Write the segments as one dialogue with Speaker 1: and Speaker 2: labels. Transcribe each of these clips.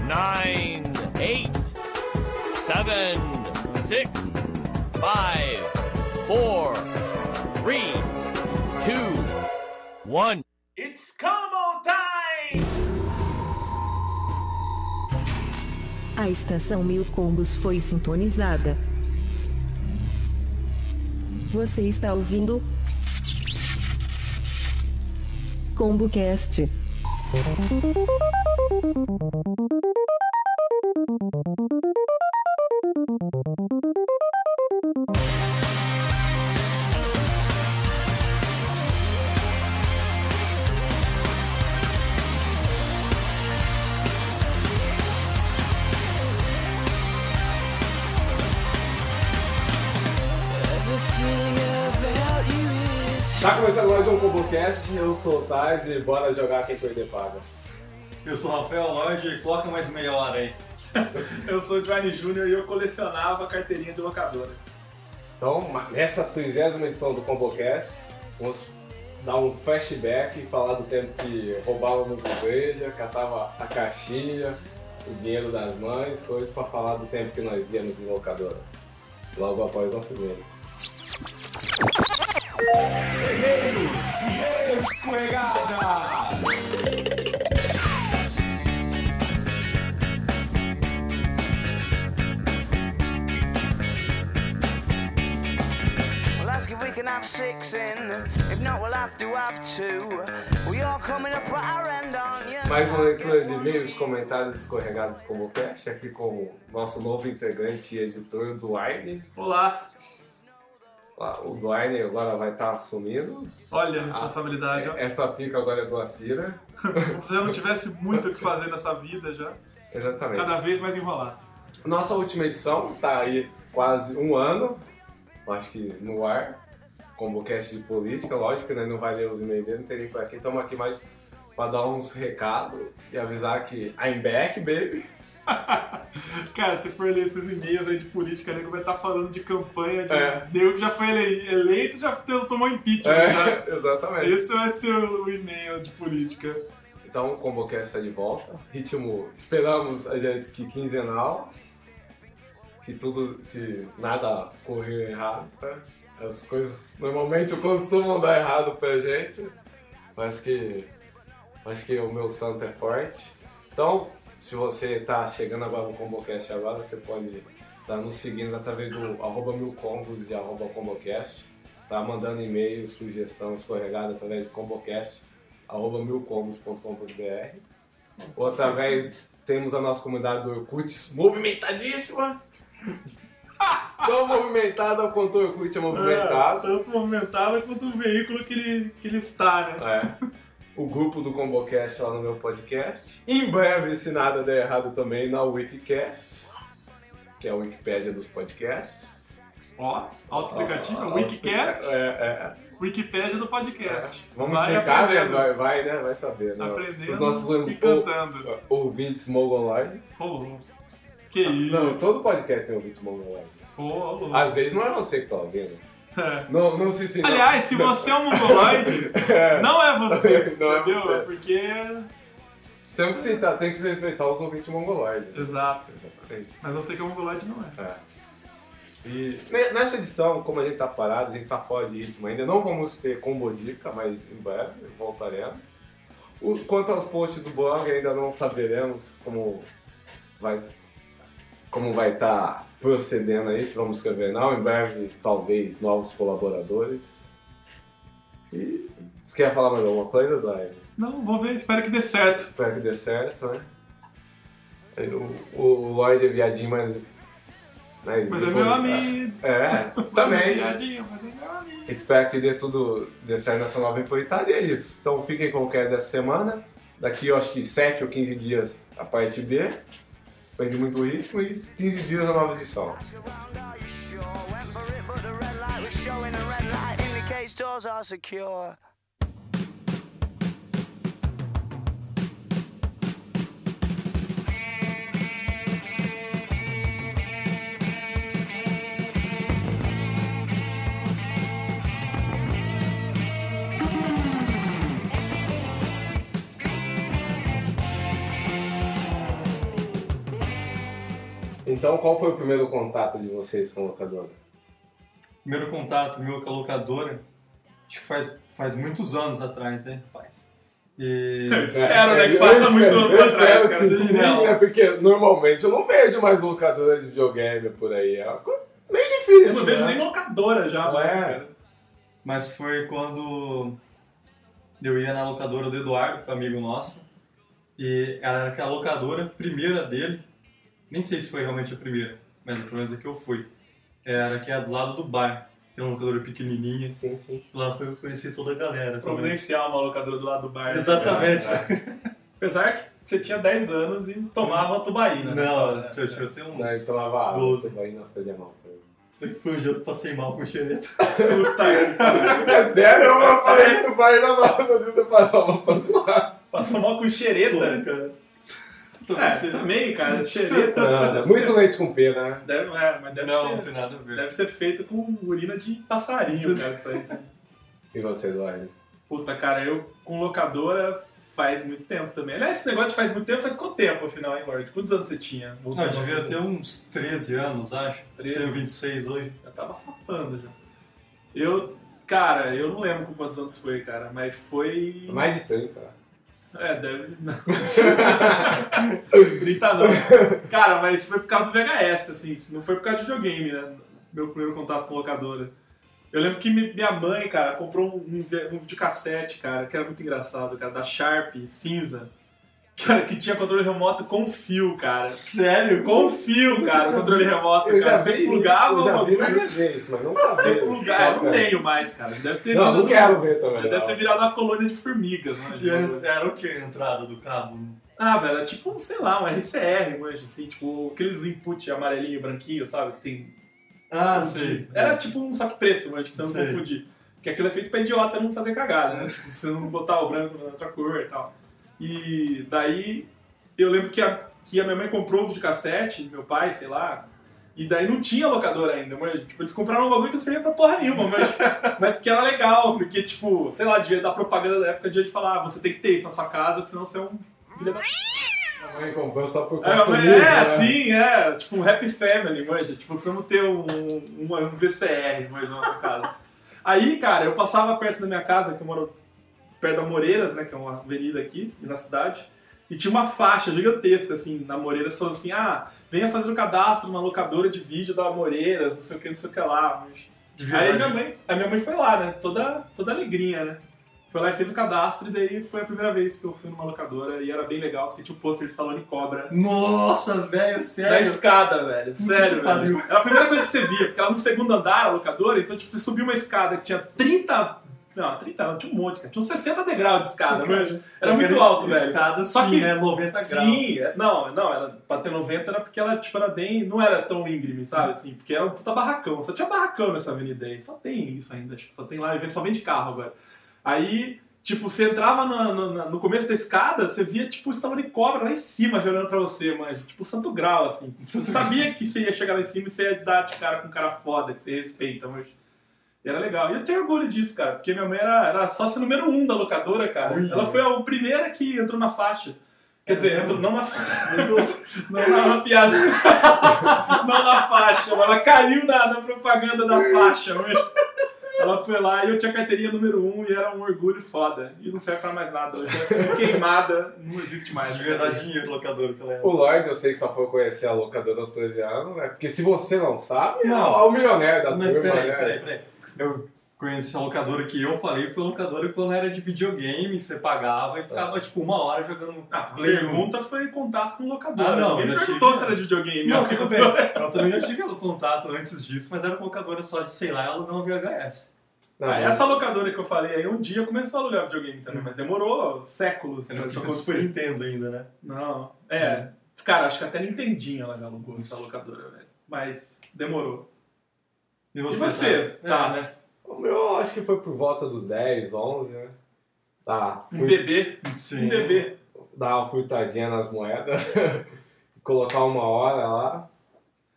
Speaker 1: nine, eight, seven, six, five, four, three, two, one. It's combo time!
Speaker 2: A estação Mil Combos foi sintonizada. Você está ouvindo? ComboCast.
Speaker 3: Tá começando mais um ComboCast, eu sou o Tais e bora jogar quem perder paga.
Speaker 4: Eu sou o Rafael Lorde e coloca mais meia hora aí.
Speaker 5: Eu sou o Johnny Júnior e eu colecionava carteirinha de locadora.
Speaker 3: Então, ma- nessa trigésima edição do ComboCast, vamos dar um flashback e falar do tempo que roubávamos igreja, catava a caixinha, o dinheiro das mães, hoje pra falar do tempo que nós íamos em locadora, logo após nosso grupo.
Speaker 6: Well, ask if we can have six in. If not, we'll have to have two. We all coming up at our end, aren't you?
Speaker 3: Mais uma leitura de e-mails, comentários escorregados do ComboCast, aqui com o nosso novo integrante e editor, Duane.
Speaker 5: Olá!
Speaker 3: Ah, O Duane agora vai tá estar assumindo. Ah.
Speaker 5: Olha a responsabilidade, ó.
Speaker 3: Essa pica agora é do Aspira.
Speaker 5: Como se eu não tivesse muito o que fazer nessa vida já.
Speaker 3: Exatamente.
Speaker 5: Cada vez mais enrolado.
Speaker 3: Nossa última edição tá aí quase um ano, eu acho que no ar, como cast de política, lógico, né? Não vai ler os e-mails dele, não tem nem por aqui. Estamos aqui mais pra dar uns recados e avisar que I'm back, baby.
Speaker 5: Cara, se for ler esses e-mails aí de política, né, nego vai estar tá falando de campanha de
Speaker 3: É.
Speaker 5: nego que já foi ele- eleito já te- tomou impeachment. já.
Speaker 3: É, exatamente.
Speaker 5: Esse vai ser o e-mail de política.
Speaker 3: Então, o Combocast está de volta. Ritmo, esperamos a gente que quinzenal. Que tudo, se nada correr errado, né? as coisas normalmente costumam dar errado pra gente. Mas que, acho que o meu santo é forte. Então, se você tá chegando agora no Combocast agora, você pode estar nos seguindo através do arroba milcombos e arroba combocast. Tá mandando e-mail, sugestão escorregada através do combocast arroba milcombos.com.br ou através, temos a nossa comunidade do Orkut movimentadíssima tão movimentada quanto o Orkut é
Speaker 5: Ah,
Speaker 3: movimentado
Speaker 5: tanto movimentada quanto o veículo que ele, que ele está, né?
Speaker 3: é. o grupo do Combocast lá no meu podcast em breve, se nada der errado também na Wikicast que é a Wikipédia dos podcasts
Speaker 5: Ó, auto-explicativo,
Speaker 3: Ah,
Speaker 5: é o Wikicast,
Speaker 3: é, é, é.
Speaker 5: Wikipédia do podcast.
Speaker 3: Vamos
Speaker 5: Vai
Speaker 3: explicar, né?
Speaker 5: aprendendo.
Speaker 3: Vai, vai, né? Vai saber, né?
Speaker 5: aprendendo
Speaker 3: Os nossos
Speaker 5: e
Speaker 3: ou,
Speaker 5: cantando.
Speaker 3: ouvintes mongoloides
Speaker 5: Ô, louco. Que isso?
Speaker 3: Não, todo podcast tem ouvinte mongoloide.
Speaker 5: Ô, louco.
Speaker 3: Às vezes não é você que tá ouvindo.
Speaker 5: É.
Speaker 3: Não, não se sinta.
Speaker 5: Aliás, se você é um mongoloide, não é você,
Speaker 3: Não é
Speaker 5: entendeu?
Speaker 3: você.
Speaker 5: É porque...
Speaker 3: Tem que sentar, tem que se respeitar os ouvintes mongoloides.
Speaker 5: Exato.
Speaker 3: Exatamente.
Speaker 5: Mas você que é um mongoloide não é.
Speaker 3: É. E ne- nessa edição, como a gente tá parado, a gente tá fora de ritmo ainda, não vamos ter combo dica, mas em breve voltaremos. O- quanto aos posts do blog, ainda não saberemos como vai como vai estar procedendo aí, se vamos escrever não, em breve talvez novos colaboradores. E você quer falar mais alguma coisa, Dai?
Speaker 5: Não, vou ver, espero que dê certo.
Speaker 3: Espero que dê certo, né? O, o, o Lloyd é viadinho, mas. né,
Speaker 5: Mas é
Speaker 3: depois-
Speaker 5: meu amigo.
Speaker 3: É, também.
Speaker 5: Viadinho, mas é meu amigo.
Speaker 3: Espero que dê tudo dê certo nessa nova empreitada e é isso. Então fiquem com o que é dessa semana. Daqui eu acho que 7 ou 15 dias a parte B. Perdi muito ritmo e 15 dias a nova edição.
Speaker 6: Ask around, are you sure? Went for it, but the red light was showing. The red light indicates doors are secure.
Speaker 3: Então, qual foi o primeiro contato de vocês com a locadora?
Speaker 4: Primeiro contato meu com a locadora, acho que faz, faz muitos anos atrás, né, rapaz? E...
Speaker 5: Eu espero, né? Que passa
Speaker 3: É. eu
Speaker 5: muito
Speaker 3: espero-
Speaker 5: anos
Speaker 3: eu
Speaker 5: atrás,
Speaker 3: espero
Speaker 5: cara.
Speaker 3: que sim,
Speaker 5: Não.
Speaker 3: né? Porque normalmente eu não vejo mais locadora de videogame por aí. É uma coisa meio difícil.
Speaker 5: Eu não vejo
Speaker 3: né?
Speaker 5: nem locadora já,
Speaker 3: É.
Speaker 5: mais, cara.
Speaker 4: Mas foi quando eu ia na locadora do Eduardo, que é um amigo nosso, e era aquela locadora primeira dele, nem sei se foi realmente a primeira, mas pelo menos a que eu fui, era que é do lado do bar, que é uma locadora pequenininha,
Speaker 3: Sim, sim.
Speaker 4: lá foi eu conheci toda a galera também.
Speaker 5: Providencial, uma locadora do lado do bar.
Speaker 4: Exatamente.
Speaker 5: é, Apesar que você tinha 10 anos e tomava tubaína. nessa hora,
Speaker 4: Não,
Speaker 5: né?
Speaker 4: eu, eu tenho
Speaker 3: Daí
Speaker 4: uns...
Speaker 3: você lavava a
Speaker 4: Doze.
Speaker 3: água, ainda fazia mal pra mim.
Speaker 4: Foi um dia que eu passei mal com o xereta.
Speaker 5: Puta que pariu.
Speaker 3: É sério? Eu não falei
Speaker 5: é.
Speaker 3: que tu vai lavar, mas você parava pra zoar.
Speaker 5: Passou mal com xereta. né?
Speaker 4: cara.
Speaker 5: É, também, cara. Xereta.
Speaker 3: Não, é
Speaker 5: deve
Speaker 3: Muito
Speaker 5: ser-
Speaker 3: leite com pena, né?
Speaker 5: Deve, é, mas deve
Speaker 4: Não, não
Speaker 5: ser.
Speaker 4: tem nada a ver.
Speaker 5: Deve ser feito com urina de passarinho, cara, isso aí.
Speaker 3: E você, Eduardo?
Speaker 5: Puta, cara, eu com locadora faz muito tempo também. Aliás, esse negócio de faz muito tempo faz quanto tempo, afinal, hein, Lorde? Quantos anos você tinha?
Speaker 4: Não, eu devia ter uns 13 anos, acho.
Speaker 5: 13.
Speaker 4: Tenho 26 hoje.
Speaker 5: Eu tava fapando já. Eu, cara, eu não lembro com quantos anos foi, cara, mas foi.
Speaker 3: Mais de 30. né?
Speaker 5: É, deve. Não. 30 não. Cara, mas foi por causa do VHS, assim. Não foi por causa de videogame, né? Meu primeiro contato com locadora. Eu lembro que mi- minha mãe, cara, comprou um, um, vi- um videocassete, cara, que era muito engraçado, cara, da Sharp, cinza. Cara, que tinha controle remoto com fio, cara.
Speaker 4: Sério?
Speaker 5: Com fio, cara, controle remoto, cara. Você plugava
Speaker 3: isso, eu já
Speaker 5: o
Speaker 3: vi
Speaker 5: bagulho.
Speaker 3: naquele jeito, mas não sabia.
Speaker 5: Sem plugar, um eu não tenho mais, cara. Deve ter
Speaker 3: É. Não, não quero ver é também.
Speaker 5: Deve ter
Speaker 3: não.
Speaker 5: virado uma colônia de formigas, né,
Speaker 4: E
Speaker 5: mano.
Speaker 4: era, era o que a entrada do cabo?
Speaker 5: Ah, velho, é tipo, um, sei lá, um RCR, manja, assim, tipo, aqueles input amarelinho e branquinho, sabe? Que tem.
Speaker 4: Ah,
Speaker 5: Era tipo um saco preto, manja, pra você não
Speaker 4: Sei.
Speaker 5: confundir. Porque aquilo é feito pra idiota não fazer cagada, né? você não botar o branco na outra cor e tal. E daí eu lembro que a, que a minha mãe comprou um videocassete, meu pai, sei lá. E daí não tinha locadora ainda, mas tipo, eles compraram um bagulho que não servia pra porra nenhuma, mas, mas porque era legal, porque, tipo, sei lá, devia dar propaganda da época, devia de falar, ah, você tem que ter isso na sua casa, porque senão você é um filho da
Speaker 3: Minha mãe comprou só por
Speaker 5: é, mas
Speaker 3: consumir,
Speaker 5: é,
Speaker 3: né?
Speaker 5: assim, é. Tipo, um Happy Family, manja. Tipo, precisamos ter um, um, um VCR mais na nossa casa. Aí, cara, eu passava perto da minha casa, que eu moro perto da Moreiras, né? Que é uma avenida aqui na cidade. E tinha uma faixa gigantesca, assim, na Moreiras, falando assim, ah, venha fazer o cadastro numa locadora de vídeo da Moreiras, não sei o que, não sei o que lá. Mas...
Speaker 4: Devia
Speaker 5: Aí
Speaker 4: lá
Speaker 5: minha
Speaker 4: de-
Speaker 5: mãe, a minha mãe foi lá, né? Toda, toda alegrinha, né? Foi lá e fez o cadastro, e daí foi a primeira vez que eu fui numa locadora, e era bem legal, porque tinha o pôster de Salone Cobra
Speaker 4: Nossa, velho,
Speaker 5: da
Speaker 4: sério.
Speaker 5: escada, velho. Sério,
Speaker 4: que pariu.
Speaker 5: velho. Era a primeira coisa que você via, porque ela no segundo andar, a locadora, então, tipo, você subia uma escada que tinha 30. Não, 30 não, tinha um monte, cara. Tinha uns 60 degraus de escada, mano. Era muito alto, velho.
Speaker 4: Escada,
Speaker 5: Só que-
Speaker 4: né, 90 graus.
Speaker 5: Sim, é- não, não, ela, pra ter 90 era porque ela, tipo, era bem, não era tão íngreme, sabe, assim, porque era um puta barracão, só tinha barracão nessa avenida aí, só tem isso ainda, acho que só tem lá, só vem de carro agora. Aí, tipo, você entrava na- na- na- no começo da escada, você via, tipo, o estava de cobra lá em cima, já olhando pra você, mano, tipo, santo grau, assim, você sabia que você ia chegar lá em cima e você ia dar de cara com um cara foda, que você respeita, mas... E era legal. E eu tenho orgulho disso, cara, porque minha mãe era, era sócia número um da locadora, cara.
Speaker 4: Ui.
Speaker 5: ela foi a primeira que entrou na faixa. Quer dizer, entrou não na faixa. Não na, na piada. não na faixa. Ela caiu na, na propaganda da faixa. Mas ela foi lá e eu tinha carteirinha número um e era um orgulho foda. E não serve pra mais nada. Hoje é queimada, não existe mais.
Speaker 4: Mas devia dar dinheiro locador que ela era.
Speaker 3: O Lord, eu sei que só foi conhecer a locadora aos 13 anos, né? Porque se você não sabe,
Speaker 4: Não.
Speaker 3: é o milionário da
Speaker 4: Mas
Speaker 3: turma,
Speaker 4: peraí,
Speaker 3: né?
Speaker 4: peraí, peraí. Eu conheci a locadora que eu falei, foi a locadora quando era de videogame, você pagava e ficava, tipo, uma hora jogando
Speaker 5: Ah, a
Speaker 4: Play 1.
Speaker 5: pergunta foi contato com o locador.
Speaker 4: Ah, não,
Speaker 5: Ninguém
Speaker 4: eu já
Speaker 5: perguntou
Speaker 4: tive-
Speaker 5: se era de videogame.
Speaker 4: Não,
Speaker 5: Eu-
Speaker 4: tudo bem. Eu também já tive contato antes disso, mas era uma locadora só de, sei lá, alugar um VHS.
Speaker 3: Não,
Speaker 5: Ah,
Speaker 3: mas-
Speaker 5: essa locadora que eu falei aí, um dia começou a alugar videogame também, mas demorou séculos. né?
Speaker 4: Você não
Speaker 5: pra
Speaker 4: ficou
Speaker 5: isso
Speaker 4: Super
Speaker 5: acontecer.
Speaker 4: Nintendo ainda, né?
Speaker 5: assim. Não, é. Cara, acho que até Nintendinho ela já alugou essa locadora, velho. Mas demorou. E você, Tá.
Speaker 4: Taz? É, né?
Speaker 5: Taz?
Speaker 3: O meu, eu acho que foi por volta dos 10, 11, né? Tá,
Speaker 5: Um
Speaker 3: fui,
Speaker 5: bebê.
Speaker 4: Sim.
Speaker 5: Um bebê.
Speaker 3: dar uma furtadinha nas moedas, colocar uma hora lá,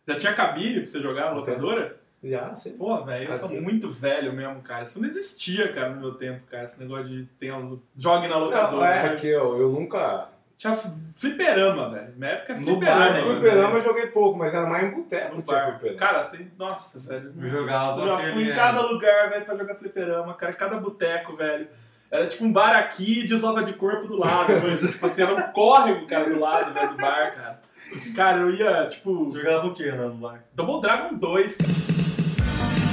Speaker 5: Já tinha cabine pra você jogar na locadora?
Speaker 3: já, assim. sei.
Speaker 5: Pô, velho, eu sou
Speaker 3: Fazia.
Speaker 5: muito velho mesmo, cara. Isso não existia, cara, no meu tempo, cara. Esse negócio de ter um... Jogue na
Speaker 3: Não,
Speaker 5: locadora.
Speaker 3: é
Speaker 5: né?
Speaker 3: que eu, eu nunca
Speaker 5: Tinha fliperama, velho. Na época
Speaker 4: No
Speaker 5: fliperama.
Speaker 4: bar, né?
Speaker 5: velho.
Speaker 3: Fliperama eu joguei pouco, mas era mais em boteco
Speaker 5: É, No
Speaker 3: que tinha
Speaker 5: bar.
Speaker 3: fliperama.
Speaker 5: Cara, assim, nossa, velho.
Speaker 4: Eu jogava
Speaker 5: Já fui
Speaker 4: aquele-
Speaker 5: em cada lugar, velho, pra jogar fliperama, cara, em cada boteco, velho. Era tipo um bar aqui de usava de corpo do lado, mas, tipo assim, era um córrego, cara, do lado, velho, do bar, cara. Cara, eu ia, tipo,
Speaker 4: Você jogava o que lá no bar?
Speaker 5: Double Dragon 2, cara.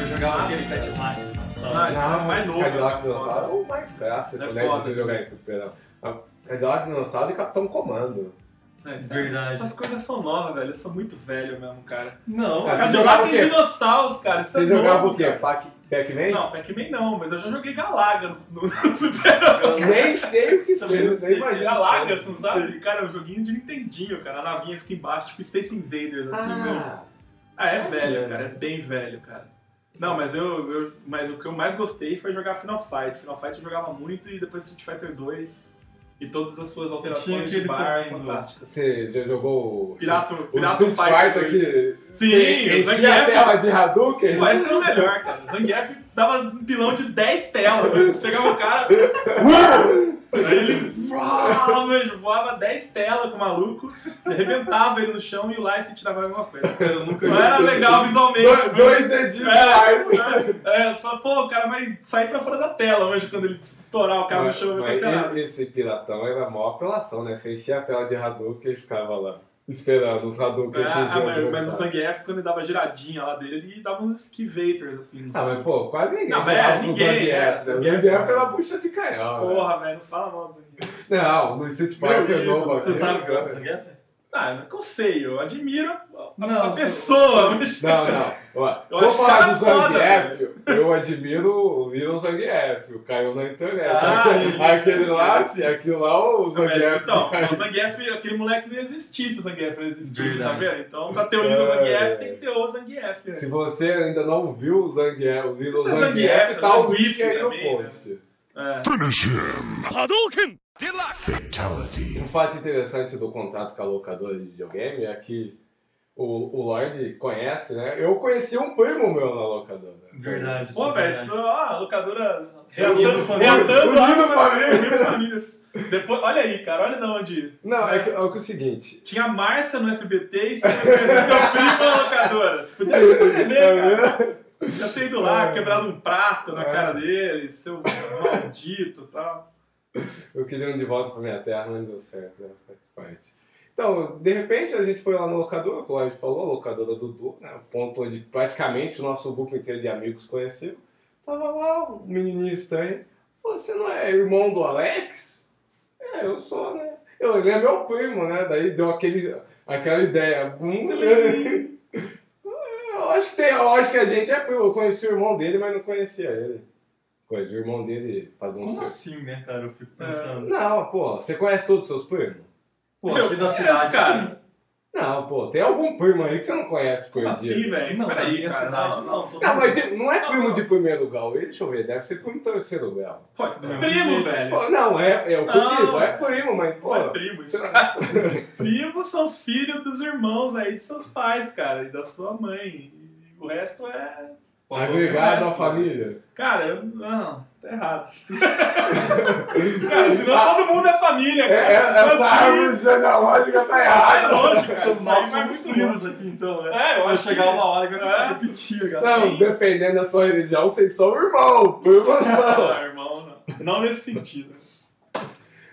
Speaker 4: Eu jogava aquele
Speaker 5: Nossa,
Speaker 4: Cadillac na
Speaker 5: Ah,
Speaker 4: sala.
Speaker 5: isso é mais novo,
Speaker 3: Cadillac
Speaker 5: né?
Speaker 3: Dinossauro é o mais clássico,
Speaker 5: É
Speaker 3: né? De
Speaker 5: foda.
Speaker 3: você jogar em fliperama. Ah, Cadillac Dinossauro e Capitão Comando.
Speaker 5: É, isso-
Speaker 4: Verdade.
Speaker 5: Essas coisas são novas, velho. Eu sou muito velho mesmo, cara.
Speaker 4: Não,
Speaker 3: Ah, você
Speaker 4: cara.
Speaker 5: Cadillac
Speaker 3: jogava o
Speaker 5: e
Speaker 3: quê?
Speaker 5: dinossauros, cara. Isso
Speaker 3: Você
Speaker 5: é
Speaker 3: jogava
Speaker 5: novo,
Speaker 3: o quê?
Speaker 5: cara.
Speaker 3: Pac- Pac-Man?
Speaker 5: Não, Pac-Man não, mas eu já joguei Galaga no, no fliperama.
Speaker 3: Eu nem sei o que
Speaker 5: Também
Speaker 3: seja,
Speaker 5: não
Speaker 3: eu
Speaker 5: sei.
Speaker 3: nem imagino.
Speaker 5: Galaga, você não sabe? Cara, é um joguinho de Nintendinho, cara. A navinha fica embaixo, tipo Space Invaders, assim, meu.
Speaker 3: Ah,
Speaker 5: Ah, é velho,
Speaker 3: velho.
Speaker 5: cara. É bem velho, cara. Não, mas eu, eu- Mas o que eu mais gostei foi jogar Final Fight. Final Fight eu jogava muito e depois Street Fighter 2 e todas as suas alterações de
Speaker 4: aquele
Speaker 5: bar é
Speaker 4: também do-
Speaker 5: fantásticas.
Speaker 3: você já jogou o-
Speaker 5: Pirata,
Speaker 3: o
Speaker 5: Pirata
Speaker 3: Street Fighter
Speaker 5: 2.
Speaker 3: que
Speaker 5: Sim, o
Speaker 3: enchia a
Speaker 5: Zangief
Speaker 3: tela de Hadouken?
Speaker 5: é, Mas esse era o melhor, cara. Zangief dava um pilão de 10 telas. velho. Você pegava o cara. aí ele uau, mano, voava 10 telas com o maluco, arrebentava ele no chão e o life tirava alguma coisa.
Speaker 4: Eu nunca
Speaker 5: Só era legal visualmente.
Speaker 3: Dois- Dois dedinhos de raiva.
Speaker 5: É, é, fala, pô, o cara vai sair pra fora da tela hoje quando ele estourar o cara no
Speaker 3: Mas-
Speaker 5: chão. ah, vai
Speaker 3: Ah, mas
Speaker 5: acontecer nada.
Speaker 3: e- esse piratão era a maior apelação, né? Você enchia a tela de Hadouken e ficava lá esperando os Hadouken
Speaker 5: Ah,
Speaker 3: atingir o
Speaker 5: mas, mas o
Speaker 3: adversário.
Speaker 5: Zangief, quando ele dava a giradinha lá dele, ele dava uns esquivators, assim.
Speaker 3: Ah,
Speaker 5: sabe?
Speaker 3: mas pô, quase ninguém
Speaker 5: Não, mas é,
Speaker 3: jogava com
Speaker 5: ninguém,
Speaker 3: Zangief.
Speaker 5: é.
Speaker 3: né? O Zangief era bucha de canhão. né?
Speaker 5: Porra, velho, não fala mal do Zangief.
Speaker 3: Não, no Street Fighter
Speaker 5: ídolo,
Speaker 3: novo. né? assim,
Speaker 4: Você
Speaker 3: aquele,
Speaker 4: sabe jogar
Speaker 3: cara.
Speaker 4: com essa guerra?
Speaker 5: Ah, não que eu sei, eu admiro a, a-
Speaker 4: Não,
Speaker 5: a
Speaker 4: você-
Speaker 5: pessoa, mas.
Speaker 3: Não, não. Ó,
Speaker 5: Eu
Speaker 3: se eu
Speaker 5: acho
Speaker 3: falar
Speaker 5: cara
Speaker 3: do
Speaker 5: foda,
Speaker 3: Zangief, eu admiro o Little Zangief, o caiu na internet.
Speaker 5: Ah,
Speaker 3: Aquele-
Speaker 5: ele-
Speaker 3: aquele lá, assim, aquilo lá, o
Speaker 5: Não, mas,
Speaker 3: Zangief.
Speaker 5: então, o Zangief, aquele moleque não existisse se o Zangief não existisse, tá
Speaker 4: Verdade.
Speaker 5: vendo? Então, pra ter o Lilo
Speaker 3: É.
Speaker 5: Zangief, tem que ter o Zangief. né?
Speaker 3: se você ainda não viu o Zangief, o Little
Speaker 5: Isso é
Speaker 3: Zangief,
Speaker 5: Zangief,
Speaker 3: tá o
Speaker 5: Zangief
Speaker 3: link aí no
Speaker 5: também, né?
Speaker 3: post.
Speaker 5: É.
Speaker 1: Hadouken!
Speaker 3: Um fato interessante do contrato com a locadora de videogame é que o, o Lorde conhece, né? Eu conheci um primo meu na locadora.
Speaker 4: Verdade.
Speaker 5: Pô,
Speaker 4: isso é
Speaker 5: velho, isso,
Speaker 4: verdade.
Speaker 5: ó, a locadora.
Speaker 4: Reunindo
Speaker 5: Reatando
Speaker 4: família.
Speaker 5: reatando
Speaker 3: Unindo
Speaker 5: as famílias.
Speaker 3: família.
Speaker 5: unindo famílias. Depois, olha aí, cara, olha de onde.
Speaker 3: Não, é que, é que o seguinte.
Speaker 5: Tinha a Márcia no SBT e você representa a prima na locadora. Você podia ir pra TV, cara. Já ter ido lá, quebrado um prato na cara dele, seu maldito e tal.
Speaker 3: Eu queria um de volta pra minha terra, mas não deu certo, né? Faz parte. Então, de repente a gente foi lá no locador, como a gente falou, a locadora Dudu, né? O ponto onde praticamente o nosso grupo inteiro de amigos conheceu. Tava lá o menininho estranho. "Pô, Você não é irmão do Alex? É, eu sou, né? Eu, ele é meu primo, né? Daí deu aquele, aquela ideia. Hum, eu acho que tem, eu acho que a gente é primo. Eu conheci o irmão dele, mas não conhecia ele. Conheci o irmão dele faz uns
Speaker 4: Como assim, né, cara? Eu fico pensando.
Speaker 3: não, pô, você conhece todos os seus primos?
Speaker 4: Pô,
Speaker 5: Meu,
Speaker 4: aqui da
Speaker 5: esse
Speaker 4: cidade,
Speaker 5: cara.
Speaker 4: sim.
Speaker 3: Não, pô, tem algum primo aí que você não conhece
Speaker 5: Como
Speaker 3: coisinha.
Speaker 5: assim, velho?
Speaker 4: Não, da
Speaker 5: Peraí,
Speaker 4: minha
Speaker 5: cara.
Speaker 4: cidade.
Speaker 5: Não, não.
Speaker 4: todo
Speaker 3: Não,
Speaker 4: mundo.
Speaker 3: mas de- não é
Speaker 5: Não,
Speaker 3: primo
Speaker 5: não.
Speaker 3: de primeiro grau, ele, deixa eu ver, deve ser primo de terceiro grau.
Speaker 5: Pô, isso não é
Speaker 4: Não.
Speaker 5: primo, velho.
Speaker 3: Pô, não, é, é o
Speaker 5: Não.
Speaker 3: contigo, é primo, mas, pô.
Speaker 5: Pô, é primo isso,
Speaker 3: você-
Speaker 5: cara. Primos são os filhos dos irmãos aí de seus pais, cara, e da sua mãe. E o resto é.
Speaker 4: Pô,
Speaker 3: Agregado
Speaker 5: conhece,
Speaker 3: à
Speaker 5: né?
Speaker 3: família.
Speaker 5: Cara, eu... não, tá errado. cara, senão
Speaker 4: Ah.
Speaker 5: todo mundo é família,
Speaker 3: É,
Speaker 5: cara.
Speaker 3: é, essa
Speaker 5: Mas
Speaker 3: árvore genealógica tá
Speaker 5: aí- assim? É
Speaker 3: errada.
Speaker 5: lógico, cara. Isso aí
Speaker 4: Nós
Speaker 5: vai
Speaker 4: somos
Speaker 5: muito longe.
Speaker 4: primos aqui, então, né?
Speaker 5: É, eu
Speaker 4: Vai
Speaker 5: acho
Speaker 4: chegar
Speaker 5: que-
Speaker 4: uma hora que eu
Speaker 5: É.
Speaker 4: preciso repetir, cara.
Speaker 3: Não, dependendo da sua religião, vocês são irmão, primo não.
Speaker 5: Não, Ah, irmão, não. Não nesse sentido.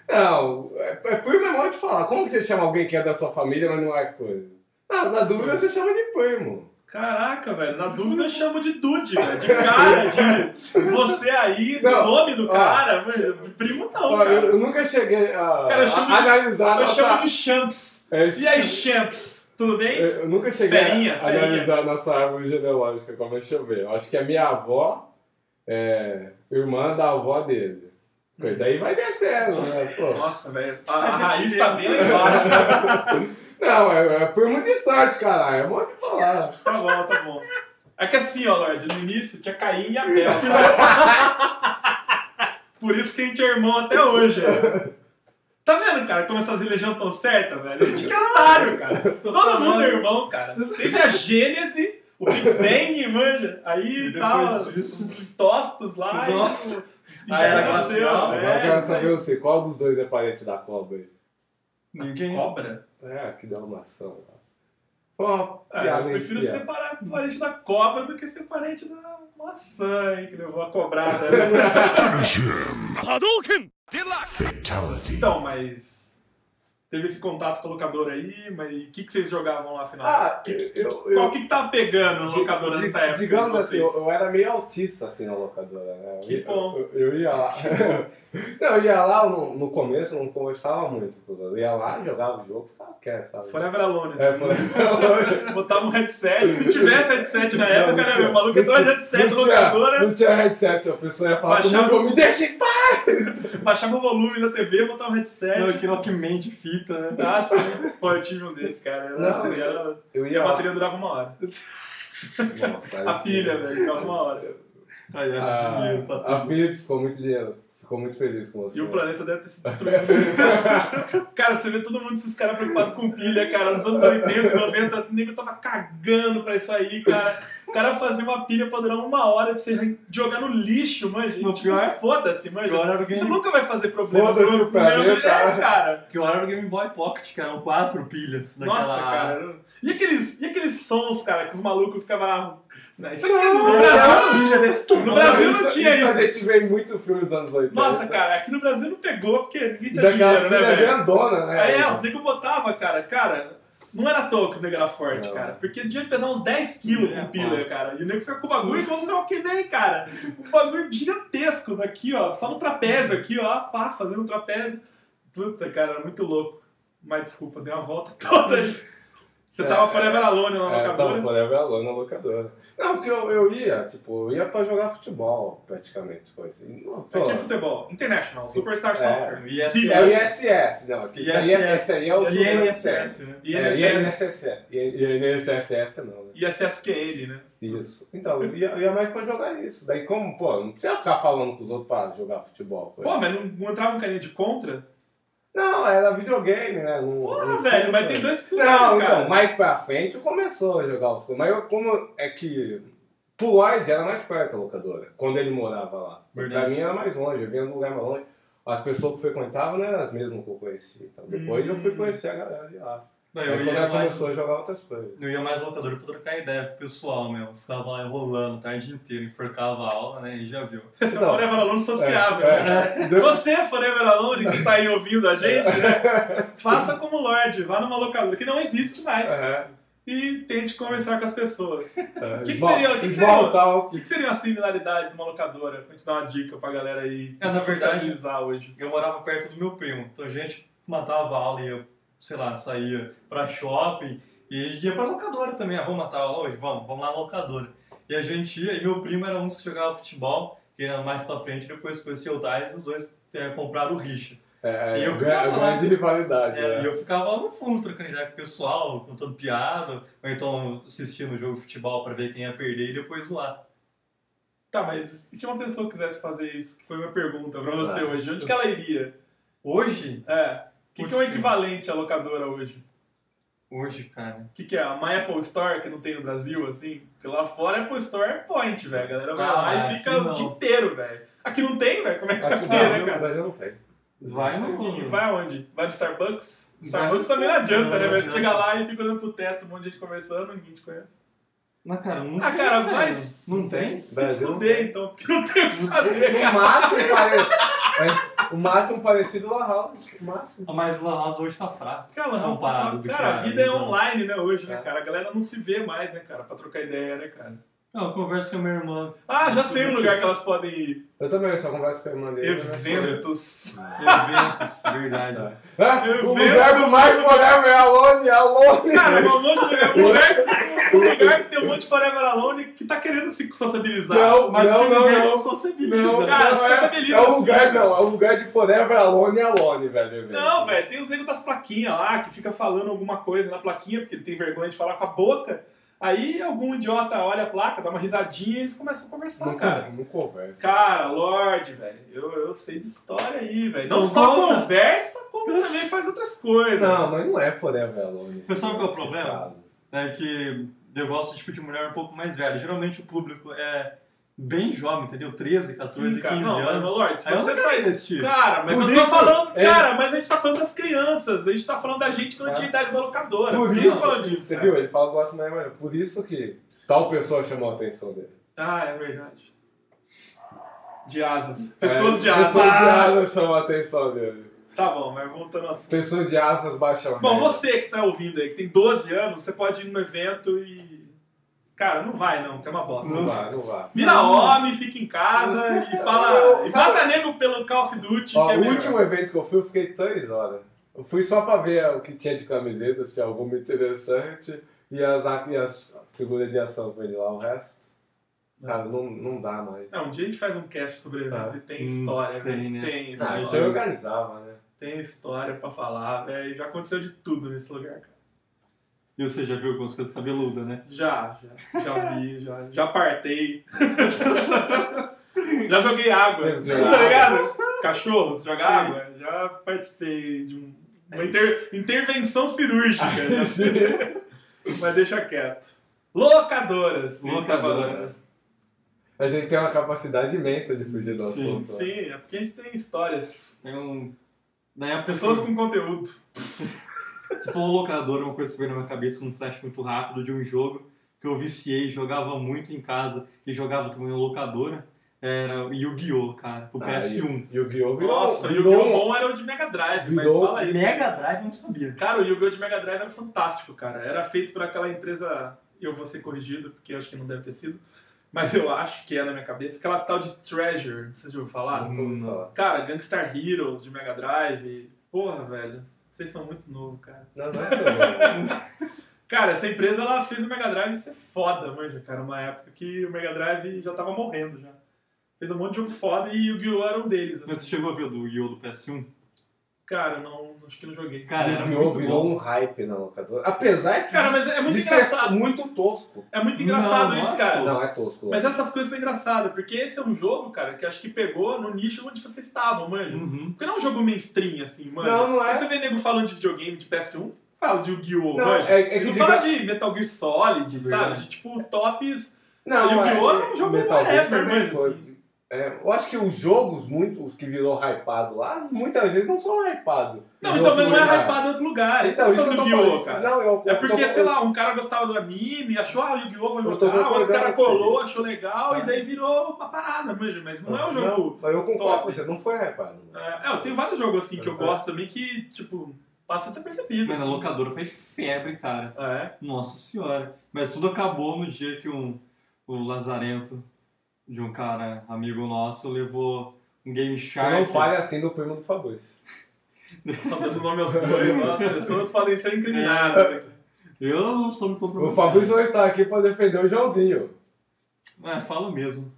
Speaker 3: Não, é, é primo é Ah, mal de falar. Como que você chama alguém que é da sua família, mas não é coisa? Não, na dúvida você chama de primo.
Speaker 5: Caraca, velho, na dúvida eu chamo de Dude, velho. De cara, de você aí,
Speaker 3: Não,
Speaker 5: nome do
Speaker 3: ó.
Speaker 5: cara, mano. Primo não,
Speaker 3: Ó,
Speaker 5: cara.
Speaker 3: eu, eu nunca cheguei a,
Speaker 5: Cara, eu
Speaker 3: a-
Speaker 5: chamo de-
Speaker 3: a analisar a
Speaker 5: Eu
Speaker 3: nossa...
Speaker 5: chamo de Champs.
Speaker 3: É,
Speaker 5: E aí, Champs? Tudo bem?
Speaker 3: Eu eu nunca cheguei
Speaker 5: Ferinha,
Speaker 3: a
Speaker 5: ferinha.
Speaker 3: analisar a nossa árvore genealógica, como é que eu ver. Eu acho que a minha avó é irmã da avó dele. Coisa- Daí vai descendo, né? Pô.
Speaker 5: Nossa, velho. A, a raiz tá bem lá embaixo.
Speaker 3: Não, é, é por muito distante, caralho. É mó de falar.
Speaker 5: Tá bom, tá bom. É que assim, ó, Lorde, no início tinha Caim e Abel, sabe? Por isso que a gente é irmão até hoje, velho. Tá vendo, cara, como essas religiões estão certas, velho? A gente que é otário, cara. Todo mundo é irmão, cara. Teve a Gênese, o Big Bang, manja. Aí
Speaker 4: depois
Speaker 5: tava
Speaker 4: disso?
Speaker 5: os tostos lá. e
Speaker 4: Nossa.
Speaker 5: o- e
Speaker 4: A era
Speaker 5: aí nasceu,
Speaker 4: glacial,
Speaker 3: Agora
Speaker 5: né?
Speaker 3: eu quero
Speaker 5: isso aí.
Speaker 3: saber você, qual dos dois é parente da cobra aí?
Speaker 4: Ninguém.
Speaker 5: Cobra?
Speaker 3: É, que dá uma ação lá. Ó,
Speaker 5: Ah,
Speaker 3: piada
Speaker 5: eu prefiro
Speaker 3: infiel.
Speaker 5: ser para- parente da cobra do que ser parente da maçã, hein, que levou a cobrada. né?
Speaker 1: 波動拳
Speaker 5: Então, mas. Teve esse contato com o locador aí, mas o que, que vocês jogavam lá afinal?
Speaker 3: Ah, eu,
Speaker 5: Qual
Speaker 3: eu,
Speaker 5: o que, que tava pegando no
Speaker 3: Di-
Speaker 5: locador
Speaker 3: di-
Speaker 5: nessa época? de
Speaker 3: Digamos assim, eu,
Speaker 5: vocês?
Speaker 3: eu era meio autista assim na locadora. Né?
Speaker 5: Que
Speaker 3: eu,
Speaker 5: bom.
Speaker 3: Eu, eu ia lá. não, eu ia lá no, no começo, eu não conversava muito. com os outros. Eu ia lá, jogava o jogo, ficava quieto, sabe?
Speaker 5: Forever Alone.
Speaker 3: É,
Speaker 5: assim, né? Botava um headset. Se tivesse headset na época, né, meu? O maluco entrou de headset né?
Speaker 3: não tinha,
Speaker 5: locadora,
Speaker 3: Não tinha headset, a pessoa ia falar
Speaker 5: Baixava-
Speaker 3: comigo, me deixa em paz!
Speaker 5: baixava o volume da TV, botava um headset.
Speaker 4: Não, aquilo que mente fita, né?
Speaker 5: Ah, sim. Pô, eu tive um desse, cara. Era-
Speaker 3: Não,
Speaker 5: era-
Speaker 3: Eu
Speaker 5: E
Speaker 3: ia
Speaker 5: a
Speaker 3: lá.
Speaker 5: bateria durava uma hora.
Speaker 3: Nossa, aí sim.
Speaker 5: A
Speaker 3: Ah,
Speaker 5: pilha, velho, durava uma hora.
Speaker 4: Aí, acho dinheiro pra
Speaker 3: A, a
Speaker 4: tudo.
Speaker 3: filha ficou muito dinheiro. Ficou muito feliz com você.
Speaker 5: E o planeta deve ter se destruído. cara, você vê todo mundo esses caras preocupados com pilha, cara. Nos anos 80, 90, o nego tava cagando pra isso aí, cara. O cara fazia uma pilha pra durar uma hora pra você jogar no lixo, manja. E,
Speaker 4: No
Speaker 5: tipo,
Speaker 3: é
Speaker 4: pior-
Speaker 5: foda-se, manja.
Speaker 4: pior era o Game-
Speaker 5: Isso nunca vai fazer problema.
Speaker 3: Foda-se
Speaker 5: pro-
Speaker 3: o planeta.
Speaker 5: pro- É, cara.
Speaker 4: Porque lá era o Game Boy Pocket, cara, eram quatro pilhas. Daquela...
Speaker 5: Nossa, cara. E aqueles, e aqueles sons, cara, que os malucos ficavam lá... Não, Isso aqui é
Speaker 3: Não,
Speaker 5: no Brasil...
Speaker 4: Uma pilha desse
Speaker 5: No
Speaker 4: tamanho.
Speaker 5: Brasil não
Speaker 3: isso,
Speaker 5: tinha
Speaker 3: A
Speaker 5: isso.
Speaker 3: gente vê em muito filme dos anos 80.
Speaker 5: Nossa, cara, aqui no Brasil não pegou porque ninguém tinha
Speaker 3: Daquelas
Speaker 5: dinheiro, né,
Speaker 3: filhas
Speaker 5: velho?
Speaker 3: grandona, né?
Speaker 5: Aí é, os nego botava, cara, cara, não era à toa que os nego era forte,
Speaker 3: Não.
Speaker 5: cara. Porque devia pesar uns 10 quilos
Speaker 4: É,
Speaker 5: com pilha,
Speaker 4: mano.
Speaker 5: cara. E o nego fica com o bagulho como se o que vem, cara. Um bagulho gigantesco daqui, ó. Só no trapézio aqui, ó. Pá, fazendo um trapézio. Puta, cara, era muito louco. Mas desculpa, dei uma volta toda. Você
Speaker 3: É,
Speaker 5: tava
Speaker 3: é.
Speaker 5: forever alone na
Speaker 3: É, tava
Speaker 5: locadora.
Speaker 3: forever alone na locadora. Não, porque eu, eu ia, tipo, eu ia pra jogar futebol, praticamente, coisa. E, não, pô,
Speaker 5: Aqui é futebol. International, Superstar
Speaker 3: É.
Speaker 5: Soccer.
Speaker 4: ISS.
Speaker 3: é o ISS, não, aqui isso aí é, esse aí é o
Speaker 4: INSS,
Speaker 3: INSS.
Speaker 4: né?
Speaker 3: É,
Speaker 5: INSS.
Speaker 3: INSS, INSSS não, né?
Speaker 5: ISSQN, né?
Speaker 3: Isso. Então, eu ia, eu ia mais pra jogar isso. Daí, como, pô, não precisa ficar falando com os outros pra jogar futebol. coisa.
Speaker 5: Pô, mas não, não entrava um carinha de contra?
Speaker 3: Não, era videogame, né? Não,
Speaker 5: Porra,
Speaker 3: não
Speaker 5: velho,
Speaker 3: tinha
Speaker 5: mas
Speaker 3: coisa.
Speaker 5: tem dois clubes,
Speaker 3: Não,
Speaker 5: cara.
Speaker 3: então, mais pra frente eu começou a jogar os coisas. Mas eu, como é que. Pro Lloyd era mais perto a locadora, quando ele morava lá.
Speaker 4: Verdade.
Speaker 3: Pra mim era mais longe, eu vinha num lugar mais longe. As pessoas que eu frequentava não eram as mesmas que eu conhecia. Então, depois eu fui conhecer a galera de lá.
Speaker 4: Não,
Speaker 3: Aí
Speaker 4: Hum. É, eu,
Speaker 3: quando
Speaker 4: ia
Speaker 3: ela
Speaker 4: mais,
Speaker 3: começou a jogar outras coisas.
Speaker 4: eu ia mais locadora pra trocar ideia com o pessoal mesmo. Ficava lá enrolando a tarde inteira, enforcava a aula, né? E já viu.
Speaker 5: Você é
Speaker 3: Então,
Speaker 5: Forever Alone sociável,
Speaker 3: é,
Speaker 5: né? Você, Forever Alone, que está aí ouvindo a gente, né? faça como Lorde, vá numa locadora que não existe mais
Speaker 3: É,
Speaker 5: e tente conversar com as pessoas.
Speaker 3: é,
Speaker 5: que
Speaker 3: small-
Speaker 5: seria- que que
Speaker 3: small
Speaker 5: seria- O
Speaker 3: talk.
Speaker 5: que, assim, que seria uma similaridade de uma locadora? Pra gente dar uma dica pra galera aí
Speaker 4: É, na verdade-
Speaker 5: socializar hoje.
Speaker 4: Eu morava perto do meu primo, então a gente matava a aula e eu, sei lá, saía pra shopping e a gente ia pra locadora também. Ah, vamos matar a aula hoje? Vamos, vamos lá na locadora. E a gente ia, e meu primo era um que jogava futebol, que era mais pra frente, depois conheceu o Tais e os dois eh, compraram o Richa.
Speaker 3: É,
Speaker 4: E eu
Speaker 3: é,
Speaker 4: ficava lá.
Speaker 3: grande rivalidade.
Speaker 4: É,
Speaker 3: né?
Speaker 4: E eu ficava lá no fundo trocando ideia com o pessoal, contando piada, ou então assistindo o jogo de futebol pra ver quem ia perder e depois zoar.
Speaker 5: Tá, mas e se uma pessoa quisesse fazer isso? Que foi minha pergunta pra você
Speaker 3: Ah.
Speaker 5: hoje. Onde que ela iria?
Speaker 4: Hoje,
Speaker 5: É. O que, que é o
Speaker 4: Putz,
Speaker 5: equivalente à locadora hoje?
Speaker 4: hoje, cara.
Speaker 5: O que, que é? Uma Apple Store que não tem no Brasil, assim? Porque lá fora Apple Store é point, velho. A galera vai
Speaker 4: Ah,
Speaker 5: lá e
Speaker 4: aqui
Speaker 5: fica o
Speaker 4: não.
Speaker 5: dia inteiro, velho. Aqui não tem, velho. Como é que
Speaker 3: Aqui
Speaker 5: vai
Speaker 3: no
Speaker 5: ter, né,
Speaker 3: Brasil, no
Speaker 5: cara?
Speaker 3: Brasil não tem.
Speaker 4: Vai
Speaker 5: E
Speaker 4: no.
Speaker 5: vai aonde? Vai no Starbucks? O
Speaker 4: Vai
Speaker 5: Starbucks
Speaker 4: no
Speaker 5: também não adianta,
Speaker 4: Starbucks,
Speaker 5: né? velho?
Speaker 4: não
Speaker 5: Você
Speaker 4: adianta.
Speaker 5: chega lá e fica olhando pro teto, um monte de gente conversando, ninguém te conhece.
Speaker 4: Na cara, não
Speaker 5: Ah,
Speaker 4: tem, né?
Speaker 5: cara, mas.
Speaker 4: Não tem?
Speaker 5: Se
Speaker 3: Brasil não
Speaker 4: um
Speaker 5: fuder, então, porque não tem o que fazer.
Speaker 3: O máximo, pare... o máximo parecido ao La House. O máximo.
Speaker 4: Mas o La House hoje tá fraco.
Speaker 5: Cara, não,
Speaker 4: Comparado do que
Speaker 5: cara, a
Speaker 4: era
Speaker 5: vida é
Speaker 4: nos anos.
Speaker 5: online, né, hoje, né,
Speaker 3: É.
Speaker 5: cara? A galera não se vê mais, né, cara? Pra trocar ideia, né, cara?
Speaker 4: Não, eu converso com a minha irmã.
Speaker 5: Ah, já sei um lugar que elas podem ir.
Speaker 3: Eu também só converso com a irmã dele. né?
Speaker 5: Eventos.
Speaker 4: Eventos, verdade.
Speaker 5: Tá.
Speaker 3: Ah,
Speaker 5: Eu
Speaker 3: o
Speaker 5: vejo-
Speaker 3: lugar do mais moderno é Alone, Alone.
Speaker 5: Cara, um monte de lugar. Um lugar, um lugar que tem um monte de Forever Alone que tá querendo se sociabilizar.
Speaker 3: Não,
Speaker 5: mas
Speaker 3: não,
Speaker 5: que
Speaker 3: não,
Speaker 5: ninguém
Speaker 3: não.
Speaker 5: sociabiliza.
Speaker 3: não,
Speaker 5: cara,
Speaker 3: não é,
Speaker 5: sociabiliza assim, né?
Speaker 3: é
Speaker 5: sim,
Speaker 3: o lugar,
Speaker 5: cara.
Speaker 3: não, é o lugar de Forever Alone, Alone, velho.
Speaker 5: Não, velho, tem os negros das plaquinhas lá que fica falando alguma coisa na plaquinha, porque tem vergonha de falar com a boca. Aí algum idiota olha a placa, dá uma risadinha e eles começam a conversar,
Speaker 3: Não,
Speaker 5: cara.
Speaker 3: cara, não conversa.
Speaker 5: Cara, Lorde, velho, eu, eu sei de história aí, velho. Não
Speaker 4: Então
Speaker 5: só
Speaker 4: volta.
Speaker 5: conversa, como também faz outras coisas.
Speaker 3: Não, mas não é Forever Alone.
Speaker 4: Você sabe qual é o
Speaker 3: esses
Speaker 4: problema?
Speaker 3: casos.
Speaker 4: É que eu gosto tipo, de mulher um pouco mais velha. Geralmente o público é bem jovem, entendeu? 13, 14,
Speaker 5: Sim, cara.
Speaker 4: 15
Speaker 5: Não, mas,
Speaker 4: anos.
Speaker 5: Lorde, se
Speaker 4: Aí eu
Speaker 5: você tá-
Speaker 4: não
Speaker 5: sair-
Speaker 4: quero investir.
Speaker 5: Cara, mas
Speaker 3: Por
Speaker 5: eu tô
Speaker 3: isso,
Speaker 5: falando.
Speaker 3: é-
Speaker 5: Cara, mas a gente tá falando das crianças, a gente tá falando da gente quando
Speaker 3: É.
Speaker 5: tinha idade da locadora.
Speaker 3: Por
Speaker 5: que eu tô
Speaker 3: isso,
Speaker 5: falando é disso,
Speaker 3: você
Speaker 5: cara?
Speaker 3: viu? Ele fala que gosta mais, mas por isso que tal pessoa chamou a atenção dele.
Speaker 5: Ah, é verdade. De asas. Pessoas
Speaker 3: É,
Speaker 5: de asas.
Speaker 3: Pessoas de
Speaker 5: Ah,
Speaker 3: asas chamam a atenção dele.
Speaker 5: Tá bom, mas voltando ao assunto.
Speaker 3: Pessoas de asas baixam a
Speaker 5: Bom,
Speaker 3: régua.
Speaker 5: você que está ouvindo aí, que tem 12 anos, você pode ir num evento e. Cara, não vai não, que é uma bosta.
Speaker 3: Não vá, não vá.
Speaker 5: Vira homem, fica em casa e fala.
Speaker 3: Eu-
Speaker 5: E mata nego pelo Call of Duty.
Speaker 3: Ó,
Speaker 5: que é
Speaker 3: o
Speaker 5: melhor.
Speaker 3: último evento que eu fui, eu fiquei três horas. Eu fui só pra ver o que tinha de camiseta, se tinha alguma interessante, e as, e as figuras de ação foi de lá, o resto. Sabe, não, não dá mais.
Speaker 5: Não, um dia a gente faz um cast sobre evento
Speaker 3: Ah.
Speaker 5: e tem
Speaker 4: Hum,
Speaker 5: história,
Speaker 4: tem,
Speaker 5: velho.
Speaker 4: né?
Speaker 5: Tem
Speaker 3: Ah,
Speaker 5: história.
Speaker 3: isso eu organizava, né?
Speaker 5: Tem história pra falar, velho. Já aconteceu de tudo nesse lugar, cara.
Speaker 4: E você já viu algumas coisas cabeludas, né?
Speaker 5: Já, já. Já vi, já, já partei. já joguei água.
Speaker 3: Teve que jogar
Speaker 5: Tá ligado? Cachorro, joga água. Já participei de um- uma inter- intervenção cirúrgica. já. Mas deixa quieto. Locadoras. que a gente tá
Speaker 4: Locadoras.
Speaker 3: A gente tem uma capacidade imensa de fugir do
Speaker 4: Sim,
Speaker 5: falando.
Speaker 3: assunto. né?
Speaker 5: Sim, é porque a gente tem histórias.
Speaker 4: Tem um. Na época,
Speaker 5: Pessoas com conteúdo.
Speaker 4: Você falou locadora, uma coisa que veio na minha cabeça, um flash muito rápido de um jogo que eu viciei, jogava muito em casa e jogava também na locadora, era o Yu-Gi-Oh, cara, pro PS1.
Speaker 3: E o Guiô virou,
Speaker 5: um. Nossa, o
Speaker 3: virou,
Speaker 5: Yu-Gi-Oh!
Speaker 3: um-
Speaker 5: bom era o de Mega Drive, mas
Speaker 3: virou
Speaker 5: fala isso.
Speaker 4: Mega Drive eu não sabia.
Speaker 5: Cara, o Yu-Gi-Oh! de Mega Drive era fantástico, cara. Era feito por aquela empresa, eu vou ser corrigido, porque eu acho que não deve ter sido, mas eu acho que é na minha cabeça, aquela tal de Treasure, você já ouviu falar?
Speaker 3: Nunca ouvi falar.
Speaker 5: Cara, Gangstar Heroes de Mega Drive, porra, velho, vocês são muito novos, cara.
Speaker 3: Não, não é seu nome.
Speaker 5: Cara, essa empresa, ela fez o Mega Drive ser foda, manja, cara, uma época que o Mega Drive já tava morrendo, já. Fez um monte de jogo foda e Yu-Gi-Oh! era um deles,
Speaker 4: Mas você
Speaker 5: assim.
Speaker 4: chegou a ver o do Yu-Gi-Oh do PS1?
Speaker 5: Cara, não, acho que não joguei.
Speaker 4: Cara, era
Speaker 3: Yu-Gi-Oh!
Speaker 4: muito
Speaker 3: virou
Speaker 4: bom.
Speaker 3: um hype na locadora. Apesar que
Speaker 5: Cara, mas é muito
Speaker 3: de ser
Speaker 5: engraçado.
Speaker 3: muito tosco.
Speaker 5: É muito engraçado
Speaker 4: Não,
Speaker 5: isso,
Speaker 4: não é
Speaker 5: cara.
Speaker 3: Não, é tosco.
Speaker 5: Mas essas coisas são engraçadas, porque esse é um jogo, cara, que acho que pegou no nicho onde vocês estavam, mano.
Speaker 4: Uhum.
Speaker 5: Porque não é um jogo mainstream, assim, mano.
Speaker 3: Não, não é.
Speaker 5: Você vê nego falando de videogame de PS1, fala de Yu-Gi-Oh!
Speaker 3: Não,
Speaker 5: mano.
Speaker 3: é- é que
Speaker 5: não
Speaker 3: de-
Speaker 5: fala de Metal Gear Solid, sabe?
Speaker 4: Verdade.
Speaker 5: De tipo
Speaker 3: É.
Speaker 5: tops.
Speaker 3: Não,
Speaker 5: Yu-Gi-Oh!
Speaker 3: é-
Speaker 5: era um jogo
Speaker 3: Metal Gear
Speaker 5: whatever,
Speaker 3: também
Speaker 5: mano,
Speaker 3: foi.
Speaker 5: assim.
Speaker 3: É, eu acho que os jogos, muito, os que virou hypado lá, muitas vezes não são hypados.
Speaker 5: Não,
Speaker 3: Em
Speaker 5: então
Speaker 3: outro
Speaker 5: não é
Speaker 3: lugar.
Speaker 5: hypado em outro lugar. Isso
Speaker 3: Então,
Speaker 5: não
Speaker 3: isso que
Speaker 5: é
Speaker 3: eu tô
Speaker 5: do
Speaker 3: falando.
Speaker 5: Yu-Gi-Oh! cara.
Speaker 3: Não, eu,
Speaker 5: É
Speaker 3: eu
Speaker 5: porque,
Speaker 3: tô-
Speaker 5: sei lá, um cara gostava do anime, achou, ah, Yu-Gi-Oh! vai
Speaker 3: Eu tô
Speaker 5: jogar, outro cara
Speaker 3: concordando com você,
Speaker 5: colou, achou legal,
Speaker 3: É.
Speaker 5: e daí virou uma parada, mano. Mas não é um jogo.
Speaker 3: Não, mas eu concordo
Speaker 5: top.
Speaker 3: com você, Tá. não foi hypado. mano.
Speaker 5: É, eu tenho vários jogos assim que eu
Speaker 3: É.
Speaker 5: gosto também que, tipo, passa desapercebido.
Speaker 4: Mas na
Speaker 5: assim.
Speaker 4: locadora foi febre, cara.
Speaker 5: É.
Speaker 4: Nossa senhora. Mas tudo acabou no dia que um, o Lazarento de um cara amigo nosso levou um Game
Speaker 3: Você
Speaker 4: Shark.
Speaker 3: não fale assim do primo do Fabrício.
Speaker 5: Tá dando nome aos dois, nossa, as pessoas podem ser incriminadas. aqui.
Speaker 4: Eu não estou me comprometendo.
Speaker 3: O Fabrício não está aqui para defender o Joãozinho.
Speaker 4: É, falo mesmo.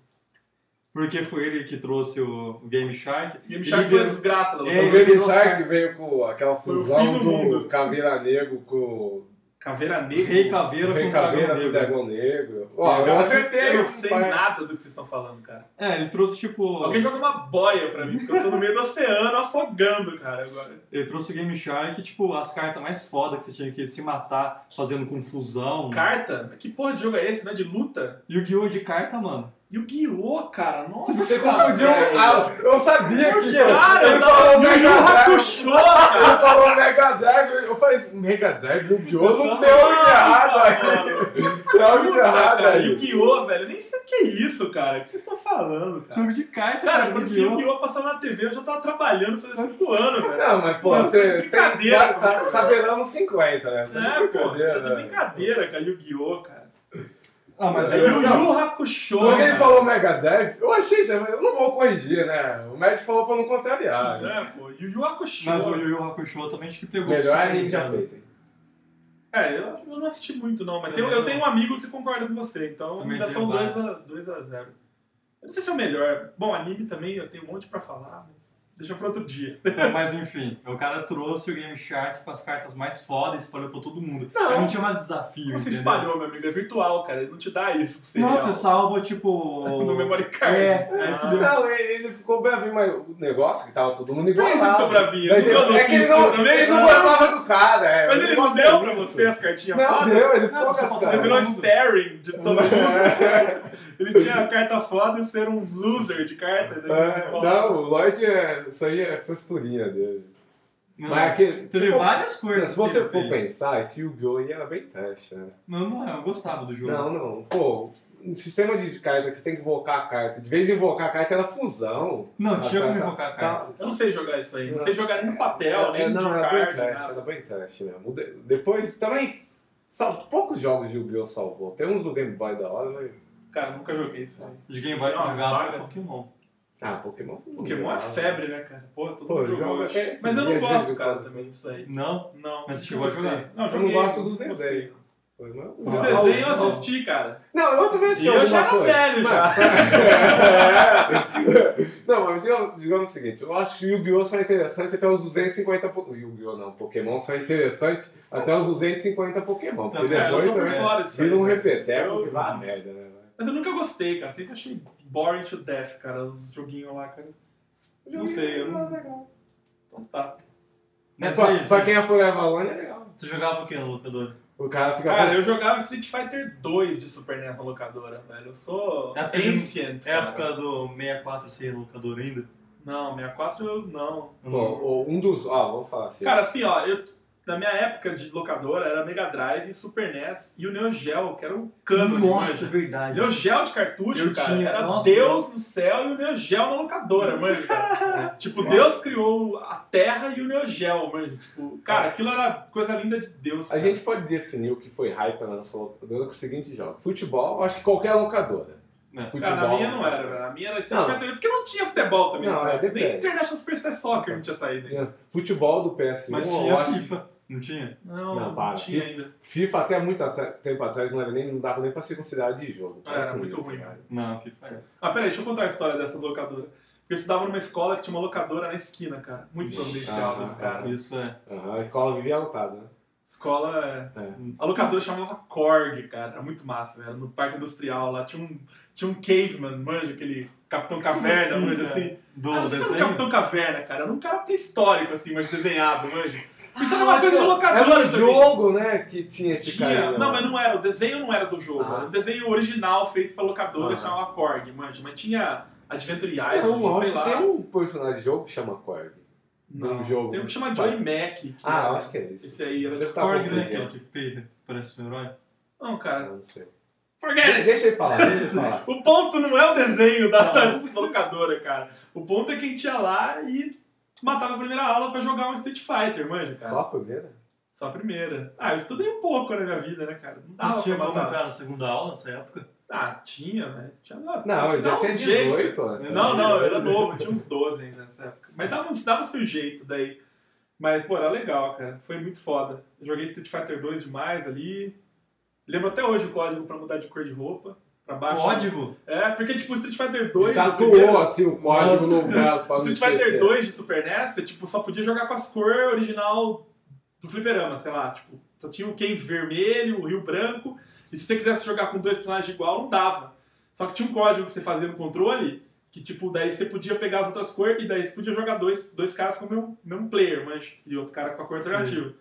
Speaker 4: Porque foi ele que trouxe o Game Shark.
Speaker 5: Game
Speaker 4: Ele
Speaker 5: Shark foi uma
Speaker 4: deu-
Speaker 5: desgraça da
Speaker 3: o
Speaker 4: É,
Speaker 5: locadora.
Speaker 3: Game
Speaker 4: virou
Speaker 3: Shark
Speaker 4: Shark.
Speaker 3: veio com aquela
Speaker 5: Foi o
Speaker 3: fusão
Speaker 5: fim do
Speaker 3: do
Speaker 5: mundo.
Speaker 3: Caveira Negro com
Speaker 5: Caveira
Speaker 4: o Rei
Speaker 5: Negra.
Speaker 3: o
Speaker 4: Caveira
Speaker 3: Rei
Speaker 4: com
Speaker 3: Caveira
Speaker 4: Caveira
Speaker 3: com o
Speaker 4: Negro.
Speaker 3: Dragão Negro. Ó, eu
Speaker 5: Cara,
Speaker 3: acertei.
Speaker 5: Eu não sei
Speaker 3: rapaz.
Speaker 5: nada do que vocês estão falando, cara.
Speaker 4: É, ele trouxe tipo.
Speaker 5: Alguém joga uma boia pra mim, porque eu tô no meio do oceano afogando, cara, agora.
Speaker 4: Ele trouxe o Game Shark, tipo, as cartas mais foda que você tinha que se matar fazendo confusão.
Speaker 5: Carta? Mas Que porra de jogo é esse, né? De luta?
Speaker 4: E o Guiô de carta, mano.
Speaker 5: E o Guiô, cara, nossa.
Speaker 3: Você confundiu. Ah, eu sabia que era.
Speaker 5: É, Cara, eu
Speaker 3: ele falou
Speaker 5: tava. Yu-Gi-Oh!
Speaker 3: Mega Drive.
Speaker 5: Hakusho, cara!
Speaker 3: Ele falou Mega Drive. Eu falei, Mega Drive, Yu-Gi-Oh! Não tem
Speaker 5: Nossa,
Speaker 3: olhado aí.
Speaker 5: mano.
Speaker 3: grau de errado,
Speaker 5: cara.
Speaker 3: velho.
Speaker 5: Yu-Gi-Oh, velho, eu nem sei o que é isso, cara. O que vocês estão falando, cara?
Speaker 4: Jogo É. de carta,
Speaker 5: Cara, quando esse
Speaker 4: Yu-Gi-Oh!
Speaker 5: Yu-Gi-Oh passava na TV, eu já tava trabalhando fazia 5 anos, velho.
Speaker 3: Não, mas pô,
Speaker 5: Não,
Speaker 3: você. você Tá,
Speaker 5: brincadeira,
Speaker 3: tá, tá beirando 50, né? Você
Speaker 5: É, pô, você tá de
Speaker 3: né?
Speaker 5: brincadeira, cara, Yu-Gi-Oh, cara.
Speaker 4: Ah, mas
Speaker 5: É
Speaker 4: aí
Speaker 5: Yu
Speaker 4: eu
Speaker 5: Yu Hakusho.
Speaker 3: Quando ele
Speaker 5: cara.
Speaker 3: falou Megadeth, eu achei isso, mas eu não vou corrigir, né? O médico falou pra não contrariar. né?
Speaker 5: É, pô, Yu Yu Hakusho.
Speaker 4: Mas o Yu Yu Hakusho também acho que pegou.
Speaker 3: Melhor
Speaker 4: Sim,
Speaker 3: anime já
Speaker 4: cara.
Speaker 3: feito. hein?
Speaker 5: É, eu, eu não assisti muito, não, mas tem-
Speaker 4: Também
Speaker 5: eu
Speaker 4: não.
Speaker 5: tenho um amigo que concorda com você, então
Speaker 4: Também
Speaker 5: ainda
Speaker 4: tem
Speaker 5: são
Speaker 4: vários.
Speaker 5: 2x0. Eu não sei se é o melhor. Bom, anime também, eu tenho um monte pra falar, mas deixa pra outro dia.
Speaker 4: Então, Mas enfim, o cara trouxe o Game Shark com as cartas mais fodas e espalhou pra todo mundo.
Speaker 5: Não.
Speaker 4: Aí não tinha mais desafio.
Speaker 5: Você
Speaker 4: entendeu?
Speaker 5: espalhou, meu amigo, é virtual, cara, ele não te dá isso pra você.
Speaker 4: Nossa,
Speaker 5: real.
Speaker 4: você salva, tipo.
Speaker 5: No memory card.
Speaker 4: É, aí
Speaker 5: Ah.
Speaker 4: fudeu.
Speaker 3: Não, ele ele ficou bravinho, mas o negócio é que tava todo mundo
Speaker 5: Por que
Speaker 3: igualado.
Speaker 5: você ficou bravinho?
Speaker 3: É
Speaker 5: Não deu no
Speaker 3: que ele
Speaker 5: Simpson
Speaker 3: não,
Speaker 5: também?
Speaker 3: ele não
Speaker 5: Ah.
Speaker 3: gostava do cara. é.
Speaker 5: Mas ele não
Speaker 3: gosta
Speaker 5: deu pra
Speaker 3: disso.
Speaker 5: você as cartinhas
Speaker 3: Não,
Speaker 5: fodas?
Speaker 3: deu, ele ficou
Speaker 4: Não, só
Speaker 3: cascado.
Speaker 5: Você virou
Speaker 4: Todo mundo.
Speaker 5: staring de todo mundo. É. Ele tinha a carta foda e ser um loser de carta. né?
Speaker 3: É, Não, o Lloyd, é, isso aí é frescurinha dele.
Speaker 4: Não,
Speaker 3: Mas aquele-
Speaker 4: Teve
Speaker 3: se for-
Speaker 4: várias coisas.
Speaker 3: Se
Speaker 4: que
Speaker 3: você
Speaker 4: ele
Speaker 3: for
Speaker 4: fez.
Speaker 3: pensar, esse Yu-Gi-Oh! aí era bem teste, né?
Speaker 4: Não, não é, eu gostava do jogo.
Speaker 3: Não, não. Pô, um sistema de carta que você tem que invocar a carta. De vez de invocar a carta, era fusão.
Speaker 4: Não,
Speaker 3: Nossa,
Speaker 4: tinha como
Speaker 3: tá-
Speaker 4: invocar a
Speaker 3: tá-
Speaker 4: carta.
Speaker 5: Eu não sei jogar isso aí. Não
Speaker 3: Não.
Speaker 5: sei jogar nem no papel,
Speaker 3: é,
Speaker 5: nem de
Speaker 3: não, era
Speaker 5: card,
Speaker 3: bem trash, era
Speaker 5: nada.
Speaker 3: bem trash mesmo. De- depois também. sal- poucos jogos de Yu-Gi-Oh! salvou. Tem uns do Game Boy da hora, mas.
Speaker 5: Cara, nunca joguei isso aí.
Speaker 4: De Game Boy
Speaker 5: Não,
Speaker 4: jogava
Speaker 5: vaga.
Speaker 4: Pokémon.
Speaker 3: Ah, Pokémon. não
Speaker 5: Pokémon é
Speaker 3: jogava.
Speaker 5: febre, né, cara? Pô, todo
Speaker 3: Pô,
Speaker 5: mundo
Speaker 3: eu
Speaker 5: jogou.
Speaker 3: jogo até esses
Speaker 5: Mas eu não
Speaker 3: dias,
Speaker 5: gosto,
Speaker 3: de
Speaker 5: cara,
Speaker 3: quando.
Speaker 5: também
Speaker 4: Tá
Speaker 5: disso aí.
Speaker 4: Não?
Speaker 5: Não.
Speaker 4: Mas você
Speaker 5: não
Speaker 4: chegou a
Speaker 5: gostei.
Speaker 4: jogar?
Speaker 5: Não,
Speaker 3: Eu
Speaker 5: joguei.
Speaker 3: não gosto dos
Speaker 5: não gostei.
Speaker 3: desenhos. Foi, mas-
Speaker 5: Os
Speaker 3: Ah,
Speaker 5: desenhos eu
Speaker 3: ah,
Speaker 5: assisti, cara.
Speaker 3: Não, eu também assisti
Speaker 5: E eu já
Speaker 3: alguma
Speaker 5: era
Speaker 3: coisa.
Speaker 5: velho, já.
Speaker 3: Não, mas digamos, digamos o seguinte, eu acho que Yu-Gi-Oh! são interessantes até os 250 po- Yu-Gi-Oh! não, Pokémon são interessantes até os 250 Pokémon. Porque
Speaker 4: Tá,
Speaker 5: cara, é, eu
Speaker 3: depois
Speaker 5: tô por
Speaker 3: também
Speaker 5: fora disso
Speaker 3: vira
Speaker 5: aí,
Speaker 3: um
Speaker 5: velho.
Speaker 3: repeteco que
Speaker 5: Eu-
Speaker 3: vá a merda, né? velho?
Speaker 5: Mas eu nunca gostei, cara. Sempre achei boring to death, cara, os joguinhos lá, cara. Não sei, eu não... Então tá.
Speaker 4: Mas
Speaker 3: Só,
Speaker 4: é isso.
Speaker 3: só quem é Folha Valônia é legal.
Speaker 4: Você jogava o que no locador?
Speaker 3: O cara fica.
Speaker 5: Cara, eu jogava Street Fighter 2 de Super NES na locadora, velho. Eu sou
Speaker 4: É porque-
Speaker 5: ancient,
Speaker 4: É a
Speaker 5: cara.
Speaker 4: época do 64 ser assim, locador ainda?
Speaker 5: Não, 64 eu não.
Speaker 4: Hum.
Speaker 3: Bom, o- um dos. Ó, vamos falar assim.
Speaker 5: Hum. Cara, assim, ó, eu, na minha época de locadora era Mega Drive, Super NES e o Neo Geo, que era um cano de
Speaker 4: Nossa,
Speaker 5: manja.
Speaker 4: verdade.
Speaker 5: Neo Geo de cartucho,
Speaker 4: Eu
Speaker 5: cara,
Speaker 4: tinha,
Speaker 5: era
Speaker 4: nossa.
Speaker 5: Deus no céu e o Neo Geo na locadora, mano. cara. tipo, Deus criou a Terra e o Neo Geo, mano. Tipo, cara, aquilo era coisa linda de Deus.
Speaker 3: É. A
Speaker 5: cara.
Speaker 3: gente pode definir o que foi hype na nossa locadora com o seguinte jogo. Futebol, eu acho que qualquer locadora.
Speaker 4: É.
Speaker 3: Futebol. né?
Speaker 5: Cara, na minha não era, velho. A minha era Street
Speaker 3: Não.
Speaker 5: Fighter, porque não tinha futebol também.
Speaker 3: Não,
Speaker 5: cara.
Speaker 3: é, depende. É.
Speaker 5: Nem International Superstar Soccer não tinha saído ainda.
Speaker 3: né? Futebol do PS1,
Speaker 4: Mas
Speaker 3: eu
Speaker 4: tinha
Speaker 3: acho que
Speaker 4: FIFA. Não tinha?
Speaker 5: Não,
Speaker 3: Não,
Speaker 5: não,
Speaker 3: para.
Speaker 5: tinha
Speaker 3: Fi-
Speaker 5: ainda.
Speaker 3: FIFA até muito atra- tempo atrás não, era nem, não dava nem pra ser considerado de jogo.
Speaker 5: Ah, era
Speaker 3: Para com
Speaker 5: muito
Speaker 3: isso,
Speaker 5: ruim.
Speaker 3: cara.
Speaker 4: Não, FIFA é era.
Speaker 5: Ah, peraí, deixa eu contar a história dessa locadora. Porque eu estudava numa escola que tinha uma locadora na esquina, cara. Muito providencial
Speaker 3: ah,
Speaker 5: desse cara.
Speaker 4: Isso é.
Speaker 3: Aham, a escola vivia lotada, né?
Speaker 5: Escola é.
Speaker 3: É.
Speaker 5: A locadora chamava Korg, cara. Era muito massa, né? Era no parque industrial lá. Tinha um, tinha um caveman, manja, aquele Capitão Caverna,
Speaker 4: Como
Speaker 5: manja,
Speaker 4: cara?
Speaker 5: assim.
Speaker 4: Do
Speaker 5: Ah, não sei se era o
Speaker 4: desenho?
Speaker 5: Capitão Caverna, cara. Era um cara pré-histórico, assim, mas desenhado, manja. Isso era uma
Speaker 3: Ah,
Speaker 5: coisa de
Speaker 3: acho que
Speaker 5: locadora
Speaker 3: Era um
Speaker 5: também.
Speaker 3: jogo, né, que tinha né? esse
Speaker 5: Tinha,
Speaker 3: cara.
Speaker 5: não, mas não era, o desenho não era do jogo,
Speaker 3: Ah.
Speaker 5: era o desenho original feito pela locadora
Speaker 3: Ah.
Speaker 5: que chamava Korg, manja, mas tinha Adventure Island,
Speaker 3: Não,
Speaker 5: sei
Speaker 3: lógico,
Speaker 5: lá.
Speaker 3: tem um personagem de jogo que chama Korg.
Speaker 5: Não,
Speaker 3: um jogo.
Speaker 5: Tem um que chama Joy Mac. que
Speaker 3: Ah,
Speaker 5: era-
Speaker 3: eu acho que é esse.
Speaker 5: Esse aí era
Speaker 3: Deve
Speaker 5: do
Speaker 3: tá
Speaker 5: Korg,
Speaker 3: bom,
Speaker 5: né?
Speaker 4: Né,
Speaker 3: Sim.
Speaker 4: aquele que peida, parece um herói.
Speaker 5: Não,
Speaker 3: Ah,
Speaker 5: cara.
Speaker 3: Não sei.
Speaker 5: Forget
Speaker 3: De-
Speaker 5: it!
Speaker 3: Deixa ele falar, deixa ele falar.
Speaker 5: O ponto não é o desenho da
Speaker 4: Não.
Speaker 5: da locadora, cara. O ponto é quem tinha lá e matava a primeira aula pra jogar um Street Fighter, manja, cara.
Speaker 3: Só a primeira?
Speaker 5: Só a primeira. Ah, eu estudei um pouco na minha vida, né, cara? Não dava
Speaker 4: Não tinha
Speaker 5: pra
Speaker 4: como
Speaker 5: matar.
Speaker 4: entrar na segunda aula nessa época?
Speaker 5: Ah, tinha, né? Tinha,
Speaker 3: Não, eu
Speaker 5: tinha
Speaker 3: já
Speaker 5: uns
Speaker 3: tinha né?
Speaker 5: jeitos.
Speaker 3: 18 anos.
Speaker 5: Não, não, eu era novo, eu tinha uns 12 ainda nessa época. Mas dava, uns- dava seu jeito daí. Mas, pô, era legal, cara. Foi muito foda. Eu joguei Street Fighter 2 demais ali. Lembro até hoje o código pra mudar de cor de roupa. Pra baixo.
Speaker 4: Código?
Speaker 5: É, porque tipo, Street Fighter
Speaker 3: Ele
Speaker 5: 2. o primeiro-
Speaker 3: Tatuou assim o código no braço pra não
Speaker 5: Street Fighter
Speaker 3: esquecer.
Speaker 5: 2 de Super NES, você tipo, só podia jogar com as cores original do fliperama, sei lá. Tipo, só tinha o Ken vermelho, o Rio branco, e se você quisesse jogar com dois personagens igual, não dava. Só que tinha um código que você fazia no controle, que tipo, daí você podia pegar as outras cores, e daí você podia jogar dois, dois caras com o mesmo, mesmo player, mas e outro cara com a cor alternativa.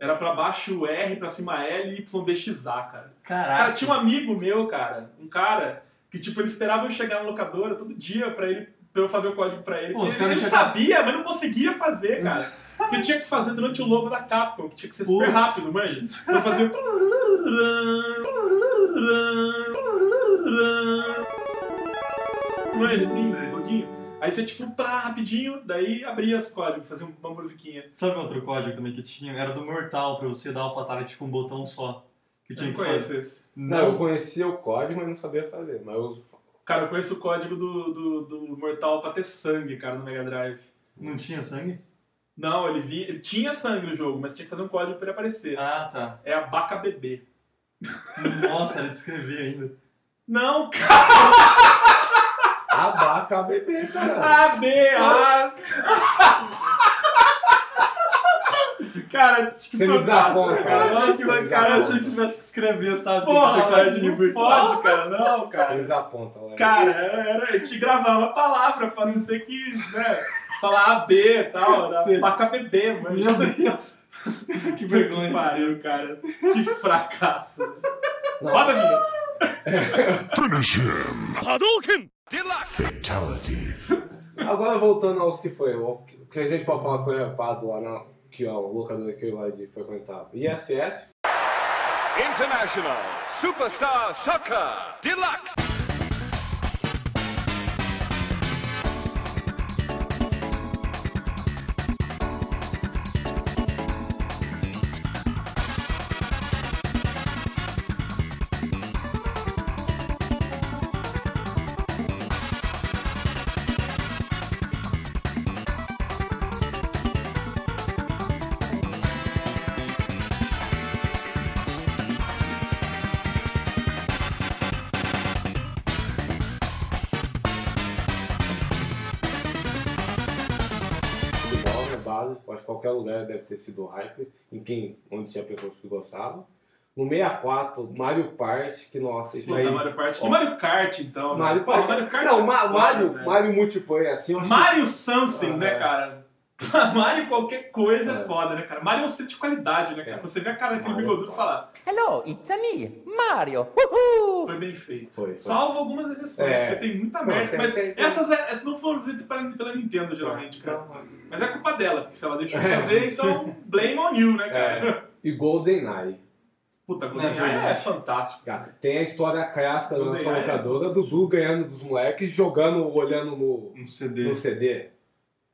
Speaker 5: Era pra baixo R, pra cima L e YBXA, cara. Cara,
Speaker 4: Caraca.
Speaker 5: tinha um amigo meu, cara, um cara, que tipo, ele esperava eu chegar na locadora todo dia pra ele pra eu fazer o código pra ele.
Speaker 4: Pô,
Speaker 5: Porque
Speaker 4: os
Speaker 5: ele
Speaker 4: caras tá-
Speaker 5: ele
Speaker 4: tinha-
Speaker 5: sabia, mas não conseguia fazer, cara. Porque tinha que fazer durante o logo da Capcom, que tinha que ser super
Speaker 4: Putz.
Speaker 5: rápido, manja. Pra fazer. Não é assim, um pouquinho? Aí você, tipo, pra rapidinho, daí abria as códigos, fazia uma musiquinha.
Speaker 4: Sabe outro código também que tinha? Era do Mortal, pra você dar o Fatality com um botão só. Que tinha
Speaker 5: Eu
Speaker 4: que fazer.
Speaker 5: conheço esse.
Speaker 3: Não, eu conhecia o código, mas não sabia fazer. Mas eu
Speaker 5: Cara, eu conheço o código do, do, do Mortal pra ter sangue, cara, no Mega Drive.
Speaker 4: Não tinha sangue?
Speaker 5: Não, ele vinha. Ele tinha sangue no jogo, mas tinha que fazer um código pra ele aparecer.
Speaker 4: Ah, tá.
Speaker 5: É a Baca Bebê.
Speaker 4: Nossa, era de escrever ainda.
Speaker 5: Não, cara!
Speaker 3: abaca bebê, cara.
Speaker 5: A, B, A! cara, acho que
Speaker 3: Você me
Speaker 5: fantástico,
Speaker 3: desabou, cara. tá
Speaker 5: Nossa,
Speaker 3: Você me
Speaker 5: cara, eu
Speaker 3: desabou.
Speaker 5: achei que
Speaker 4: tivesse que escrever, sabe?
Speaker 5: Porra,
Speaker 4: Tem que ter
Speaker 5: não
Speaker 4: código virtual.
Speaker 5: pode, cara, não,
Speaker 3: Você
Speaker 5: cara.
Speaker 3: nos aponta, lá.
Speaker 5: Cara, é, era, eu te gravava a palavra pra não ter que, né, falar AB e tal,
Speaker 4: Sim.
Speaker 5: era paca bebê, mano.
Speaker 4: Meu Deus.
Speaker 5: que
Speaker 4: vergonha.
Speaker 5: Que pariu, cara. Que fracasso.
Speaker 3: Não.
Speaker 5: Roda a vinheta.
Speaker 1: 波動拳
Speaker 3: Agora voltando aos que foi, o que a gente pode falar que foi rapado lá na, que ó, o locador que o Lloyd frequentava. ISS,
Speaker 7: International Superstar Soccer Deluxe.
Speaker 3: futebol, né, base, eu acho que qualquer lugar deve ter sido hype, em quem, onde tinha pessoas que gostavam. No 64, Mario Party, que nossa, isso
Speaker 5: Puta,
Speaker 3: aí...
Speaker 5: tá Mario Party.
Speaker 3: Ó.
Speaker 5: E Mario Kart, então. né?
Speaker 3: Mario Party.
Speaker 5: Pô, Mario Kart
Speaker 3: Não,
Speaker 5: é
Speaker 3: Ma
Speaker 5: foda,
Speaker 3: Mario,
Speaker 5: velho.
Speaker 3: Mario Multiplayer, assim, eu acho que-
Speaker 5: Mario something,
Speaker 3: Ah,
Speaker 5: né,
Speaker 3: é.
Speaker 5: cara? Mario qualquer coisa é.
Speaker 3: É.
Speaker 5: foda, né, cara? Mario é um centro de qualidade, né, cara?
Speaker 3: É.
Speaker 5: Você vê a cara daquele
Speaker 3: Mario é
Speaker 5: bigodudo e
Speaker 3: foda.
Speaker 5: fala,
Speaker 8: Hello, it's me, Mario. Woohoo!
Speaker 5: foi bem feito.
Speaker 3: Foi, foi.
Speaker 5: Salvo algumas exceções,
Speaker 3: É.
Speaker 5: porque tem muita
Speaker 3: Não,
Speaker 5: merda.
Speaker 3: tem-
Speaker 5: mas
Speaker 3: tem- tem.
Speaker 5: essas, é- essas não foram feitas pela, pela Nintendo, geralmente, cara.
Speaker 3: Não,
Speaker 5: Mas é culpa dela, porque se ela deixou de fazer, então blame on you, né, cara?
Speaker 3: é. E GoldenEye.
Speaker 5: Puta,
Speaker 4: Não, é
Speaker 5: GoldenEye é,
Speaker 4: verdade.
Speaker 5: fantástico.
Speaker 3: Cara, tem a história clássica da nossa
Speaker 5: GoldenEye.
Speaker 3: locadora, Dudu ganhando dos moleques, jogando, olhando no,
Speaker 4: Um CD.
Speaker 3: no CD.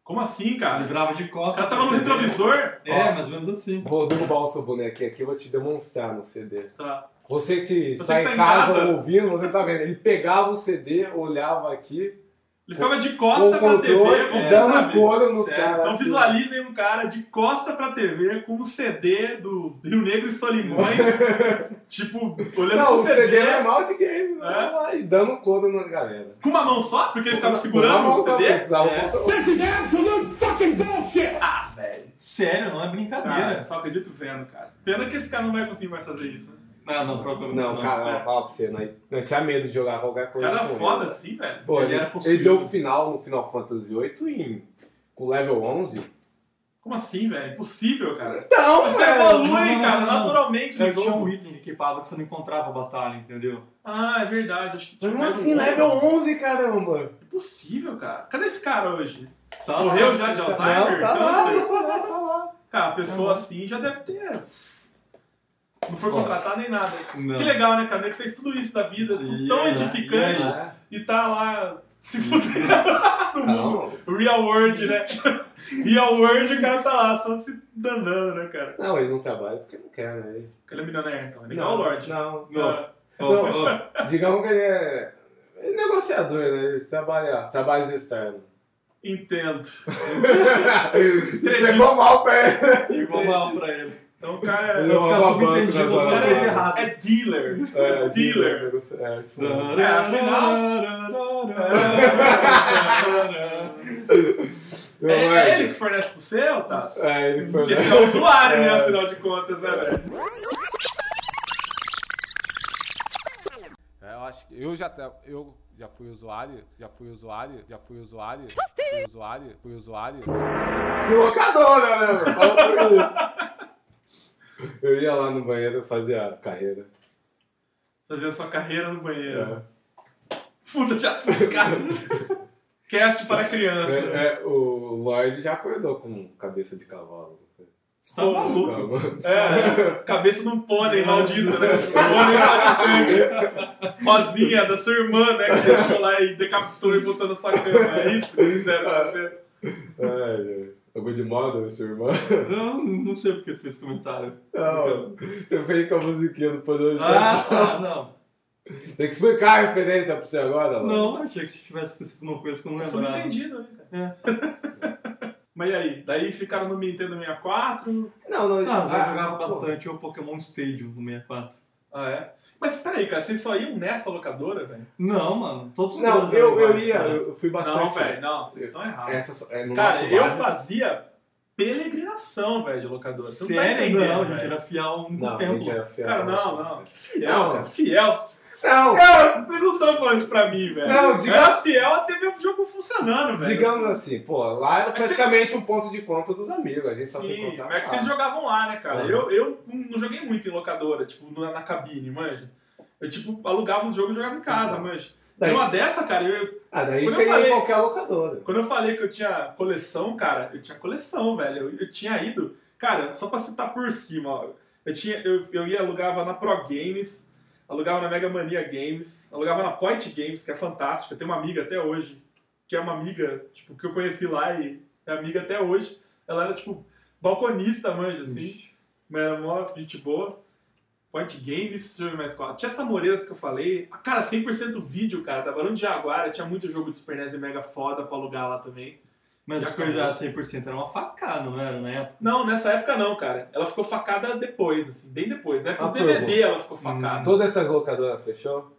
Speaker 5: Como assim, cara?
Speaker 4: Livrava de
Speaker 5: O
Speaker 4: costas. né?
Speaker 5: cara tava no retrovisor?
Speaker 4: É, mais ou menos assim.
Speaker 3: Vou derrubar o seu bonequinho aqui, eu vou te demonstrar no CD.
Speaker 5: Tá.
Speaker 3: Você que
Speaker 5: Você
Speaker 3: está
Speaker 5: que tá
Speaker 3: em
Speaker 5: em
Speaker 3: casa,
Speaker 5: casa.
Speaker 3: ouvindo, você tá vendo. Ele pegava o CD, olhava aqui,
Speaker 5: Ele ficava de
Speaker 3: com o
Speaker 5: costa pra TV,
Speaker 3: controle,
Speaker 5: vamos tentar
Speaker 3: dando
Speaker 5: ver.
Speaker 3: couro nos
Speaker 4: Sério,
Speaker 3: caras.
Speaker 5: Então
Speaker 3: assim.
Speaker 5: visualizem um cara de costa pra TV com um CD do Rio Negro e Solimões, tipo, olhando
Speaker 3: Não,
Speaker 5: pro
Speaker 3: o CD
Speaker 5: CD,
Speaker 3: é mal de game, né?
Speaker 5: É?
Speaker 3: Lá, E dando couro na galera.
Speaker 5: com uma mão só, porque ele ficava segurando o CD. É. Ah, velho.
Speaker 4: Sério, não é brincadeira.
Speaker 5: Cara, Ah, só acredito vendo, cara. Pena que esse cara não vai conseguir mais fazer isso, né?
Speaker 4: Não, não, provavelmente não.
Speaker 3: Não, cara, eu falo pra você, nós, nós tinha medo de jogar qualquer
Speaker 5: O
Speaker 3: coisa.
Speaker 5: é. cara
Speaker 3: com
Speaker 5: foda
Speaker 3: ele.
Speaker 5: assim, velho.
Speaker 3: Pô,
Speaker 4: Ele
Speaker 3: ele,
Speaker 4: era
Speaker 3: ele
Speaker 4: possível.
Speaker 3: deu o final no Final Fantasy VIII em, com level 11.
Speaker 5: Como assim, velho? Impossível, cara.
Speaker 3: Então,
Speaker 5: Você
Speaker 4: não, não,
Speaker 5: evolui,
Speaker 4: não,
Speaker 5: cara,
Speaker 4: não, não.
Speaker 5: naturalmente
Speaker 4: Cara,
Speaker 5: no
Speaker 4: tinha um
Speaker 5: jogo.
Speaker 4: item que equipava que você não encontrava a batalha, entendeu?
Speaker 5: Ah, é verdade. Acho que tinha
Speaker 3: Como
Speaker 5: mais um
Speaker 3: assim,
Speaker 5: outro.
Speaker 3: level 11, caramba?
Speaker 5: Impossível, cara. Cadê esse cara hoje?
Speaker 4: Tá
Speaker 5: Morreu já de
Speaker 3: Não,
Speaker 5: Alzheimer?
Speaker 3: tá
Speaker 5: Eu não sei.
Speaker 3: lá, Uhum. tá lá, tá lá.
Speaker 5: Cara, a pessoa assim já deve ter. Não foi
Speaker 3: Bom.
Speaker 5: contratada nem nada.
Speaker 4: Não.
Speaker 5: Que legal, né, cara? Ele fez tudo isso da vida, tudo tão
Speaker 4: Yeah,
Speaker 5: edificante,
Speaker 4: yeah.
Speaker 3: É.
Speaker 5: e tá lá se fudendo
Speaker 3: Tá
Speaker 5: no mundo.
Speaker 3: Não,
Speaker 5: Real World, né? Real World, o cara tá lá só se danando, né, cara?
Speaker 3: não, ele não trabalha porque não quer, né? Ele-
Speaker 5: Ele é milionário, então. Ele é
Speaker 3: não,
Speaker 5: o Lorde.
Speaker 3: Não,
Speaker 5: Não.
Speaker 4: Ô,
Speaker 3: Não.
Speaker 4: ô,
Speaker 3: Digamos que ele é, ele é negociador, né? Ele trabalha, trabalhos externos.
Speaker 5: Entendo.
Speaker 3: Ele pegou mal pra ele.
Speaker 4: Ficou mal pra ele.
Speaker 5: Então o cara é.
Speaker 3: Ele
Speaker 5: O
Speaker 3: é
Speaker 4: ficar
Speaker 3: uma banca,
Speaker 4: subentendido,
Speaker 3: né,
Speaker 4: o cara é
Speaker 3: trabalha.
Speaker 4: errado.
Speaker 5: cara é dealer.
Speaker 3: É,
Speaker 5: dealer.
Speaker 3: negocia- É, isso mesmo.
Speaker 5: É,
Speaker 4: é,
Speaker 5: afinal.
Speaker 3: Não,
Speaker 5: é
Speaker 3: é,
Speaker 5: ele que fornece pro seu, Tasso?
Speaker 3: É, ele foi.
Speaker 5: Porque esse é o usuário, né?
Speaker 3: É.
Speaker 5: Afinal de contas, né, velho?
Speaker 3: É, eu acho que eu já tra- eu já fui usuário, já fui usuário, já fui usuário, fui usuário, fui usuário. De locadora, né? mano? Fala pra mim. Eu ia lá no banheiro fazer a carreira.
Speaker 5: Fazer a sua carreira no banheiro.
Speaker 3: É.
Speaker 5: Puta de assunto, cara. Cast para crianças.
Speaker 3: É, é, o Lloyd já acordou com cabeça de cavalo.
Speaker 4: Você tá maluco.
Speaker 3: Calma.
Speaker 5: É, cabeça de um pônei maldito, né? Pônei
Speaker 4: Um
Speaker 5: saltitante. Rosinha, da sua irmã, né? Que deixou lá e decapitou e botou na sua cama. É isso que fizeram com você?
Speaker 3: É, Ai, ai. A Good Mother, sua irmã.
Speaker 4: Eu não sei porque você fez esse comentário.
Speaker 3: Não, você fez com a musiquinha do Poder do
Speaker 4: Ah,
Speaker 3: Chão.
Speaker 4: tá, não.
Speaker 3: Tem que explicar a referência pra você agora, Léo.
Speaker 4: Não, eu achei que você tivesse esquecido uma coisa que eu não
Speaker 5: Eu sou
Speaker 4: lembrava.
Speaker 5: entendido, né, cara?
Speaker 4: É.
Speaker 5: Mas e aí? Daí ficaram no Nintendo 64.
Speaker 3: Não, não.
Speaker 4: Ah, às vezes eu jogava
Speaker 3: pô.
Speaker 4: bastante o Pokémon Stadium no 64.
Speaker 5: Ah, é? Mas peraí, cara, vocês só iam nessa locadora, velho?
Speaker 4: Não, mano, todos os
Speaker 3: Não,
Speaker 4: jogos
Speaker 3: eu,
Speaker 4: eram
Speaker 3: eu
Speaker 4: iguais,
Speaker 3: ia,
Speaker 4: cara.
Speaker 3: eu fui bastante.
Speaker 5: Não, velho, não, vocês estão errados.
Speaker 3: Essa só- é no
Speaker 5: Cara,
Speaker 3: nosso
Speaker 5: eu
Speaker 3: bairro.
Speaker 5: fazia peregrinação, velho, de locadora. Você não tá
Speaker 4: Sério?
Speaker 5: entendendo,
Speaker 4: Não, gente,
Speaker 5: velho.
Speaker 4: era fiel um
Speaker 3: Não,
Speaker 4: tempo.
Speaker 3: gente, era fiel.
Speaker 5: Cara, não, não. Que fiel,
Speaker 3: Não.
Speaker 5: cara. Fiel.
Speaker 3: Não,
Speaker 5: Cara, vocês não estão falando isso pra mim, velho.
Speaker 3: Não,
Speaker 5: Eu
Speaker 3: diga-
Speaker 5: era fiel até ver o jogo funcionando, velho.
Speaker 3: digamos assim, pô, lá era praticamente um ponto de conta dos amigos. A gente só se
Speaker 5: Sim,
Speaker 3: encontrava.
Speaker 5: como é que vocês
Speaker 3: lá.
Speaker 5: jogavam lá, né, cara?
Speaker 3: Uhum.
Speaker 5: Eu, eu não joguei muito em locadora, tipo, na, na cabine, manja. Eu, tipo, alugava os jogos e jogava em casa, manja.
Speaker 3: Então. Daí-
Speaker 5: Numa dessa, cara, eu,
Speaker 3: Ah, daí
Speaker 5: Quando
Speaker 3: você
Speaker 5: eu
Speaker 3: ia em
Speaker 5: falei-
Speaker 3: qualquer locadora.
Speaker 5: quando eu falei que eu tinha coleção, cara, eu tinha coleção, velho. Eu, eu tinha ido, cara, só pra citar por cima, ó. Eu, tinha, eu, eu ia alugava na Pro Games, alugava na Mega Mania Games, alugava na Point Games, que é fantástica. Eu tenho uma amiga até hoje, que é uma amiga, tipo, que eu conheci lá e é amiga até hoje. Ela era, tipo, balconista, manja, assim. Mas era mó gente boa. Point Games, deixa eu ver mais qual. Tinha essa Moreiras que eu falei. Ah, Cara, 100% vídeo, cara. Da Barão de Jaguara. Tinha muito jogo de Super NES e Mega foda pra alugar lá também.
Speaker 4: Mas
Speaker 5: Já
Speaker 4: super já 100% era uma facada, não era, né? na época?
Speaker 5: Não, nessa época não, cara. Ela ficou facada depois, assim. Bem depois. Na época
Speaker 3: Ah,
Speaker 5: do
Speaker 3: foi,
Speaker 5: DVD ela ficou
Speaker 4: Hum.
Speaker 5: facada.
Speaker 3: Todas essas locadoras fechou?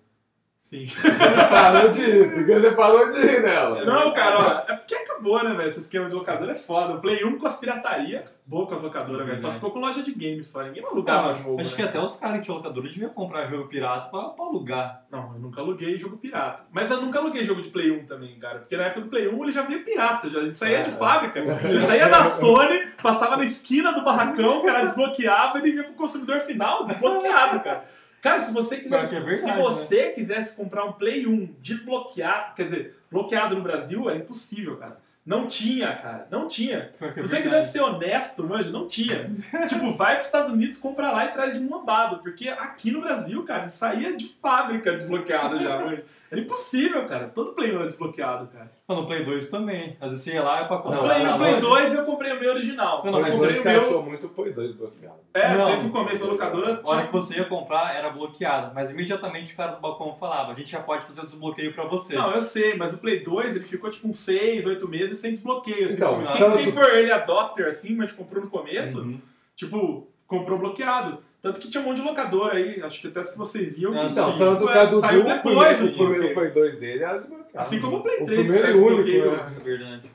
Speaker 5: Sim.
Speaker 3: Você parou de ir, porque você parou de ir nela.
Speaker 5: Não, cara, ó. É porque acabou, né, velho? Esse esquema de locadora é foda. O Play 1 com as pirataria. Acabou com as locadoras, velho. Só ficou com loja de games só. Ninguém alugava jogo.
Speaker 4: Uhum. Ah, acho
Speaker 5: né?
Speaker 4: que até os caras que tinham locadora deviam comprar jogo pirata pra, pra alugar.
Speaker 5: Não, eu nunca aluguei jogo pirata. Mas eu nunca aluguei jogo de Play 1 também, cara. Porque na época do Play 1 ele já vinha pirata, já ele saía
Speaker 4: É.
Speaker 5: de fábrica. Ele saía da Sony, passava na esquina do barracão, o cara desbloqueava e ele vinha pro consumidor final desbloqueado, cara. Cara, se você
Speaker 4: Pior
Speaker 5: quisesse,
Speaker 4: que é verdade,
Speaker 5: se você quisesse comprar um Play 1 desbloqueado, quer dizer, bloqueado no Brasil, era impossível, cara. Não tinha, cara. Não tinha.
Speaker 4: Pior que é
Speaker 5: Se você
Speaker 4: verdade.
Speaker 5: quisesse ser honesto, manja, não tinha. tipo, vai pros Estados Unidos, compra lá e traz de mambado. Porque aqui no Brasil, cara, saía de fábrica desbloqueado já, manja. Era impossível, cara. Todo Play 1 era desbloqueado, cara.
Speaker 4: Mas no Play 2 também. Às vezes você ia lá e pra comprar.
Speaker 3: Não, lá
Speaker 5: Play, no
Speaker 3: na
Speaker 5: Play
Speaker 3: loja-
Speaker 5: 2 eu comprei o meu original.
Speaker 4: Não,
Speaker 5: Eu
Speaker 4: não, mas
Speaker 5: comprei
Speaker 3: Você
Speaker 5: o
Speaker 3: se
Speaker 5: meu.
Speaker 3: achou muito Play 2 bloqueado.
Speaker 5: É,
Speaker 4: Não.
Speaker 5: sempre no começo da locadora. tipo,
Speaker 4: A hora
Speaker 5: Tinha...
Speaker 4: que você ia comprar era bloqueado, mas imediatamente o cara do balcão falava: a gente já pode fazer o desbloqueio pra você.
Speaker 5: Não, é eu sei, mas o Play 2 ele ficou tipo uns 6, 8 meses sem desbloqueio. Assim,
Speaker 3: Então,
Speaker 5: como-
Speaker 3: mas
Speaker 5: quem,
Speaker 3: tanto-
Speaker 5: quem for ele adopter assim, mas comprou no começo,
Speaker 4: Uhum.
Speaker 5: tipo, comprou bloqueado. Tanto que tinha um monte de locador aí, acho que até as que vocês iam.
Speaker 4: Ah,
Speaker 5: que
Speaker 3: Então,
Speaker 5: tinha,
Speaker 3: tanto
Speaker 5: tipo,
Speaker 3: que a do
Speaker 5: saiu
Speaker 3: Dudu,
Speaker 5: depois o
Speaker 3: o primeiro
Speaker 5: desbloqueio.
Speaker 3: Play 2 dele era desbloqueado.
Speaker 5: Assim como o Play
Speaker 3: O
Speaker 5: 3, que
Speaker 3: primeiro e
Speaker 5: saiu
Speaker 3: único.
Speaker 5: desbloqueio.
Speaker 3: né?
Speaker 4: É verdade.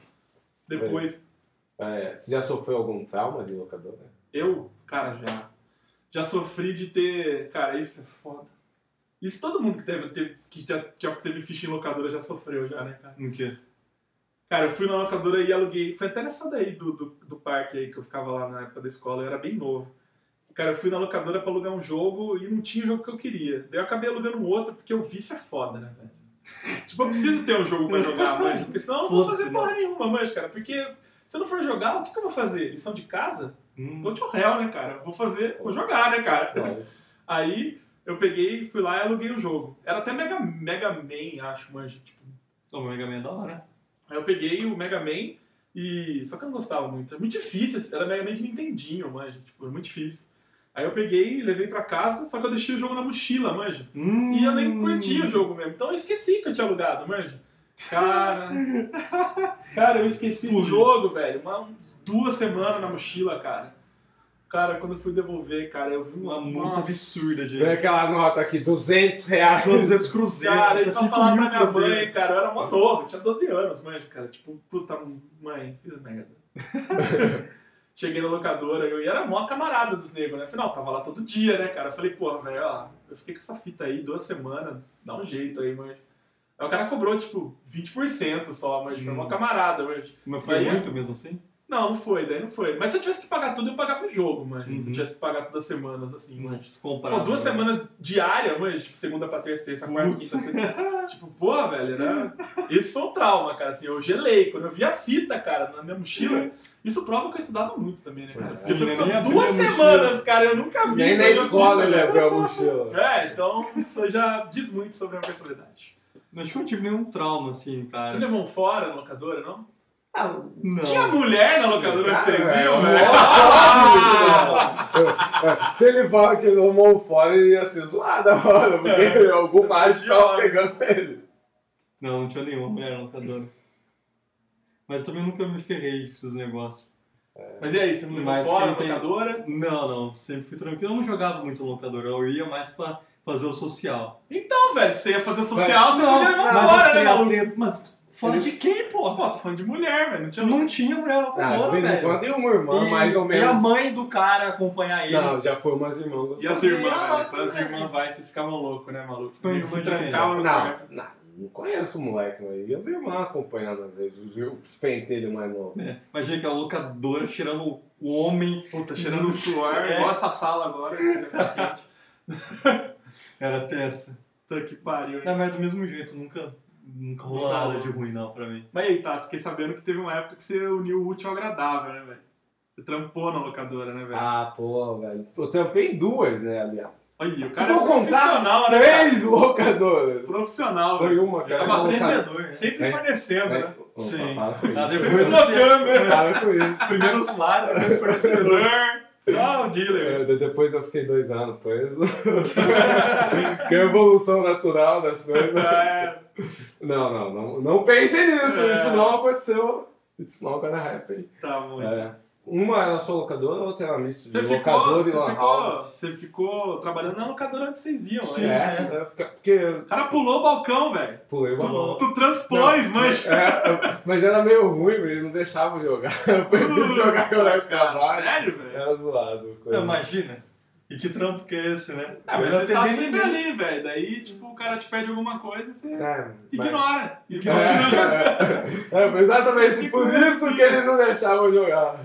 Speaker 5: Depois,
Speaker 3: É, você já sofreu algum trauma de locadora?
Speaker 5: eu, cara, já. Já sofri de ter. Cara, isso é foda. Isso todo mundo que, teve, teve- que já, já teve ficha em locadora já sofreu, já, né, cara?
Speaker 4: No quê?
Speaker 5: Cara, eu fui na locadora e aluguei. Foi até nessa daí do, do, do parque aí que eu ficava lá na época da escola, eu era bem novo. Cara, eu fui na locadora pra alugar um jogo e não tinha o jogo que eu queria. Daí eu acabei alugando um outro, porque o vício é foda, né, velho? tipo, eu preciso ter um jogo pra jogar, manja. Porque senão eu não vou
Speaker 4: Foda-se,
Speaker 5: fazer
Speaker 4: né?
Speaker 5: porra nenhuma, manja, cara. Porque se eu não for jogar, o que, que eu vou fazer? Lição de casa?
Speaker 4: Hum.
Speaker 5: Vou te réu, né, cara? Vou fazer, vou jogar, né, cara? Aí eu peguei, fui lá e aluguei o jogo. Era até Mega, Mega Man, acho, manja. Tipo,
Speaker 4: O Mega Man é da hora.
Speaker 5: Aí eu peguei o Mega Man e. Só que eu não gostava muito. Era muito difícil, era Mega Man de Nintendinho, manja. Tipo, era muito difícil. Aí eu peguei e levei pra casa, só que eu deixei o jogo na mochila, manja. E eu
Speaker 4: Hum.
Speaker 5: nem curti o jogo mesmo. Então eu esqueci que eu tinha alugado, manja. Cara. cara, eu esqueci o
Speaker 4: Putz.
Speaker 5: jogo, velho. Uma, uns duas semanas na mochila, cara. Cara, quando eu fui devolver, cara, eu vi uma,
Speaker 4: Uma multa
Speaker 5: Nossa.
Speaker 4: absurda, gente.
Speaker 3: Tem aquela nota aqui, 200 reais.
Speaker 4: 200 cruzeiros,
Speaker 5: Cara,
Speaker 4: é
Speaker 5: ele pra
Speaker 4: 5
Speaker 5: falar pra
Speaker 4: mil
Speaker 5: minha
Speaker 4: cruzeiros.
Speaker 5: mãe, cara, eu era mó novo, eu tinha 12 anos, mas, cara, tipo, puta, mãe, fiz merda. Cheguei na locadora, eu e era mó camarada dos negros, né? Afinal, tava lá todo dia, né, cara? Eu falei, porra, velho, ó, eu fiquei com essa fita aí duas semanas, dá um jeito aí, mas. Aí o cara cobrou, tipo, 20% só, mas foi mó camarada, mas.
Speaker 4: Mas foi
Speaker 5: Aí-
Speaker 4: muito mesmo assim?
Speaker 5: Não, não foi, daí não foi. Mas se eu tivesse que pagar tudo, eu pagava o jogo, mano. Se
Speaker 4: Uhum.
Speaker 5: eu tivesse que pagar todas as semanas, assim, mano.
Speaker 4: Mas comparado.
Speaker 5: Pô, duas semanas diária, mano, tipo, segunda pra terça, terça, quarta,
Speaker 4: né? Putz.
Speaker 5: quinta, sexta. tipo, porra, velho, era... Esse foi um trauma, cara, assim, eu gelei. Quando eu vi a fita, cara, na minha mochila, isso prova que eu estudava muito também, né, cara?
Speaker 3: Pois
Speaker 5: Porque
Speaker 4: é.
Speaker 5: você
Speaker 4: Nem
Speaker 5: ficou
Speaker 4: abri
Speaker 5: duas
Speaker 4: a mochila.
Speaker 5: semanas, cara, eu nunca vi.
Speaker 3: Nem na
Speaker 5: mas eu
Speaker 3: escola
Speaker 4: né,
Speaker 5: vi,
Speaker 3: ele
Speaker 5: velho.
Speaker 3: abriu a mochila.
Speaker 5: É, então isso já diz muito sobre a minha personalidade.
Speaker 4: Acho que eu não tive nenhum trauma, assim,
Speaker 5: Você
Speaker 4: cara.
Speaker 5: levou um fora na locadora, não?
Speaker 4: Não. é,
Speaker 5: Tinha mulher na locadora que
Speaker 3: Cara, é um
Speaker 5: vocês né? viam,
Speaker 3: velho,
Speaker 5: velho?
Speaker 3: Se ele fala que ele tomou fora, ele ia ser zoado agora, porque algum macho tava pegando ele.
Speaker 4: Não, não tinha nenhuma mulher na locadora. Mas também nunca me ferrei com esses negócios.
Speaker 5: É. Mas e aí, você não levou
Speaker 4: Mas
Speaker 5: fora
Speaker 4: quem
Speaker 5: na
Speaker 4: tem-
Speaker 5: locadora?
Speaker 4: Não, não. Sempre fui tranquilo. Eu não jogava muito no locador. Eu ia mais pra fazer o social.
Speaker 5: Então, velho, você ia fazer social, você
Speaker 4: não,
Speaker 5: podia levar
Speaker 4: mas assim,
Speaker 5: fora,
Speaker 4: as
Speaker 5: né,
Speaker 4: crianças-
Speaker 5: maluco?
Speaker 4: Mas
Speaker 5: Fora de quem, pô? Pô, tô falando de mulher, velho. Não tinha
Speaker 4: Não tinha mulher na
Speaker 3: Ah,
Speaker 4: locadora,
Speaker 3: de vez em
Speaker 4: velho.
Speaker 3: quando tem uma irmã,
Speaker 4: E-
Speaker 3: mais ou menos.
Speaker 4: E a mãe do cara acompanhar ele.
Speaker 3: Não, já foi umas irmãs
Speaker 5: E as
Speaker 3: gostosas.
Speaker 5: irmãs,
Speaker 4: Não,
Speaker 5: velho? Quando as
Speaker 4: velho.
Speaker 5: irmãs vai, vocês ficavam loucos, né, maluco?
Speaker 4: Foi
Speaker 5: Meio que
Speaker 4: irmã
Speaker 5: se
Speaker 4: de quem?
Speaker 5: trancavam no quarto.
Speaker 3: Não, não, não conheço o moleque, né? E as irmãs acompanhando às vezes, os, os pentelhos mais novos.
Speaker 4: É, Imagina que a locadora tirando o- o homem.
Speaker 5: Puta, tá cheirando suor,
Speaker 4: É.
Speaker 5: igual essa sala agora. que tá quente.
Speaker 4: Era tensa.
Speaker 5: Puta que pariu, né?
Speaker 4: Não, mas do mesmo jeito, nunca, nunca rolou
Speaker 5: Não.
Speaker 4: nada de ruim não pra mim.
Speaker 5: Mas e aí, Tassi, fiquei sabendo que teve uma época que você uniu o útil ao agradável, né, velho? Você trampou na locadora, né, velho?
Speaker 3: Ah, pô, velho. Eu tampei duas, né, aliás.
Speaker 5: Olha, o
Speaker 3: Se
Speaker 5: cara é
Speaker 3: for
Speaker 5: profissional,
Speaker 3: contar,
Speaker 5: né? cara?
Speaker 3: três locadoras.
Speaker 5: Profissional,
Speaker 3: Foi
Speaker 5: velho.
Speaker 3: uma, cara.
Speaker 5: Tava
Speaker 3: Uma
Speaker 5: sempre,
Speaker 3: locadora.
Speaker 4: vendedor,
Speaker 5: sempre
Speaker 3: É.
Speaker 5: fornecendo,
Speaker 3: É,
Speaker 5: né?
Speaker 3: opa, Para
Speaker 4: Sim.
Speaker 3: com
Speaker 4: Ah,
Speaker 3: isso.
Speaker 4: depois
Speaker 5: Sempre
Speaker 4: você...
Speaker 5: trocando, né?
Speaker 3: Para com isso.
Speaker 4: Primeiro usuário, depois fornecedor.
Speaker 5: Fornecedor, só o dealer, velho.
Speaker 3: É, de- Depois eu fiquei dois anos preso. que é a evolução natural das coisas.
Speaker 5: É,
Speaker 3: Não, não, não, não pensem nisso.
Speaker 5: É.
Speaker 3: Isso não aconteceu. It's not gonna happen.
Speaker 5: tá muito.
Speaker 3: É. Uma era só locadora, a outra era misto de
Speaker 5: Você ficou,
Speaker 3: locador
Speaker 5: você,
Speaker 3: e lan
Speaker 5: ficou,
Speaker 3: house.
Speaker 5: você ficou trabalhando na locadora onde vocês iam,
Speaker 3: É,
Speaker 5: né?
Speaker 3: é, fica- porque eu
Speaker 5: O cara pulou o balcão, velho.
Speaker 3: pulei uma
Speaker 5: Tu,
Speaker 3: bola.
Speaker 5: tu transpôs, mas.
Speaker 3: É, mas era meio ruim, ele não deixava eu jogar. Eu perdi de jogar quando eu trabalho. É.
Speaker 5: sério, velho?
Speaker 3: Era zoado. coisa.
Speaker 4: Não, Imagina. E que trampo que é esse, né?
Speaker 5: Ah, mas
Speaker 4: Eu
Speaker 5: você
Speaker 4: não
Speaker 5: tá
Speaker 4: atendi
Speaker 5: sempre
Speaker 4: ninguém.
Speaker 5: ali, velho. Daí, tipo, o cara te pede alguma coisa e você
Speaker 3: É, mas-
Speaker 5: ignora. E
Speaker 3: É,
Speaker 5: continua jogando.
Speaker 3: é, é, foi exatamente por isso que ele não deixava eu jogar.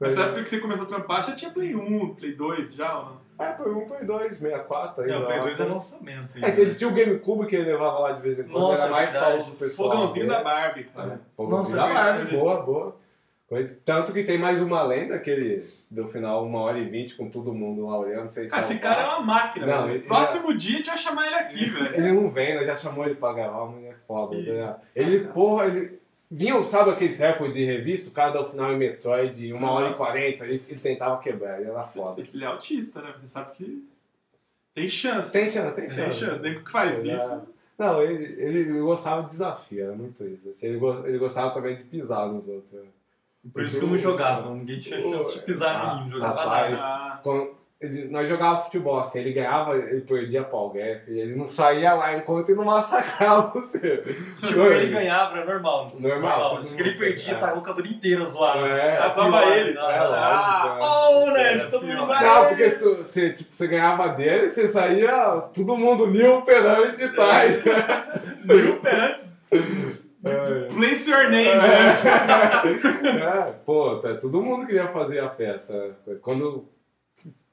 Speaker 5: Nessa época que você começou é a trampar, já tinha Play 1, Play 2 já, ou não?
Speaker 3: É, foi um, foi dois, 64 aí.
Speaker 4: Não, o
Speaker 3: lá.
Speaker 4: Play 2 é lançamento.
Speaker 3: É que ele tinha o GameCube que ele levava lá de vez em quando,
Speaker 4: Nossa,
Speaker 3: era mais
Speaker 4: verdade.
Speaker 3: famoso do pessoal.
Speaker 5: Fogãozinho
Speaker 3: né?
Speaker 5: da Barbie, cara.
Speaker 3: É, Fogãozinho
Speaker 4: Nossa,
Speaker 3: da Barbie,
Speaker 4: verdade.
Speaker 3: boa, boa. Coisa- Tanto que tem mais uma lenda, aquele do final, uma hora e vinte, com todo mundo lá olhando, sei
Speaker 5: Cara, esse cara é uma máquina,
Speaker 3: Não,
Speaker 5: velho.
Speaker 3: ele-
Speaker 5: Próximo dia a gente vai chamar ele aqui, velho.
Speaker 3: Ele é não vem, né? Já chamou ele pra gravar, mas é foda. né?
Speaker 4: Ah,
Speaker 3: Ele,
Speaker 4: tá.
Speaker 3: porra, ele. Vinha, sabe aqueles recordes de revista? O cara dá o final em Metroid, em uma hora e quarenta, ele, ele tentava quebrar, ele era foda.
Speaker 5: Esse ele é autista, né? Você sabe que tem chance.
Speaker 3: Tem chance, tem
Speaker 5: Tem
Speaker 3: chance.
Speaker 5: chance. Nem que faz
Speaker 3: Ele é
Speaker 5: isso.
Speaker 3: era- Não, ele, ele gostava de desafio, era muito isso. assim, ele, go- ele gostava também de pisar nos outros.
Speaker 4: Por isso que eu não jogava. Ninguém tinha chance de pisar em
Speaker 3: Ah,
Speaker 4: ninguém. Não jogava
Speaker 3: rapaz.
Speaker 4: nada.
Speaker 5: Ah,
Speaker 3: Quando ele- nós jogávamos futebol, assim, ele ganhava, ele perdia pau, gap, ele não saía lá enquanto ele não massacrava você.
Speaker 4: Tipo, ele ganhava, era normal.
Speaker 3: Normal, todo
Speaker 4: Se
Speaker 3: mundo
Speaker 4: ele perdia,
Speaker 3: é.
Speaker 4: tá a locadora inteira zoada.
Speaker 3: É,
Speaker 4: Era
Speaker 5: só
Speaker 4: pior,
Speaker 5: vai ele.
Speaker 4: não,
Speaker 3: É,
Speaker 4: não.
Speaker 5: Ah,
Speaker 3: lógico, é.
Speaker 4: Oh, né?
Speaker 5: Era
Speaker 4: Todo mundo
Speaker 5: pior.
Speaker 4: vai.
Speaker 3: Não, porque tu, você, tipo, você ganhava dele, você saía todo mundo new perante tais.
Speaker 5: New perante. Place your name, né?
Speaker 3: É, pô, tá, todo mundo queria fazer a festa. né? Quando,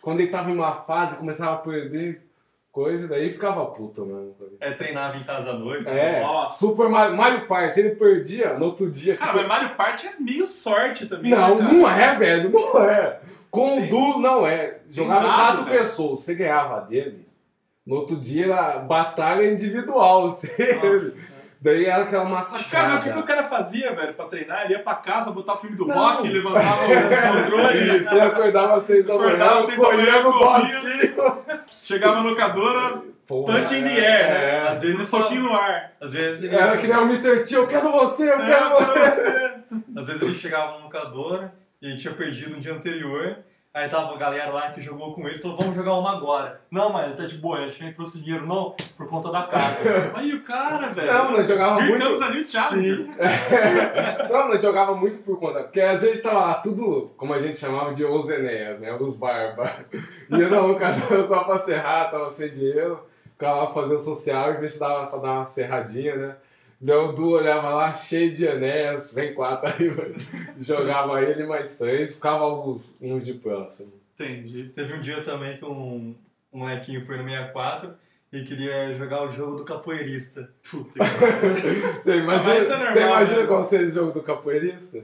Speaker 3: quando ele tava em uma fase, começava a perder coisa, daí ficava puto, mano.
Speaker 4: É, treinava em casa à noite.
Speaker 3: É,
Speaker 5: Nossa.
Speaker 3: Super Mario, Mario Party, ele perdia no outro dia.
Speaker 5: Cara,
Speaker 3: tipo,
Speaker 5: mas Mario Party é meio sorte também.
Speaker 3: não,
Speaker 5: né, cara?
Speaker 3: não é, velho, não é. Com o Du, não é. Jogava
Speaker 5: nada,
Speaker 3: quatro
Speaker 5: velho.
Speaker 3: pessoas, você ganhava dele. No outro dia era batalha individual. você- Daí era aquela
Speaker 5: Cara, mas o que, que
Speaker 3: massacrada.
Speaker 5: o cara fazia, velho, pra treinar? Ele ia pra casa, botar filme do
Speaker 3: Não.
Speaker 5: rock, levantava o controle,
Speaker 3: Ele acordava às seis da manhã,
Speaker 5: Acordava às seis da manhã,
Speaker 3: colhendo
Speaker 5: corria.
Speaker 3: bosquinho.
Speaker 5: chegava na locadora,
Speaker 3: Porra,
Speaker 5: punch in the air, né?
Speaker 3: é.
Speaker 5: Às vezes um soquinho no ar.
Speaker 4: Às vezes ele.
Speaker 3: Era que nem o Mr. T, eu quero você, eu
Speaker 5: É,
Speaker 3: quero
Speaker 5: pra
Speaker 3: você.
Speaker 5: você.
Speaker 4: Às vezes ele chegava no locador e ele tinha perdido no dia anterior. Aí tava a galera lá que jogou com ele falou: vamos jogar uma agora. Não, mas ele tá de boa, a gente nem trouxe dinheiro, não, por conta da casa.
Speaker 5: Aí o cara, velho.
Speaker 3: Não, nós jogava muito.
Speaker 5: Gritamos ali, Challenger.
Speaker 3: Não, nós jogava muito por conta. Porque às vezes tava lá tudo, como a gente chamava de os Enéas, né? Os Barba. Ia na locadora só pra serrar, tava sem dinheiro. Ficava lá fazendo social e ver se dava pra dar uma serradinha, né? Daí o Du olhava lá, cheio de anéis, vem quatro aí, mas jogava ele mais três, ficava uns, uns de assim. próximo.
Speaker 5: Entendi.
Speaker 4: Teve um dia também que um, um molequinho foi no 64 e queria jogar o jogo do capoeirista.
Speaker 5: Puta que
Speaker 3: Você imagina,
Speaker 5: isso é normal,
Speaker 3: você imagina
Speaker 5: né?
Speaker 3: qual seria o jogo do capoeirista?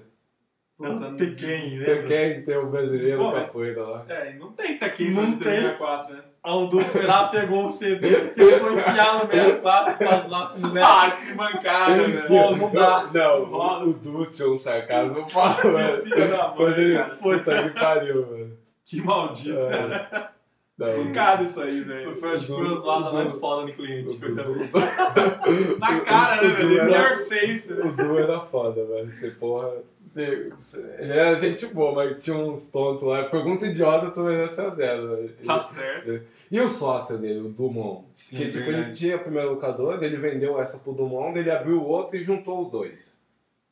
Speaker 5: Puta,
Speaker 4: Não, Tekken, né?
Speaker 3: Tem quem tem o brasileiro
Speaker 5: Pô,
Speaker 3: capoeira lá.
Speaker 5: É, e não tem Tekken
Speaker 4: Não
Speaker 5: no
Speaker 4: tem.
Speaker 5: 64, né?
Speaker 4: Aldo foi lá, pegou o CD, tentou enfiar no 64, faz lá com o
Speaker 5: Ah,
Speaker 4: moleque.
Speaker 5: que mancada, velho.
Speaker 4: Pô, não dá.
Speaker 3: Não,
Speaker 5: Rola.
Speaker 3: o Du tinha um sarcasmo, eu falo, mano.
Speaker 5: Filho da mãe,
Speaker 3: Quando ele
Speaker 5: cara.
Speaker 3: foi, puta que pariu, mano.
Speaker 5: Que maldito.
Speaker 3: É. Não,
Speaker 5: Mancada isso aí, velho.
Speaker 4: Foi, acho que foi a zoada mais foda no cliente. coitado.
Speaker 5: Na cara, né,
Speaker 3: O Du
Speaker 5: velho?
Speaker 3: era-
Speaker 5: Mirror face, né?
Speaker 3: O Du era foda, velho. Você, porra. Você, você- ele era gente boa, mas tinha uns tontos lá. Pergunta idiota também era seu zero, velho.
Speaker 5: Tá
Speaker 3: Ele-
Speaker 5: certo.
Speaker 3: E o sócio dele, o Dumont?
Speaker 4: Sim,
Speaker 3: que tipo, ele
Speaker 4: verdade.
Speaker 3: tinha a primeira locadora, ele vendeu essa pro Dumont, daí ele abriu outro e juntou os dois.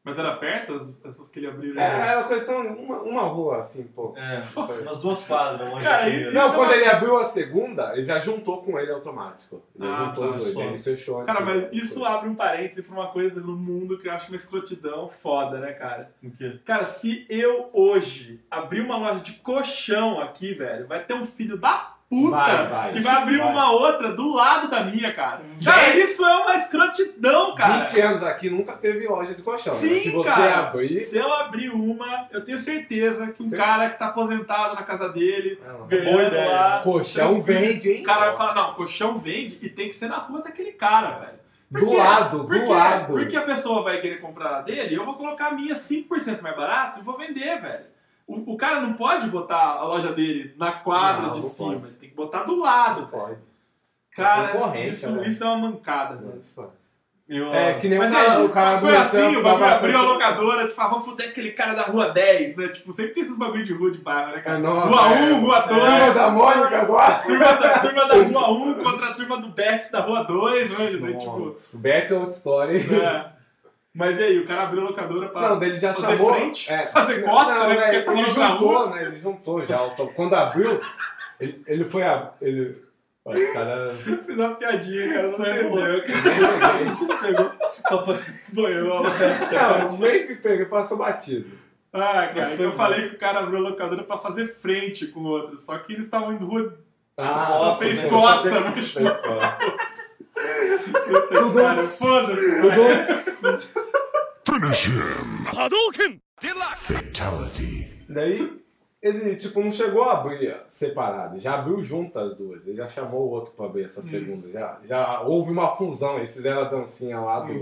Speaker 5: Mas era perto as- essas que ele abriu? né?
Speaker 3: É, era questão de uma, uma rua, assim, pô.
Speaker 4: É, umas duas quadras. longe
Speaker 5: Cara,
Speaker 4: da
Speaker 5: e-
Speaker 4: minha.
Speaker 3: Não,
Speaker 5: Isso é
Speaker 3: quando
Speaker 5: uma-
Speaker 3: ele abriu a segunda, ele já juntou com ele automático. Ele
Speaker 5: Ah,
Speaker 3: juntou
Speaker 5: tá,
Speaker 3: os dois,
Speaker 4: sócio.
Speaker 3: daí ele fechou a
Speaker 5: Cara,
Speaker 3: antiga.
Speaker 5: mas isso abre um parêntese pra uma coisa no mundo que eu acho uma escrotidão foda, né, cara?
Speaker 4: O quê?
Speaker 5: Cara, se eu hoje abrir uma loja de colchão aqui, velho, vai ter um filho da puta
Speaker 3: Vai, vai,
Speaker 5: que vai abrir
Speaker 3: vai.
Speaker 5: uma outra do lado da minha, cara. Cara, isso é uma escrotidão, cara.
Speaker 3: 20 anos aqui nunca teve loja de colchão. né?
Speaker 5: Sim,
Speaker 3: é, Se você
Speaker 5: cara.
Speaker 3: abrir.
Speaker 5: Se eu abrir uma, eu tenho certeza que um
Speaker 3: Sim.
Speaker 5: cara que tá aposentado na casa dele,
Speaker 3: É uma
Speaker 4: boa
Speaker 5: ganhando
Speaker 4: ideia.
Speaker 5: lá.
Speaker 3: Colchão vende, hein?
Speaker 5: O cara vai falar, não, colchão vende e tem que ser na rua daquele cara, velho. Por
Speaker 3: Do
Speaker 5: quê?
Speaker 3: lado, do
Speaker 5: Por quê?
Speaker 3: lado.
Speaker 5: Porque a pessoa vai querer comprar a dele, eu vou colocar a minha 5% mais barato e vou vender, velho. O, o cara não pode botar a loja dele na quadra
Speaker 3: Não,
Speaker 5: de
Speaker 3: não
Speaker 5: cima,
Speaker 3: pode.
Speaker 5: ele tem que botar do lado, velho.
Speaker 3: Pode. né?
Speaker 5: Cara,
Speaker 3: Concorrência,
Speaker 5: isso,
Speaker 3: velho.
Speaker 5: isso é uma mancada, velho.
Speaker 4: Eu,
Speaker 3: É, que nem
Speaker 5: Mas
Speaker 3: o cara,
Speaker 5: é,
Speaker 3: o cara
Speaker 5: foi
Speaker 3: do
Speaker 5: assim,
Speaker 3: Santos,
Speaker 5: o bagulho
Speaker 3: Baba
Speaker 5: abriu a
Speaker 3: Santos.
Speaker 5: locadora, tipo, ah, vamos foder aquele cara da rua 10, né? Tipo, sempre tem esses bagulho de rua de bairro, né, cara?
Speaker 3: É, nossa,
Speaker 5: rua
Speaker 3: é.
Speaker 5: 1, rua 2.
Speaker 3: Turma da Mônica agora?
Speaker 5: turma, da, turma da rua 1 contra a turma do Betis da rua 2, mano. Daí, tipo.
Speaker 3: Nossa, Betis é outra história, hein?
Speaker 5: é. Mas e aí, o cara abriu a locadora pra
Speaker 3: Não, daí ele já
Speaker 5: fazer
Speaker 3: chamou.
Speaker 5: frente,
Speaker 3: é.
Speaker 5: fazer costa,
Speaker 3: Não,
Speaker 5: né?
Speaker 3: é,
Speaker 5: Porque tá
Speaker 3: ele
Speaker 5: longe da rua.
Speaker 3: juntou, né? Ele juntou já. o to- Quando abriu, ele, ele foi a. Ele. Ó, Os caras.
Speaker 5: Fiz uma piadinha, cara, não
Speaker 4: Foi
Speaker 5: entendeu. Boiou
Speaker 3: Não,
Speaker 5: a locadora.
Speaker 3: o meio que pegou, passou batido.
Speaker 5: Ah, cara,
Speaker 4: Mas
Speaker 5: que
Speaker 4: foi
Speaker 5: eu
Speaker 4: bom.
Speaker 5: falei que o cara abriu a locadora pra fazer frente com o outro. Só que eles estavam indo rua.
Speaker 3: Ah,
Speaker 5: fez
Speaker 3: né?
Speaker 5: costa,
Speaker 3: Você-
Speaker 5: né?
Speaker 3: fez costa.
Speaker 5: Cara, foda-se.
Speaker 3: Tudo.
Speaker 1: Hadouken!
Speaker 7: Deluxe!
Speaker 3: Daí, ele, tipo, não chegou a abrir separado, já abriu junto as duas. Ele já chamou o outro pra abrir essa
Speaker 5: Hum.
Speaker 3: segunda. Já, já houve uma fusão, eles fizeram a dancinha lá do,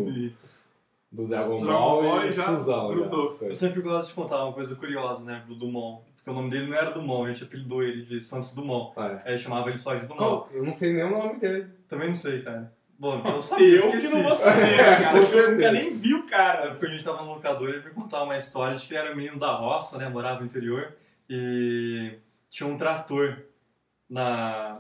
Speaker 3: do Dragon
Speaker 5: Dragon
Speaker 3: Ball e
Speaker 5: Ball já
Speaker 3: fusão.
Speaker 5: grudou.
Speaker 3: Já.
Speaker 4: eu sempre gosto de contar uma coisa curiosa, né, do Dumont. Porque o nome dele não era Dumont, a gente apelidou ele de Santos Dumont.
Speaker 3: É.
Speaker 4: Aí chamava ele só de Dumont.
Speaker 3: Qual- Eu não sei nem o nome dele.
Speaker 4: Também não sei, cara. Bom, Ah, eu sabia,
Speaker 5: Eu que
Speaker 4: esqueci.
Speaker 5: não vou saber, cara.
Speaker 3: Com
Speaker 5: porque Eu nunca
Speaker 3: certeza.
Speaker 5: nem vi o
Speaker 4: É
Speaker 5: cara.
Speaker 4: porque a gente tava no locador e ele foi contar uma história de que ele era um menino da roça, né? Morava no interior e tinha um trator na,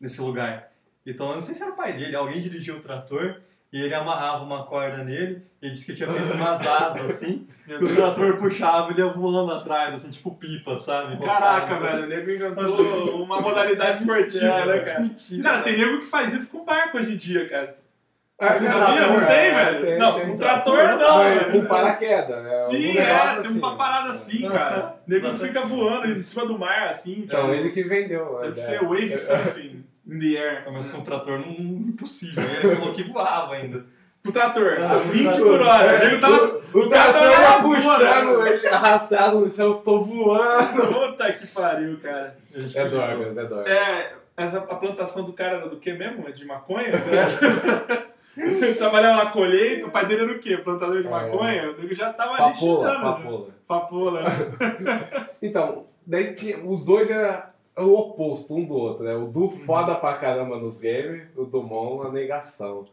Speaker 4: nesse lugar. Então, eu não sei se era o pai dele, alguém dirigiu o trator e ele amarrava uma corda nele e disse que tinha feito umas asas assim, que
Speaker 5: Meu
Speaker 4: o
Speaker 5: Deus.
Speaker 4: trator puxava e ele ia voando atrás, assim, tipo pipa, sabe?
Speaker 5: Caraca,
Speaker 4: Encostado.
Speaker 5: velho, o nego inventou uma modalidade
Speaker 4: É,
Speaker 5: esportiva, né, cara?
Speaker 4: Mentira.
Speaker 5: Cara, tem nego que faz isso com barco hoje em dia, cara.
Speaker 3: Ah,
Speaker 5: É, não sabia? Não tem, velho? Não, um trator não, velho.
Speaker 3: Com paraquedas, né?
Speaker 5: Sim,
Speaker 3: Algum negócio
Speaker 5: é, tem uma parada assim, cara. O nego fica voando em cima do mar, assim.
Speaker 3: Então,
Speaker 5: cara.
Speaker 3: ele é. que vendeu. a
Speaker 5: Deve
Speaker 3: ideia.
Speaker 5: ser wave surfing in the air.
Speaker 4: Mas com um trator não, impossível, né? ele falou que voava ainda.
Speaker 5: Pro trator,
Speaker 4: Ah,
Speaker 5: a 20
Speaker 4: pro
Speaker 5: por hora. tá O tá nego tava...
Speaker 3: É, O, o trator lá
Speaker 5: voando.
Speaker 3: puxando, ele arrastado no chão, eu tô voando.
Speaker 5: Puta que pariu, cara.
Speaker 4: A gente
Speaker 3: É
Speaker 4: apelidou.
Speaker 3: Dorgas, é Dorgas.
Speaker 5: É, essa, a plantação do cara era do que mesmo? É de maconha? Ele trabalhava na colheita, o pai dele era o quê? Plantador de
Speaker 3: É.
Speaker 5: maconha? O nego já tava ali
Speaker 3: Papola,
Speaker 5: chutando, né?
Speaker 3: papola.
Speaker 5: Papola, né?
Speaker 3: Então, daí tinha, os dois eram o oposto um do outro, né? O Du
Speaker 5: Uhum.
Speaker 3: foda pra caramba nos games, o Dumon a negação.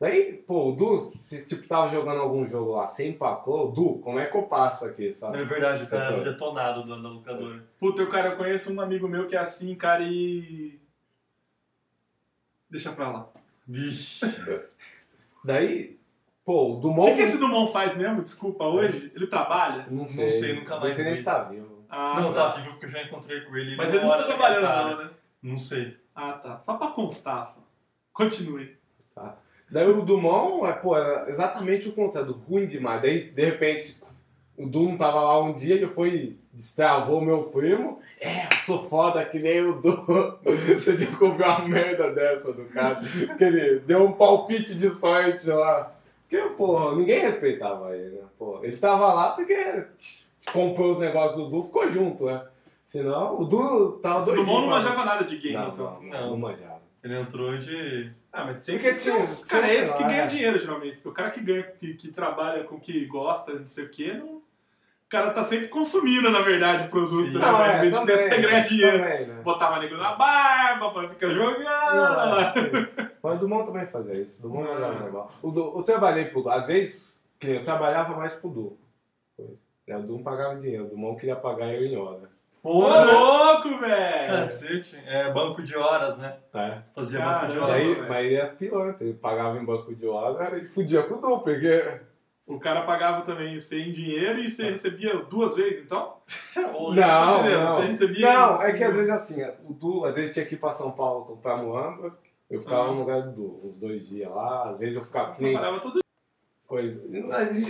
Speaker 3: Daí, pô, o Du, se tipo, tava jogando algum jogo lá, você empacou, Du, como é que eu passo aqui,
Speaker 4: Não,
Speaker 3: sabe?
Speaker 4: É verdade, o cara era
Speaker 3: Sacou?
Speaker 4: detonado da da locadora.
Speaker 5: Puta, eu, cara, eu conheço um amigo meu que é assim, cara, e. Deixa pra lá.
Speaker 4: Vixe.
Speaker 3: Daí, pô, o
Speaker 5: O
Speaker 3: Dumon...
Speaker 5: que, que esse Dumont faz mesmo? Desculpa, hoje? Ele trabalha?
Speaker 3: Não sei,
Speaker 4: Não sei, nunca mais
Speaker 3: Você nem
Speaker 4: vi.
Speaker 3: está vivo.
Speaker 5: Ah,
Speaker 4: Não, tá vivo porque eu já encontrei com ele.
Speaker 5: Mas
Speaker 4: não
Speaker 5: ele não tá
Speaker 4: mora na
Speaker 5: trabalhando,
Speaker 4: minha casa.
Speaker 5: não, né?
Speaker 4: Não sei.
Speaker 5: Ah, tá. Só pra constar, só. Continue.
Speaker 3: Tá? Daí o Dumont, é, pô, era exatamente o contrário, ruim demais. Daí, de repente, o Dum tava lá um dia, ele foi, destravou meu primo. É, eu sou foda que nem o Dum. Você tinha que ouvir uma merda dessa do cara. Porque ele deu um palpite de sorte lá. Porque, pô, ninguém respeitava ele, né? Pô, ele tava lá porque comprou os negócios do Du, ficou junto, né? Senão, o Du tava Tá
Speaker 5: O
Speaker 3: doidinho.
Speaker 5: Dumont não
Speaker 3: mano.
Speaker 5: manjava nada de game,
Speaker 3: Não,
Speaker 5: então.
Speaker 3: não, não, não manjava.
Speaker 4: Ele entrou de.
Speaker 5: Ah, mas
Speaker 3: Porque
Speaker 5: sempre tinha
Speaker 3: tinha-
Speaker 5: uns cara
Speaker 3: tinha,
Speaker 5: é esse
Speaker 3: sei
Speaker 5: que
Speaker 3: lá. né?
Speaker 5: ganha dinheiro, geralmente. Porque O cara que ganha, que, que trabalha com o que gosta, não sei o quê, não... o cara tá sempre consumindo, na verdade, o produto,
Speaker 4: Sim.
Speaker 5: né?
Speaker 4: Não,
Speaker 5: Vai ver de pensar em ganhar dinheiro.
Speaker 3: é, Também, né?
Speaker 5: Botava nego na barba, pra ficar jogando.
Speaker 3: Não,
Speaker 5: Ah!
Speaker 3: é. Mas o Dumont também fazia isso. O Dumont mandava um negócio. O Du- eu trabalhei pro Du. Às vezes, que nem eu trabalhava mais pro Du. Né, O Dum pagava dinheiro, o Dumont queria pagar eu em hora. né?
Speaker 5: Ô, louco, velho!
Speaker 4: Cacete. É banco de horas, né?
Speaker 3: É.
Speaker 4: Fazia
Speaker 5: Cara,
Speaker 4: banco de
Speaker 5: Não,
Speaker 3: Daí,
Speaker 4: horas.
Speaker 5: velho.
Speaker 3: mas ele era pilantra, ele pagava em banco de hora e fudia com o Du, porque.
Speaker 5: O cara pagava também você em dinheiro e
Speaker 4: Ah.
Speaker 5: você recebia duas vezes, então? Tá
Speaker 4: Ou-
Speaker 3: Não,
Speaker 5: entendendo?
Speaker 3: não.
Speaker 5: Você recebia-
Speaker 3: Não, é que às vezes assim, o Du, às vezes tinha que ir pra São Paulo comprar Moamba, eu
Speaker 5: Ah.
Speaker 3: ficava no lugar do Du, uns dois dias lá, às vezes eu ficava. que
Speaker 5: Você
Speaker 3: nem-
Speaker 5: parava todo
Speaker 3: Pois,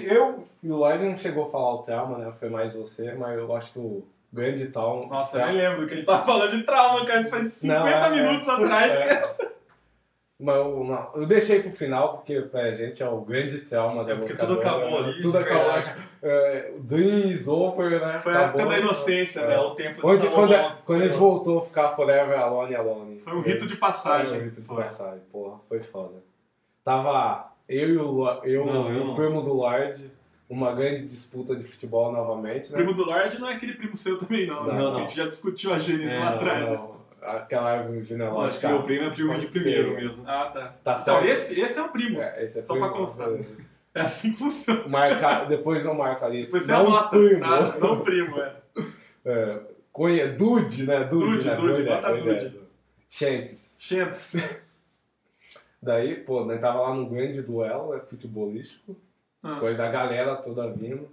Speaker 3: eu e o Lloyd não chegou a falar o trauma, né? Foi mais você, mas eu acho que o grande trauma.
Speaker 5: Nossa, eu
Speaker 3: trauma,
Speaker 5: nem lembro que ele tava falando de trauma, cara. Isso faz 50
Speaker 3: Não, é-
Speaker 5: minutos atrás.
Speaker 3: É. Mas eu, não, eu deixei pro final, porque pra gente é o grande trauma da
Speaker 4: É porque tudo
Speaker 3: locadora,
Speaker 4: acabou
Speaker 3: né?
Speaker 4: ali,
Speaker 3: Tudo
Speaker 4: de
Speaker 3: acabou.
Speaker 4: verdade.
Speaker 3: É, o Dream is over, né?
Speaker 5: Foi a época
Speaker 3: Acabou.
Speaker 5: da inocência, né?
Speaker 4: É
Speaker 5: velho.
Speaker 4: o tempo de
Speaker 3: Onde,
Speaker 4: Salomão.
Speaker 3: quando, a- quando é a gente voltou a ficar Forever Alone Alone.
Speaker 5: Foi um rito de
Speaker 3: Foi um
Speaker 5: passagem.
Speaker 3: rito de
Speaker 4: Foi.
Speaker 3: passagem, porra, foi foda. Tava eu e o, Lo- eu,
Speaker 4: Não, eu
Speaker 3: e o
Speaker 4: não.
Speaker 3: primo do Lorde, uma grande disputa de futebol novamente,
Speaker 5: O
Speaker 3: né?
Speaker 5: primo do Lorde não é aquele primo seu também, não. né?
Speaker 4: Não,
Speaker 5: A
Speaker 4: não.
Speaker 5: gente já discutiu a gênese
Speaker 4: É,
Speaker 5: lá
Speaker 4: não,
Speaker 5: atrás. né?
Speaker 3: Não, Aquela árvore
Speaker 4: Não, acho
Speaker 3: genealógica.
Speaker 4: que meu primo é primo de primeiro
Speaker 3: Feio.
Speaker 4: mesmo.
Speaker 5: Ah, tá.
Speaker 3: Tá
Speaker 5: então,
Speaker 3: certo.
Speaker 5: esse, esse é o primo. É,
Speaker 3: É, esse é
Speaker 5: Só
Speaker 3: primo,
Speaker 5: pra constar.
Speaker 3: né?
Speaker 5: assim que funciona.
Speaker 3: Marca, depois eu marco ali.
Speaker 5: Depois você
Speaker 3: não
Speaker 5: anota.
Speaker 3: primo.
Speaker 5: Ah, não primo, é.
Speaker 3: É, conhe- Dude, né? Dude,
Speaker 5: Dude,
Speaker 3: né?
Speaker 5: Dude,
Speaker 3: Boa ideia,
Speaker 5: bota
Speaker 3: boa
Speaker 5: Dude.
Speaker 3: ideia. Champs.
Speaker 5: Champs.
Speaker 3: Daí, pô, né, tava lá num grande duelo né, futebolístico.
Speaker 5: Ah.
Speaker 3: Coisa, a galera toda vindo.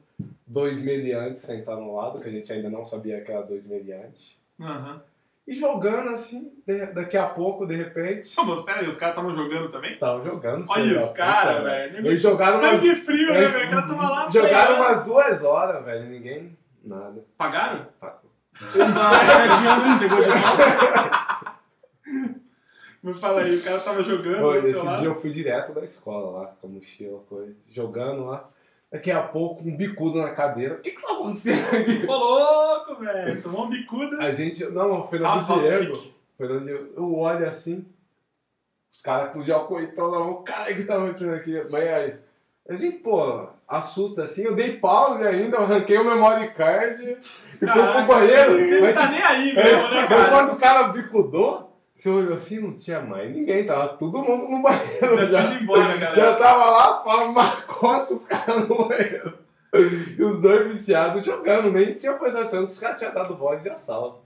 Speaker 3: Dois meliantes sentados no lado, que a gente ainda não sabia que era dois meliantes.
Speaker 5: Aham.
Speaker 3: E jogando assim, de- daqui a pouco, de repente.
Speaker 5: Pô, mas pera aí, os caras estavam jogando também?
Speaker 3: Estavam jogando.
Speaker 5: Olha
Speaker 3: filho
Speaker 5: os
Speaker 3: da
Speaker 5: cara,
Speaker 3: puta,
Speaker 5: velho.
Speaker 3: Eles jogaram umas,
Speaker 5: Sangue frio, né,
Speaker 3: É.
Speaker 5: velho? O cara tava lá.
Speaker 3: jogaram
Speaker 5: pegando.
Speaker 3: umas duas horas, velho. Ninguém. Nada.
Speaker 5: Pagaram?
Speaker 3: Tá.
Speaker 5: Me fala aí, o cara tava jogando.
Speaker 3: Pô,
Speaker 5: sei
Speaker 3: esse
Speaker 5: lá.
Speaker 3: dia eu fui direto da escola lá, com a mochila, coisa, jogando lá. Daqui a pouco, um bicudo na cadeira. O que que tá acontecendo aqui?
Speaker 5: Ô louco, velho. Tomou uma bicuda.
Speaker 3: A gente. Não,
Speaker 4: É
Speaker 3: foi
Speaker 5: Ah,
Speaker 3: na do
Speaker 5: nossa,
Speaker 3: Diego.
Speaker 5: que-
Speaker 3: Foi na do Diego. Eu olho assim. Os caras com o coitão na mão. Cara, o que tá acontecendo aqui? Mas aí. A gente, pô, assusta assim. Eu dei pause ainda, eu arranquei o memory card e fui pro
Speaker 5: Caraca,
Speaker 3: banheiro.
Speaker 5: Ele não
Speaker 3: Mas,
Speaker 5: tá
Speaker 3: tipo,
Speaker 5: nem aí mesmo, né,
Speaker 3: eu,
Speaker 5: cara?
Speaker 3: quando o cara bicudou, você olhou assim, não tinha mais ninguém, tava todo mundo no banheiro.
Speaker 5: Já tinha ido embora, galera.
Speaker 3: Já tava lá, falando macota, os caras no banheiro. E os dois viciados jogando, nem tinha sensação que os caras tinham dado voz de assalto.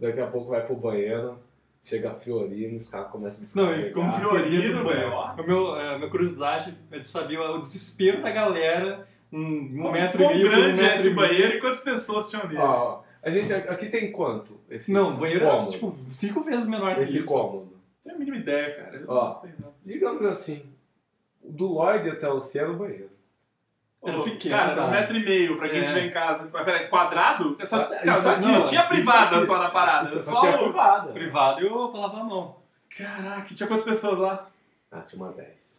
Speaker 3: Daqui a pouco vai pro banheiro, chega a Fiorino, os caras começam a
Speaker 4: Não, e como
Speaker 3: descarregar.
Speaker 5: Fiorino, Ah,
Speaker 4: Fiorino,
Speaker 5: velho.
Speaker 4: velho. A meu- é, minha curiosidade é de saber o desespero da galera. Um, um metro e
Speaker 5: Quão
Speaker 4: meio. por um
Speaker 5: grande é
Speaker 4: metro
Speaker 5: esse
Speaker 4: e meio.
Speaker 5: banheiro e quantas pessoas tinham nele?
Speaker 3: Ó, a gente, aqui tem quanto? Esse
Speaker 4: Não, banheiro é
Speaker 3: cômodo?
Speaker 4: tipo cinco vezes menor que
Speaker 3: Esse
Speaker 4: isso.
Speaker 3: cômodo.
Speaker 5: Não tenho a mínima ideia, cara. Eu
Speaker 3: Ó.
Speaker 5: não sei, não.
Speaker 3: Digamos assim, do Lloyd até o C era o banheiro.
Speaker 4: Era
Speaker 5: Ô,
Speaker 4: pequeno,
Speaker 5: Cara, um
Speaker 4: cara.
Speaker 5: metro e meio pra quem
Speaker 4: É.
Speaker 5: tiver em casa. Mas peraí, quadrado? É Essa,
Speaker 3: Ah,
Speaker 5: cara,
Speaker 3: isso
Speaker 5: aqui
Speaker 3: aqui,
Speaker 5: tinha
Speaker 3: ó,
Speaker 5: privada
Speaker 3: isso aqui.
Speaker 5: só na parada.
Speaker 3: Isso
Speaker 5: só um.
Speaker 3: só tinha
Speaker 5: o-
Speaker 3: privada.
Speaker 4: Privado eu falava a mão.
Speaker 5: Caraca, tinha quantas pessoas lá?
Speaker 3: Ah, tinha uma 10.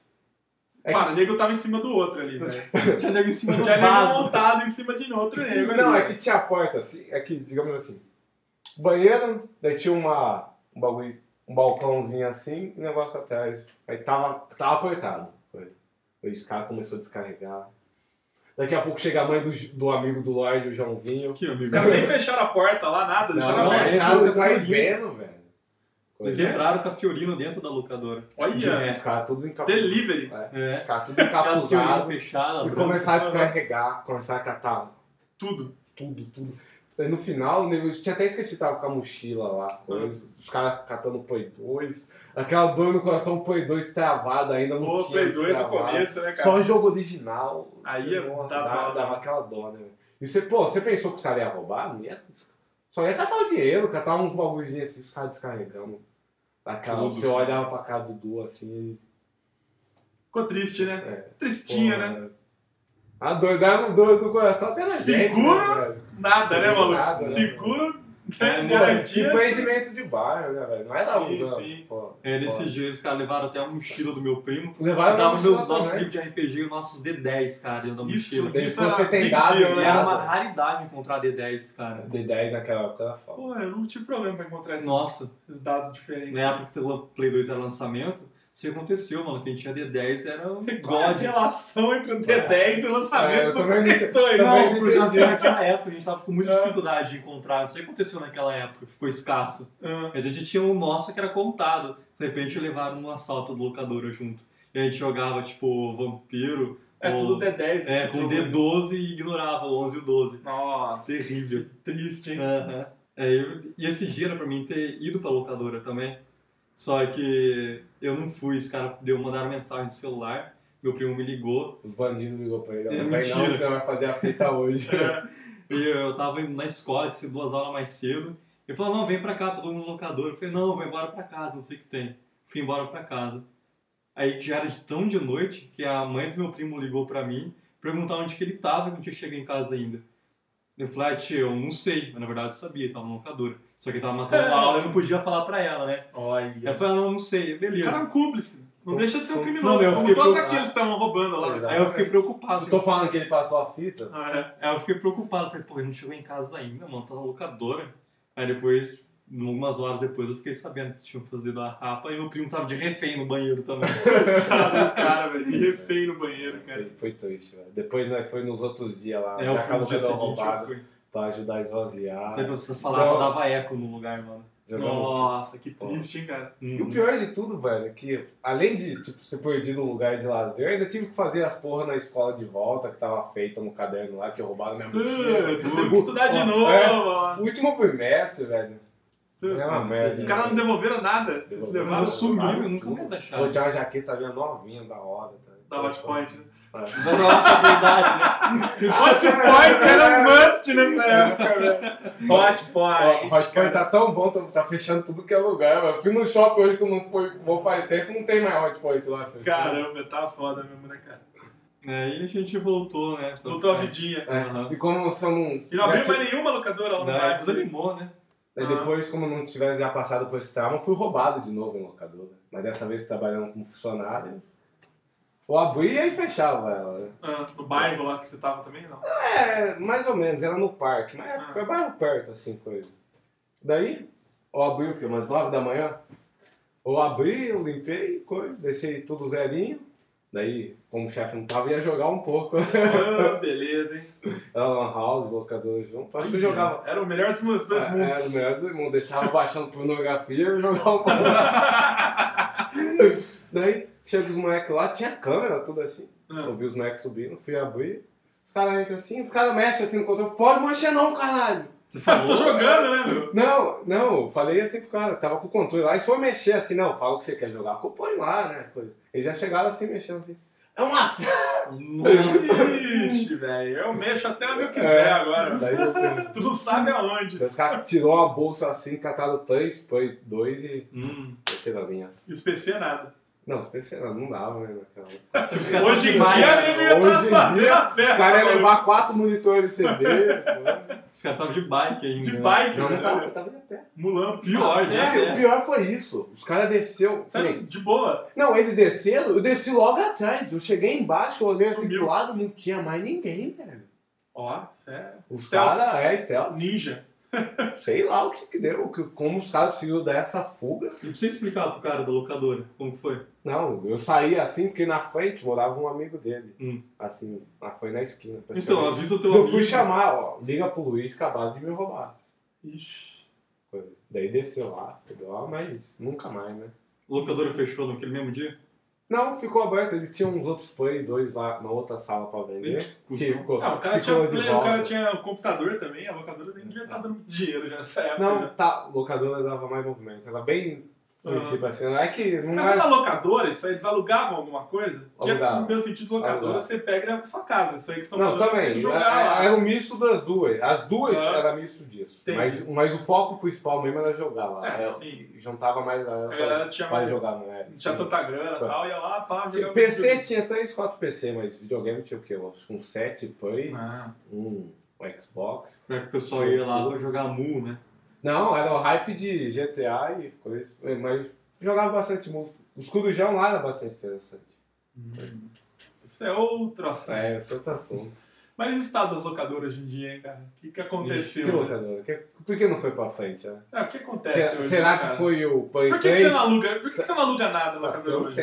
Speaker 3: É que-
Speaker 5: Cara, o nego tava em cima do outro
Speaker 4: É.
Speaker 5: ali, velho.
Speaker 3: É
Speaker 4: Tinha nego em cima do
Speaker 5: Tinha nego
Speaker 4: vaso.
Speaker 5: montado em cima de outro nego.
Speaker 3: Não,
Speaker 5: ali,
Speaker 3: é que tinha a porta, assim, é que, digamos assim, banheiro, daí tinha uma, um bagulho, um balcãozinho assim, e negócio atrás. Aí tava, tava apertado. Foi. Aí os caras começaram a descarregar. Daqui a pouco chega a mãe do, J- do amigo do Lorde, o Joãozinho.
Speaker 4: Aqui, amigo.
Speaker 5: Os caras nem fecharam a porta lá, nada. deixaram
Speaker 4: não,
Speaker 5: aberto.
Speaker 4: é-
Speaker 3: fecharam
Speaker 4: eu-
Speaker 3: mais
Speaker 4: eu-
Speaker 3: vendo, velho.
Speaker 4: Eles
Speaker 3: Coisa-
Speaker 4: entraram é. com a Fiorino dentro da locadora.
Speaker 5: Olha,
Speaker 3: Os caras tudo encapuzados.
Speaker 5: delivery.
Speaker 4: É.
Speaker 3: Os caras tudo
Speaker 4: Aquelas Fiorino
Speaker 3: encapuzados.
Speaker 4: fechada.
Speaker 3: E
Speaker 4: branca.
Speaker 3: começaram a descarregar, começaram a catar
Speaker 5: Tudo.
Speaker 3: tudo, tudo. Aí no final, o nego tinha até esquecido que tava com a mochila lá, coisa,
Speaker 5: Ah.
Speaker 3: os caras catando Play 2. Aquela dor no coração, Play 2 travado ainda, não
Speaker 5: Pô,
Speaker 3: tinha
Speaker 5: Play 2 no
Speaker 3: destravado.
Speaker 5: começo, né, cara?
Speaker 3: Só jogo original.
Speaker 5: Aí
Speaker 3: você,
Speaker 5: é-
Speaker 3: nossa,
Speaker 5: dá
Speaker 3: dava,
Speaker 5: dó, né?
Speaker 3: dava aquela dó, né? velho? E você, pô, você pensou que os caras iam roubar? Não ia. Só ia catar o dinheiro, catar uns bagulhozinhos assim, os caras descarregando. Aquela,
Speaker 4: Tudo.
Speaker 3: você olhava pra cara do Du assim, ele
Speaker 5: Ficou triste, né?
Speaker 3: É.
Speaker 5: Tristinho,
Speaker 3: Porra,
Speaker 5: né?
Speaker 3: A dor, dá um dor no coração até na gente. né,
Speaker 5: Seguro nada, né,
Speaker 3: Seguro
Speaker 5: maluco?
Speaker 3: nada, né,
Speaker 5: Seguro,
Speaker 4: É,
Speaker 5: né?
Speaker 3: né,
Speaker 5: Garantia.
Speaker 3: Tipo rendimento de bairro, né, velho? Não é da
Speaker 5: Sim,
Speaker 3: rua,
Speaker 5: sim.
Speaker 3: Pô,
Speaker 4: É,
Speaker 3: pô.
Speaker 4: nesse dia, os caras levaram até a mochila do meu primo.
Speaker 3: Levaram
Speaker 4: Tava
Speaker 3: a
Speaker 4: os
Speaker 3: mochila
Speaker 4: meus nossos
Speaker 3: também.
Speaker 4: livros de RPG e os nossos D10, cara, dentro da
Speaker 5: Isso,
Speaker 4: mochila.
Speaker 3: Daí
Speaker 5: isso
Speaker 3: você
Speaker 5: era
Speaker 3: tem
Speaker 5: big
Speaker 3: dado
Speaker 5: deal,
Speaker 3: e
Speaker 5: né?
Speaker 4: Era
Speaker 3: nada.
Speaker 4: uma raridade encontrar D10, cara.
Speaker 3: D10 naquela época era foda.
Speaker 5: Pô, eu não tive problema pra encontrar esses,
Speaker 4: Nossa. Né?
Speaker 5: esses dados diferentes.
Speaker 4: Na época que o Play 2 era lançamento, isso aconteceu, mano. Quem tinha D10 era um
Speaker 5: Qual a
Speaker 4: God.
Speaker 5: relação entre o D10 e
Speaker 3: É,
Speaker 5: o
Speaker 3: eu
Speaker 5: lançamento do né?
Speaker 3: também não-
Speaker 5: Play
Speaker 3: também
Speaker 5: 2? Não,
Speaker 3: não
Speaker 5: porque-
Speaker 4: Mas assim, naquela época a gente tava com muita
Speaker 5: É.
Speaker 4: dificuldade de encontrar. Não sei o que aconteceu naquela época, que ficou escasso.
Speaker 5: Ah,
Speaker 4: A gente tinha um nosso que era contado. De repente levaram um assalto do locadora junto. E a gente jogava, tipo, vampiro.
Speaker 5: é
Speaker 4: ou-
Speaker 5: tudo D10.
Speaker 4: É,
Speaker 5: esse
Speaker 4: com
Speaker 5: jogo. né?
Speaker 4: D12 e ignorava o 11 e o 12.
Speaker 5: Nossa.
Speaker 4: Terrível.
Speaker 5: Triste, hein?
Speaker 4: Aham. É, eu- e esse dia era pra mim ter ido pra locadora também. Só que eu não fui, os caras deu, mandaram mensagem no celular. Meu primo me ligou
Speaker 3: Os bandidos ligou pra ele. ó,
Speaker 4: É,
Speaker 3: não vem não,
Speaker 4: mentira.
Speaker 3: que nós vai fazer a fita hoje.
Speaker 5: É.
Speaker 4: e eu tava indo na escola, tinha duas aulas mais cedo. Ele falou: Não, vem pra cá, todo mundo no locadora. Eu falei: Não, eu vou embora pra casa, não sei o que tem. Fui embora pra casa. Aí já era de tão de noite que a mãe do meu primo ligou pra mim perguntar onde que ele tava, que não tinha chegado em casa ainda. Eu falei, ah, tia, eu não sei. Mas na verdade eu sabia, ele tava na locadora. Só que ele tava matando a aula e eu não podia falar pra ela, né? Ela
Speaker 5: Olha.
Speaker 4: falou, não, não sei,
Speaker 5: O
Speaker 4: beleza.
Speaker 5: cara é um cúmplice. Não deixa de ser um
Speaker 3: Não,
Speaker 5: criminoso,
Speaker 4: eu
Speaker 5: como
Speaker 4: fiquei
Speaker 5: todos
Speaker 3: preocupado.
Speaker 5: aqueles que estavam roubando lá.
Speaker 3: Exato.
Speaker 4: Aí eu fiquei preocupado.
Speaker 3: Eu tô falando que ele passou a fita.
Speaker 5: Ah, é.
Speaker 4: Aí eu fiquei preocupado, falei, pô, ele não chegou em casa ainda, mano, tá na locadora. Aí depois, algumas horas depois, eu fiquei sabendo que tinham fazido a rapa e meu primo tava de refém no banheiro também.
Speaker 5: Cara, o cara, velho, de refém no banheiro, cara.
Speaker 3: Foi, foi triste, velho. Depois nós foi nos outros dias lá,
Speaker 4: Aí É, eu
Speaker 3: já
Speaker 4: fui no
Speaker 3: acabou
Speaker 4: dia
Speaker 3: que
Speaker 4: seguinte, eu
Speaker 3: roubado
Speaker 4: fui.
Speaker 3: pra ajudar a esvaziar.
Speaker 4: Até que você falava,
Speaker 3: Não.
Speaker 4: dava eco no lugar, mano.
Speaker 3: Jogamos
Speaker 5: Nossa, que triste, hein, cara.
Speaker 3: E o pior de tudo, velho, é que além de tipo, ter perdido um lugar de lazer, eu ainda tive que fazer as porra na escola de volta, que tava feita no caderno lá, que roubaram minha
Speaker 4: é
Speaker 3: mochila.
Speaker 5: Putz, teve que estudar de novo,
Speaker 3: É,
Speaker 5: mano.
Speaker 3: último trimestre, velho. É uma merda.
Speaker 5: Os caras não devolveram nada. Vocês
Speaker 3: Devolveram
Speaker 5: levaram
Speaker 4: Eu sumi,
Speaker 5: sumiram.
Speaker 4: eu nunca mais achava.
Speaker 3: Vou tirar uma jaqueta minha novinha, da hora. Tá?
Speaker 5: Da Hotpoint, né?
Speaker 3: É.
Speaker 4: Mas Nossa, é verdade, né?
Speaker 5: Hotpoint era um must nessa época, velho.
Speaker 3: Ó,
Speaker 5: Hotpoint.
Speaker 3: Hotpoint tá tão bom, tá, tá fechando tudo que é lugar, velho. Fui no shopping hoje que eu não fui, vou faz tempo, não tem mais Hotpoint lá, fechou.
Speaker 5: Caramba, tá foda mesmo, né, cara?
Speaker 4: Aí a gente voltou, né? pra
Speaker 5: Voltou a
Speaker 4: ficar-
Speaker 5: vidinha.
Speaker 3: É,
Speaker 4: Aham.
Speaker 3: E como você não.
Speaker 5: E não é abriu
Speaker 3: já
Speaker 5: mais nenhuma locadora lá no
Speaker 4: Não, aí
Speaker 5: bairro. né?
Speaker 4: desanimou, né?
Speaker 3: Daí
Speaker 5: Ah.
Speaker 3: depois, como eu não tivesse já passado por esse trauma, eu fui roubado de novo em locadora. Mas dessa vez trabalhando como funcionário. Eu abria e fechava ela. né?
Speaker 5: Ah, No bairro lá que você tava também, não?
Speaker 3: É, mais ou menos, era no parque, mas
Speaker 5: Ah.
Speaker 3: é bairro perto, assim, coisa. Daí, eu abri o quê? Umas 9 da manhã? Eu abri, eu limpei, coisa, deixei tudo zerinho. Daí, como o chefe não tava, ia jogar um pouco.
Speaker 5: Ah, beleza, hein?
Speaker 3: Era lan house, locador junto. Acho que eu jogava.
Speaker 5: Era o melhor dos mundos, dois
Speaker 3: É, Era o
Speaker 5: mundos.
Speaker 3: melhor do mundo. Deixava baixando pornografia e jogava um pouco. Daí chega os moleques lá, tinha câmera, tudo assim.
Speaker 5: Ah.
Speaker 3: Eu vi os moleques subindo, fui abrir. Os caras entram assim, os caras mexem assim no controle. Pode mexer não, caralho!
Speaker 4: Você falou.
Speaker 5: Tô jogando, né, meu?
Speaker 3: Não, não, eu falei assim pro cara, tava com o controle lá. E foi mexer assim, não, fala o que você quer jogar, compõe lá, né? coisa. Eles já chegaram assim, mexendo assim. É um assalto!
Speaker 4: Nossa.
Speaker 5: Ixi, velho. Eu mexo até onde eu quiser
Speaker 3: É.
Speaker 5: agora.
Speaker 3: Daí eu
Speaker 5: Tu não sabe aonde.
Speaker 3: Daí os caras tirou uma bolsa assim, cataram três, põe dois e.
Speaker 4: Hum.
Speaker 3: Aquela linha.
Speaker 5: E os PC é nada.
Speaker 3: Não, os PC não, não dava, né? Naquela.
Speaker 5: Hoje em dia, nego ia
Speaker 3: Hoje
Speaker 5: tá
Speaker 3: em
Speaker 5: fazendo
Speaker 3: dia,
Speaker 5: a festa.
Speaker 3: Os caras iam
Speaker 5: mano.
Speaker 3: levar quatro monitores CD. pô.
Speaker 4: Os caras estavam de bike ainda.
Speaker 5: De
Speaker 4: né?
Speaker 5: bike,
Speaker 3: né? Não,
Speaker 5: né? Tá
Speaker 3: não tava, eu tava de pé. É,
Speaker 5: Mulampo.
Speaker 4: Pior,
Speaker 5: de
Speaker 4: né?
Speaker 3: O pior foi isso. Os caras desceu.
Speaker 5: Sério,
Speaker 3: falei,
Speaker 5: de boa.
Speaker 3: Não, eles desceram, eu desci logo atrás. Eu cheguei embaixo, olhei assim
Speaker 5: Sumiu.
Speaker 3: pro lado, não tinha mais ninguém, velho.
Speaker 5: Ó, isso é
Speaker 3: Os
Speaker 5: stealth.
Speaker 3: caras, é, stealth.
Speaker 5: Ninja.
Speaker 3: Sei lá o que que deu, o que- como os caras conseguiram dar essa fuga.
Speaker 4: E pra você explicar pro cara da locadora como que foi?
Speaker 3: Não, eu saí assim, porque na frente morava um amigo dele.
Speaker 4: Hum.
Speaker 3: Assim, lá foi na esquina.
Speaker 4: Então,
Speaker 3: praticamente.
Speaker 4: avisa o teu
Speaker 3: eu
Speaker 4: amigo.
Speaker 3: fui chamar, ó, liga pro Luiz, acabaram de me roubar.
Speaker 5: Ixi.
Speaker 3: Coisa. Daí desceu lá, pegou lá, mas nunca mais, né?
Speaker 4: A locadora fechou naquele mesmo dia?
Speaker 3: Não, ficou aberto. Ele tinha uns outros Play 2 lá na outra sala pra vender.
Speaker 4: Ih,
Speaker 3: Que
Speaker 4: cuzão.
Speaker 3: ficou,
Speaker 5: Ah, o cara, tinha,
Speaker 3: ficou de
Speaker 5: play, o
Speaker 3: volta.
Speaker 5: cara tinha o computador também, a tá locadora nem devia estar dando dinheiro já nessa época.
Speaker 3: Não,
Speaker 5: né?
Speaker 3: tá, locadora dava mais movimento. Era bem princípio
Speaker 5: Ah.
Speaker 3: assim. Não é que. Não
Speaker 5: Casa
Speaker 3: é...
Speaker 5: da locadora, isso aí, eles alugavam alguma coisa? Porque,
Speaker 3: Alugavam.
Speaker 5: no meu sentido, locadora,
Speaker 3: Alugavam.
Speaker 5: você pega e leva pra sua casa. Isso aí que estão
Speaker 3: Não, também.
Speaker 5: Jogar
Speaker 3: Era
Speaker 5: lá.
Speaker 3: era um misto das duas. As duas
Speaker 5: Ah.
Speaker 3: era misto disso.
Speaker 5: Entendi.
Speaker 3: Mas, mas o foco principal mesmo era jogar lá.
Speaker 5: É,
Speaker 3: Era-
Speaker 5: sim.
Speaker 3: Juntava mais a galera,
Speaker 5: A galera
Speaker 3: pra-
Speaker 5: tinha
Speaker 3: pra
Speaker 5: mais-
Speaker 3: jogar, não era?
Speaker 5: Não tinha tanta grana e
Speaker 3: Tá.
Speaker 5: tal, ia lá, pá,
Speaker 3: Tinha-
Speaker 5: jogava
Speaker 3: PC tinha 3, 4 PC, mas videogame tinha o quê? Uns um 7 Play,
Speaker 5: Ah,
Speaker 3: um, um Xbox.
Speaker 4: Pra é que o pessoal ia lá pra jogar Mu, né?
Speaker 3: Não, era o hype de GTA e coisa. Mas jogava bastante música. Os Corujão lá era bastante interessante.
Speaker 5: isso é outro assunto.
Speaker 3: É, esse é outro assunto.
Speaker 5: Mas e o estado das locadoras hoje em dia, hein, cara? O que, que aconteceu?
Speaker 3: Que
Speaker 5: né?
Speaker 3: locadora? Que- Por que não foi pra frente? né?
Speaker 5: É, o que acontece
Speaker 3: Será,
Speaker 5: hoje, né,
Speaker 3: será
Speaker 5: cara?
Speaker 3: que foi o Play
Speaker 5: Por que, que
Speaker 3: 3?
Speaker 5: você não aluga? Por que, que você não aluga nada na
Speaker 3: Ah,
Speaker 5: locadora
Speaker 3: eu não
Speaker 5: hoje?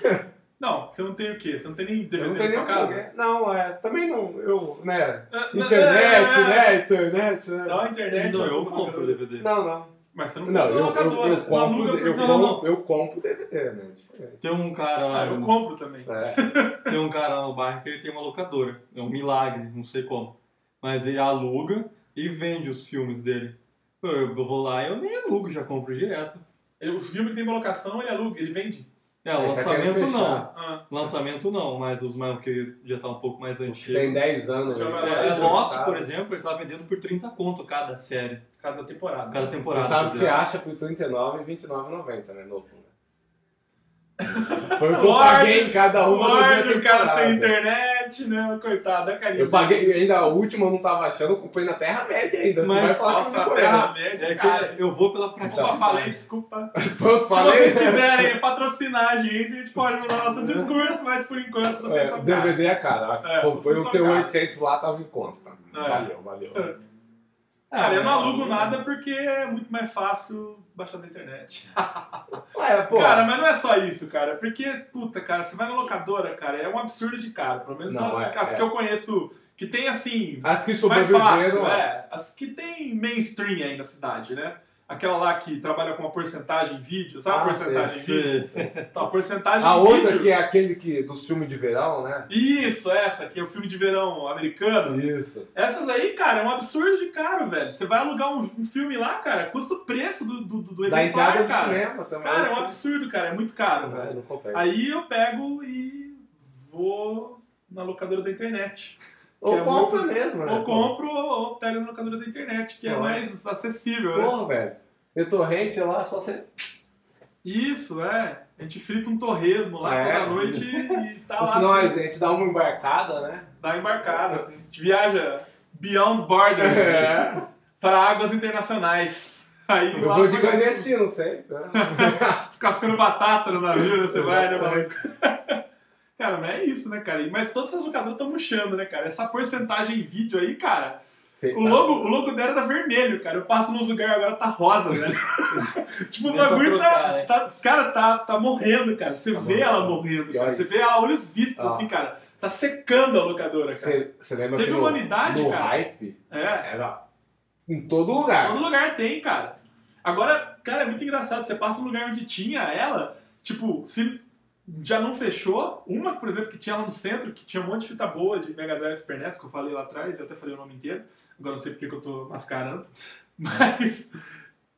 Speaker 3: tenho.
Speaker 5: Não, você não tem o quê? Você não tem nem DVD
Speaker 3: Eu não
Speaker 5: na
Speaker 3: tenho
Speaker 5: sua
Speaker 3: nem
Speaker 5: casa?
Speaker 3: casa. Não, é, também não. Eu, né?
Speaker 5: Ah,
Speaker 3: Internet,
Speaker 5: ah, ah,
Speaker 3: né? Internet, né?
Speaker 5: Então a internet...
Speaker 4: Não,
Speaker 5: ó,
Speaker 4: eu
Speaker 5: tá
Speaker 4: compro o
Speaker 5: locadora.
Speaker 4: DVD.
Speaker 3: Não, não.
Speaker 5: Mas você não,
Speaker 3: Não,
Speaker 5: compra
Speaker 3: eu,
Speaker 5: na
Speaker 3: eu,
Speaker 5: locadora,
Speaker 3: eu
Speaker 5: você não
Speaker 3: compro,
Speaker 5: aluga
Speaker 3: eu,
Speaker 5: porque...
Speaker 4: não, não.
Speaker 3: compro, eu compro DVD, né? Diferente.
Speaker 4: Tem um cara lá,
Speaker 5: Ah, eu compro também.
Speaker 3: É.
Speaker 4: tem um cara lá no bairro que ele tem uma locadora. É um milagre, não sei como. Mas ele aluga e vende os filmes dele. Eu, eu vou lá e eu nem alugo, já compro direto.
Speaker 5: Ele- Os filmes que tem pra locação, ele aluga, ele vende.
Speaker 4: É,
Speaker 3: Ele tá
Speaker 4: lançamento
Speaker 3: querendo
Speaker 4: não.
Speaker 3: fechar.
Speaker 5: Ah,
Speaker 4: Lançamento não, mas os mais que já tá um pouco mais
Speaker 3: Tem
Speaker 4: antigo.
Speaker 3: 10 anos.
Speaker 5: Já
Speaker 3: né?
Speaker 5: vai lá,
Speaker 4: É,
Speaker 5: já
Speaker 4: o nosso, por exemplo, ele tá vendendo por 30 conto cada série,
Speaker 5: cada temporada.
Speaker 4: cada temporada.
Speaker 3: Você sabe
Speaker 4: por
Speaker 3: que você
Speaker 4: exemplo.
Speaker 3: acha por R$39,00 e R$29,90, né? Novo, né? Foi o que eu
Speaker 5: Lorde,
Speaker 3: paguei em cada uma. das
Speaker 5: Lorde,
Speaker 3: minhas
Speaker 5: o cara sem
Speaker 3: temporadas.
Speaker 5: internet, né? Coitado, a carinha.
Speaker 3: Eu paguei, ainda a última eu não tava achando, eu comprei na Terra-média ainda. Você
Speaker 4: Mas,
Speaker 3: vai falar que
Speaker 5: Nossa,
Speaker 3: eu
Speaker 5: a
Speaker 3: não comprei, né?
Speaker 5: Terra-média,
Speaker 4: É
Speaker 5: cara.
Speaker 4: que eu vou pela
Speaker 5: Eu só
Speaker 4: praticidade.
Speaker 5: falei, desculpa.
Speaker 3: Pronto,
Speaker 5: Se
Speaker 3: falei.
Speaker 5: vocês quiserem patrocinar a gente, a gente pode mudar nosso discurso, mas por enquanto
Speaker 3: É,
Speaker 5: vocês são
Speaker 3: DVD é caro.
Speaker 5: É,
Speaker 3: Comprei
Speaker 5: vocês
Speaker 3: o
Speaker 5: são
Speaker 3: teu
Speaker 5: caros.
Speaker 3: 800 lá, tava em conta.
Speaker 5: É.
Speaker 3: Valeu, valeu.
Speaker 4: Ah,
Speaker 5: Cara, eu não
Speaker 4: mas-
Speaker 5: alugo nada porque é muito mais fácil baixar da internet.
Speaker 3: Ué, pô.
Speaker 5: Cara, mas não é só isso, cara. Porque, puta, cara, você vai na locadora, cara, é um absurdo de cara. Pelo menos
Speaker 3: Não,
Speaker 5: as,
Speaker 3: é,
Speaker 5: as
Speaker 3: é.
Speaker 5: que eu conheço, que tem assim,
Speaker 3: as que
Speaker 5: mais fácil,
Speaker 3: sobreviveram.
Speaker 5: é. As que tem mainstream aí na cidade, né? Aquela lá que trabalha com uma porcentagem em vídeo, sabe
Speaker 3: Ah,
Speaker 5: a porcentagem
Speaker 3: sei,
Speaker 5: em vídeo? Então, a porcentagem
Speaker 3: A
Speaker 5: em
Speaker 3: outra
Speaker 5: vídeo.
Speaker 3: que é aquele que, dos filmes de verão, né?
Speaker 5: Isso, essa, que é o filme de verão americano.
Speaker 3: Isso.
Speaker 5: Essas aí, cara, é um absurdo de caro, velho. Você vai alugar um, um filme lá, cara, custa o preço do, do, do
Speaker 3: da
Speaker 5: exemplar,
Speaker 3: entrada
Speaker 5: cara.
Speaker 3: do cinema também.
Speaker 5: Cara, é um
Speaker 3: assim.
Speaker 5: absurdo, cara. É muito caro,
Speaker 3: Não,
Speaker 5: velho.
Speaker 3: não compete.
Speaker 5: Aí eu pego e vou na locadora da internet. que é
Speaker 3: Ou compra
Speaker 5: muito-
Speaker 3: mesmo, né?
Speaker 5: Ou compro ou pego na locadora da internet, que é
Speaker 3: Olha.
Speaker 5: mais acessível, né?
Speaker 3: Porra, velho. Eu torrente lá, só você.
Speaker 5: Isso, é. A gente frita um torresmo lá
Speaker 3: É.
Speaker 5: toda noite e, e tá
Speaker 3: Ou
Speaker 5: lá.
Speaker 3: senão a
Speaker 5: assim,
Speaker 3: gente dá uma embarcada, né?
Speaker 5: dá embarcada, assim. A gente viaja beyond borders
Speaker 3: É.
Speaker 5: para águas internacionais. Aí
Speaker 3: Eu
Speaker 5: lá
Speaker 3: vou de
Speaker 5: vai-
Speaker 3: clandestino sempre. né?
Speaker 5: descascando batata no navio, né? Você vai, né, maluco? Cara, mas é isso, né, cara? E- Mas todas essas locadoras estão murchando, né, cara? Essa porcentagem em vídeo aí, cara. O
Speaker 3: tá-
Speaker 5: logo, o logo dela era vermelho, cara. Eu passo nos lugares agora tá rosa, né? tipo, o
Speaker 4: Deu pra
Speaker 5: bagulho
Speaker 4: trocar,
Speaker 5: tá,
Speaker 4: né?
Speaker 5: tá- Cara, tá, tá morrendo, cara. Você vê
Speaker 3: morrendo.
Speaker 5: ela morrendo,
Speaker 3: E
Speaker 5: cara.
Speaker 3: olha-
Speaker 5: Você vê ela a olhos vistos,
Speaker 3: Ah.
Speaker 5: assim, cara. Tá secando a locadora, cara.
Speaker 3: Você lembra
Speaker 5: Teve
Speaker 3: que no,
Speaker 5: humanidade,
Speaker 3: no
Speaker 5: cara.
Speaker 3: hype
Speaker 5: É.
Speaker 3: era em todo lugar.
Speaker 5: Todo lugar tem, cara. Agora, cara, é muito engraçado. Você passa no lugar onde tinha ela, tipo, se já não fechou, uma, por exemplo, que tinha lá no centro, que tinha um monte de fita boa de Mega Drive e Super NES, que eu falei lá atrás, eu até falei o nome inteiro, agora não sei porque que eu tô mascarando, mas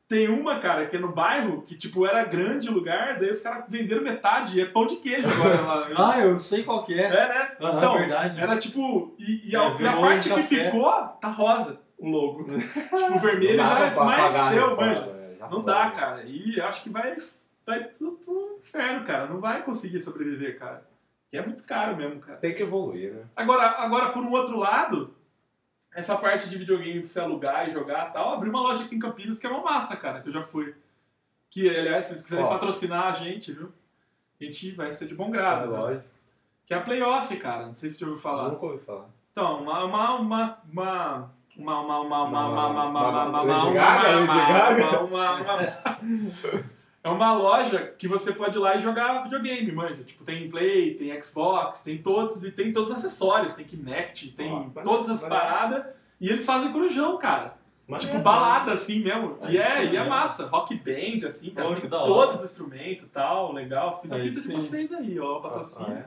Speaker 5: tem uma, cara, que é no bairro, que, tipo, era grande o lugar, daí os caras venderam metade, e é pão de queijo agora lá.
Speaker 4: Ah, eu sei qual que
Speaker 5: É,
Speaker 4: é.
Speaker 5: né?
Speaker 4: Aham,
Speaker 5: então,
Speaker 4: verdade.
Speaker 5: era tipo. E, e
Speaker 4: É,
Speaker 5: a, e a
Speaker 4: virou
Speaker 5: parte
Speaker 4: um
Speaker 5: que
Speaker 4: café. Um
Speaker 5: ficou, tá rosa o logo. tipo, o vermelho
Speaker 3: Não dá
Speaker 5: já
Speaker 3: pra apagar,
Speaker 5: esmaeceu,
Speaker 3: né,
Speaker 5: mano.
Speaker 3: fora, já
Speaker 5: Não
Speaker 3: foi,
Speaker 5: dá,
Speaker 3: né?
Speaker 5: cara. E eu acho que vai, vai tudo pro inferno, cara. Não vai conseguir sobreviver, cara. E é muito caro mesmo, cara.
Speaker 3: Tem que evoluir, né?
Speaker 5: Agora, agora, por um outro lado, essa parte de videogame pra você alugar e jogar e tal, abri uma loja aqui em Campinas que é uma massa, cara, que eu já fui. Que, aliás, se eles quiserem
Speaker 3: Ó.
Speaker 5: patrocinar a gente, viu? A gente vai ser de bom grado, né?
Speaker 3: Lógico.
Speaker 5: Que é a Playoff, cara. Não sei se você já ouviu falar.
Speaker 3: Nunca ouvi falar.
Speaker 5: Então, uma. Uma. Uma. Uma. Uma. Uma. Uma. Uma. Uma. Uma. Uma. Uma.
Speaker 3: Lady Gaga, Lady
Speaker 5: Uma.
Speaker 3: Gaga.
Speaker 5: Uma. Uma. É uma loja que você pode ir lá e jogar videogame, manja. Tipo, tem Play, tem Xbox, tem todos, e tem todos os acessórios, tem Kinect, tem
Speaker 3: Ó, maneiro,
Speaker 5: todas as
Speaker 3: maneiro.
Speaker 5: paradas. E eles fazem corujão, cara.
Speaker 3: Maneiro.
Speaker 5: Tipo, balada assim mesmo. E é,
Speaker 4: isso
Speaker 5: e é
Speaker 4: mesmo.
Speaker 5: massa. Rock band, assim, cara.
Speaker 4: Pô,
Speaker 5: tem
Speaker 4: que da hora.
Speaker 5: todos os instrumentos e tal, legal. Fiz a
Speaker 4: Aí
Speaker 5: fita de
Speaker 4: sim.
Speaker 5: vocês aí, ó,
Speaker 3: Ah,
Speaker 5: patrocínio.
Speaker 3: ah, é.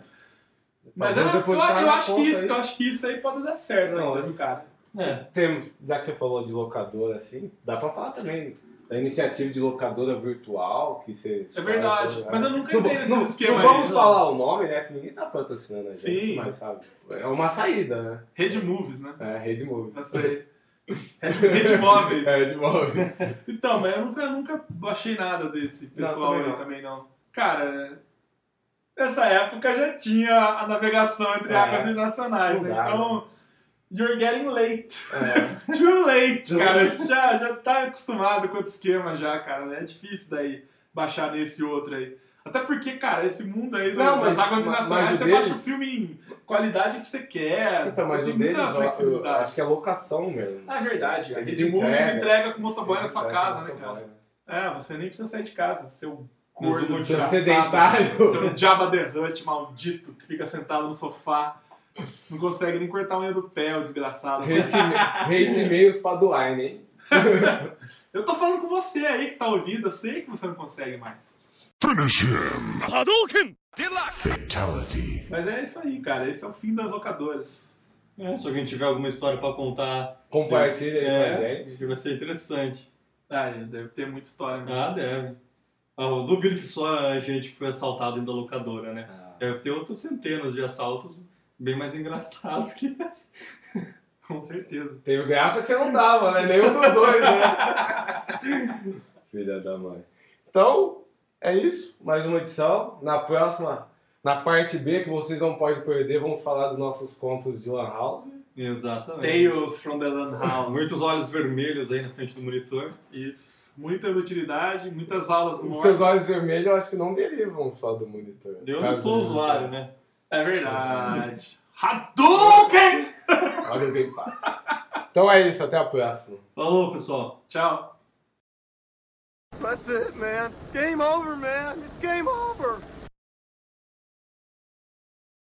Speaker 5: Mas
Speaker 3: Vamos
Speaker 5: eu, eu,
Speaker 3: depois tá
Speaker 5: eu
Speaker 3: na
Speaker 5: acho que
Speaker 3: conta
Speaker 5: isso,
Speaker 3: aí.
Speaker 5: eu acho que isso aí pode dar certo,
Speaker 3: Não,
Speaker 5: ainda, viu, cara.
Speaker 4: É.
Speaker 3: Tem, já que você falou de locadora, assim, dá pra falar também da iniciativa de locadora virtual que você. né?
Speaker 5: É verdade, mas eu nunca entrei nesse
Speaker 3: não,
Speaker 5: esquema
Speaker 3: Não
Speaker 5: aí,
Speaker 3: vamos
Speaker 5: não.
Speaker 3: falar o nome, né? Que ninguém tá patrocinando a gente,
Speaker 5: Sim.
Speaker 3: mas sabe? É uma saída, né?
Speaker 5: Rede Movies, né?
Speaker 3: É, rede móvel.
Speaker 5: Eu sei. Rede Móveis.
Speaker 3: É, de móvel.
Speaker 5: Então, mas eu nunca, nunca baixei nada desse pessoal
Speaker 3: também
Speaker 5: aí
Speaker 3: não.
Speaker 5: também não. Cara, nessa época já tinha a navegação entre
Speaker 3: É.
Speaker 5: águas internacionais, né?
Speaker 3: Não dá,
Speaker 5: Então, you're getting late.
Speaker 3: É.
Speaker 5: Too late,
Speaker 3: Too
Speaker 5: cara.
Speaker 3: late.
Speaker 5: Já, já tá acostumado com outro esquema já, cara. né? É difícil daí baixar nesse outro aí. Até porque, cara, esse mundo aí do-
Speaker 3: Não,
Speaker 5: das
Speaker 3: mas-
Speaker 5: águas
Speaker 3: mas-
Speaker 5: internacionais,
Speaker 3: mas o
Speaker 5: você
Speaker 3: deles-
Speaker 5: baixa o filme em qualidade que você quer.
Speaker 3: Então,
Speaker 5: você
Speaker 3: mas o
Speaker 5: tem muita
Speaker 3: deles, eu, eu
Speaker 5: flexibilidade.
Speaker 3: acho que é locação mesmo.
Speaker 5: Ah, é verdade. A
Speaker 3: Eles
Speaker 5: Rede Movies
Speaker 3: entregam.
Speaker 5: entrega com o motoboy na sua
Speaker 3: Isso, é,
Speaker 5: casa, né,
Speaker 3: muito
Speaker 5: cara?
Speaker 3: bom, né?
Speaker 5: É, você nem precisa sair de casa, seu
Speaker 4: Mas
Speaker 5: gordo
Speaker 4: o
Speaker 3: Seu
Speaker 5: desgraçado,
Speaker 3: sedentário.
Speaker 5: seu Jabba the Hutt maldito, que fica sentado no sofá, não consegue nem cortar a unha do pé, o desgraçado.
Speaker 3: Hate, hate e-mails pra doar, hein?
Speaker 5: Eu tô falando com você aí que tá ouvindo, eu sei que você não consegue mais.
Speaker 1: 波動拳
Speaker 7: Deluxe!
Speaker 5: Mas é isso aí, cara, esse é o fim das locadoras.
Speaker 4: É, se alguém tiver alguma história pra contar,
Speaker 3: Compartilha aí
Speaker 4: é,
Speaker 3: com a gente.
Speaker 4: acho que vai ser interessante.
Speaker 5: Ah, é, deve ter muita história mesmo.
Speaker 4: Ah, deve. Ah, eu duvido que só a gente que foi assaltado ainda da locadora, né?
Speaker 5: Ah.
Speaker 4: Deve ter outras centenas de assaltos bem mais engraçados que esse.
Speaker 5: com certeza.
Speaker 3: Teve graça que você não dava, né? Nenhum dos dois, né? Filha da mãe. Então, é isso. Mais uma edição. Na próxima, na parte B, que vocês não podem perder, vamos falar dos nossos contos de Lan House.
Speaker 4: Exatamente.
Speaker 5: Tales from the Land House.
Speaker 4: Muitos olhos vermelhos aí na frente do monitor.
Speaker 5: Isso. Muita inutilidade, muitas aulas
Speaker 3: Os
Speaker 5: mortas.
Speaker 3: seus olhos vermelhos eu acho que não derivam só do monitor. Tá
Speaker 4: Eu não sou usuário, né?
Speaker 5: É verdade. Hadouken!
Speaker 3: Olha o gamepad. Então é isso, até a próxima.
Speaker 4: Falou, pessoal.
Speaker 5: Tchau.
Speaker 9: That's it, man. Game over, man. It's game over.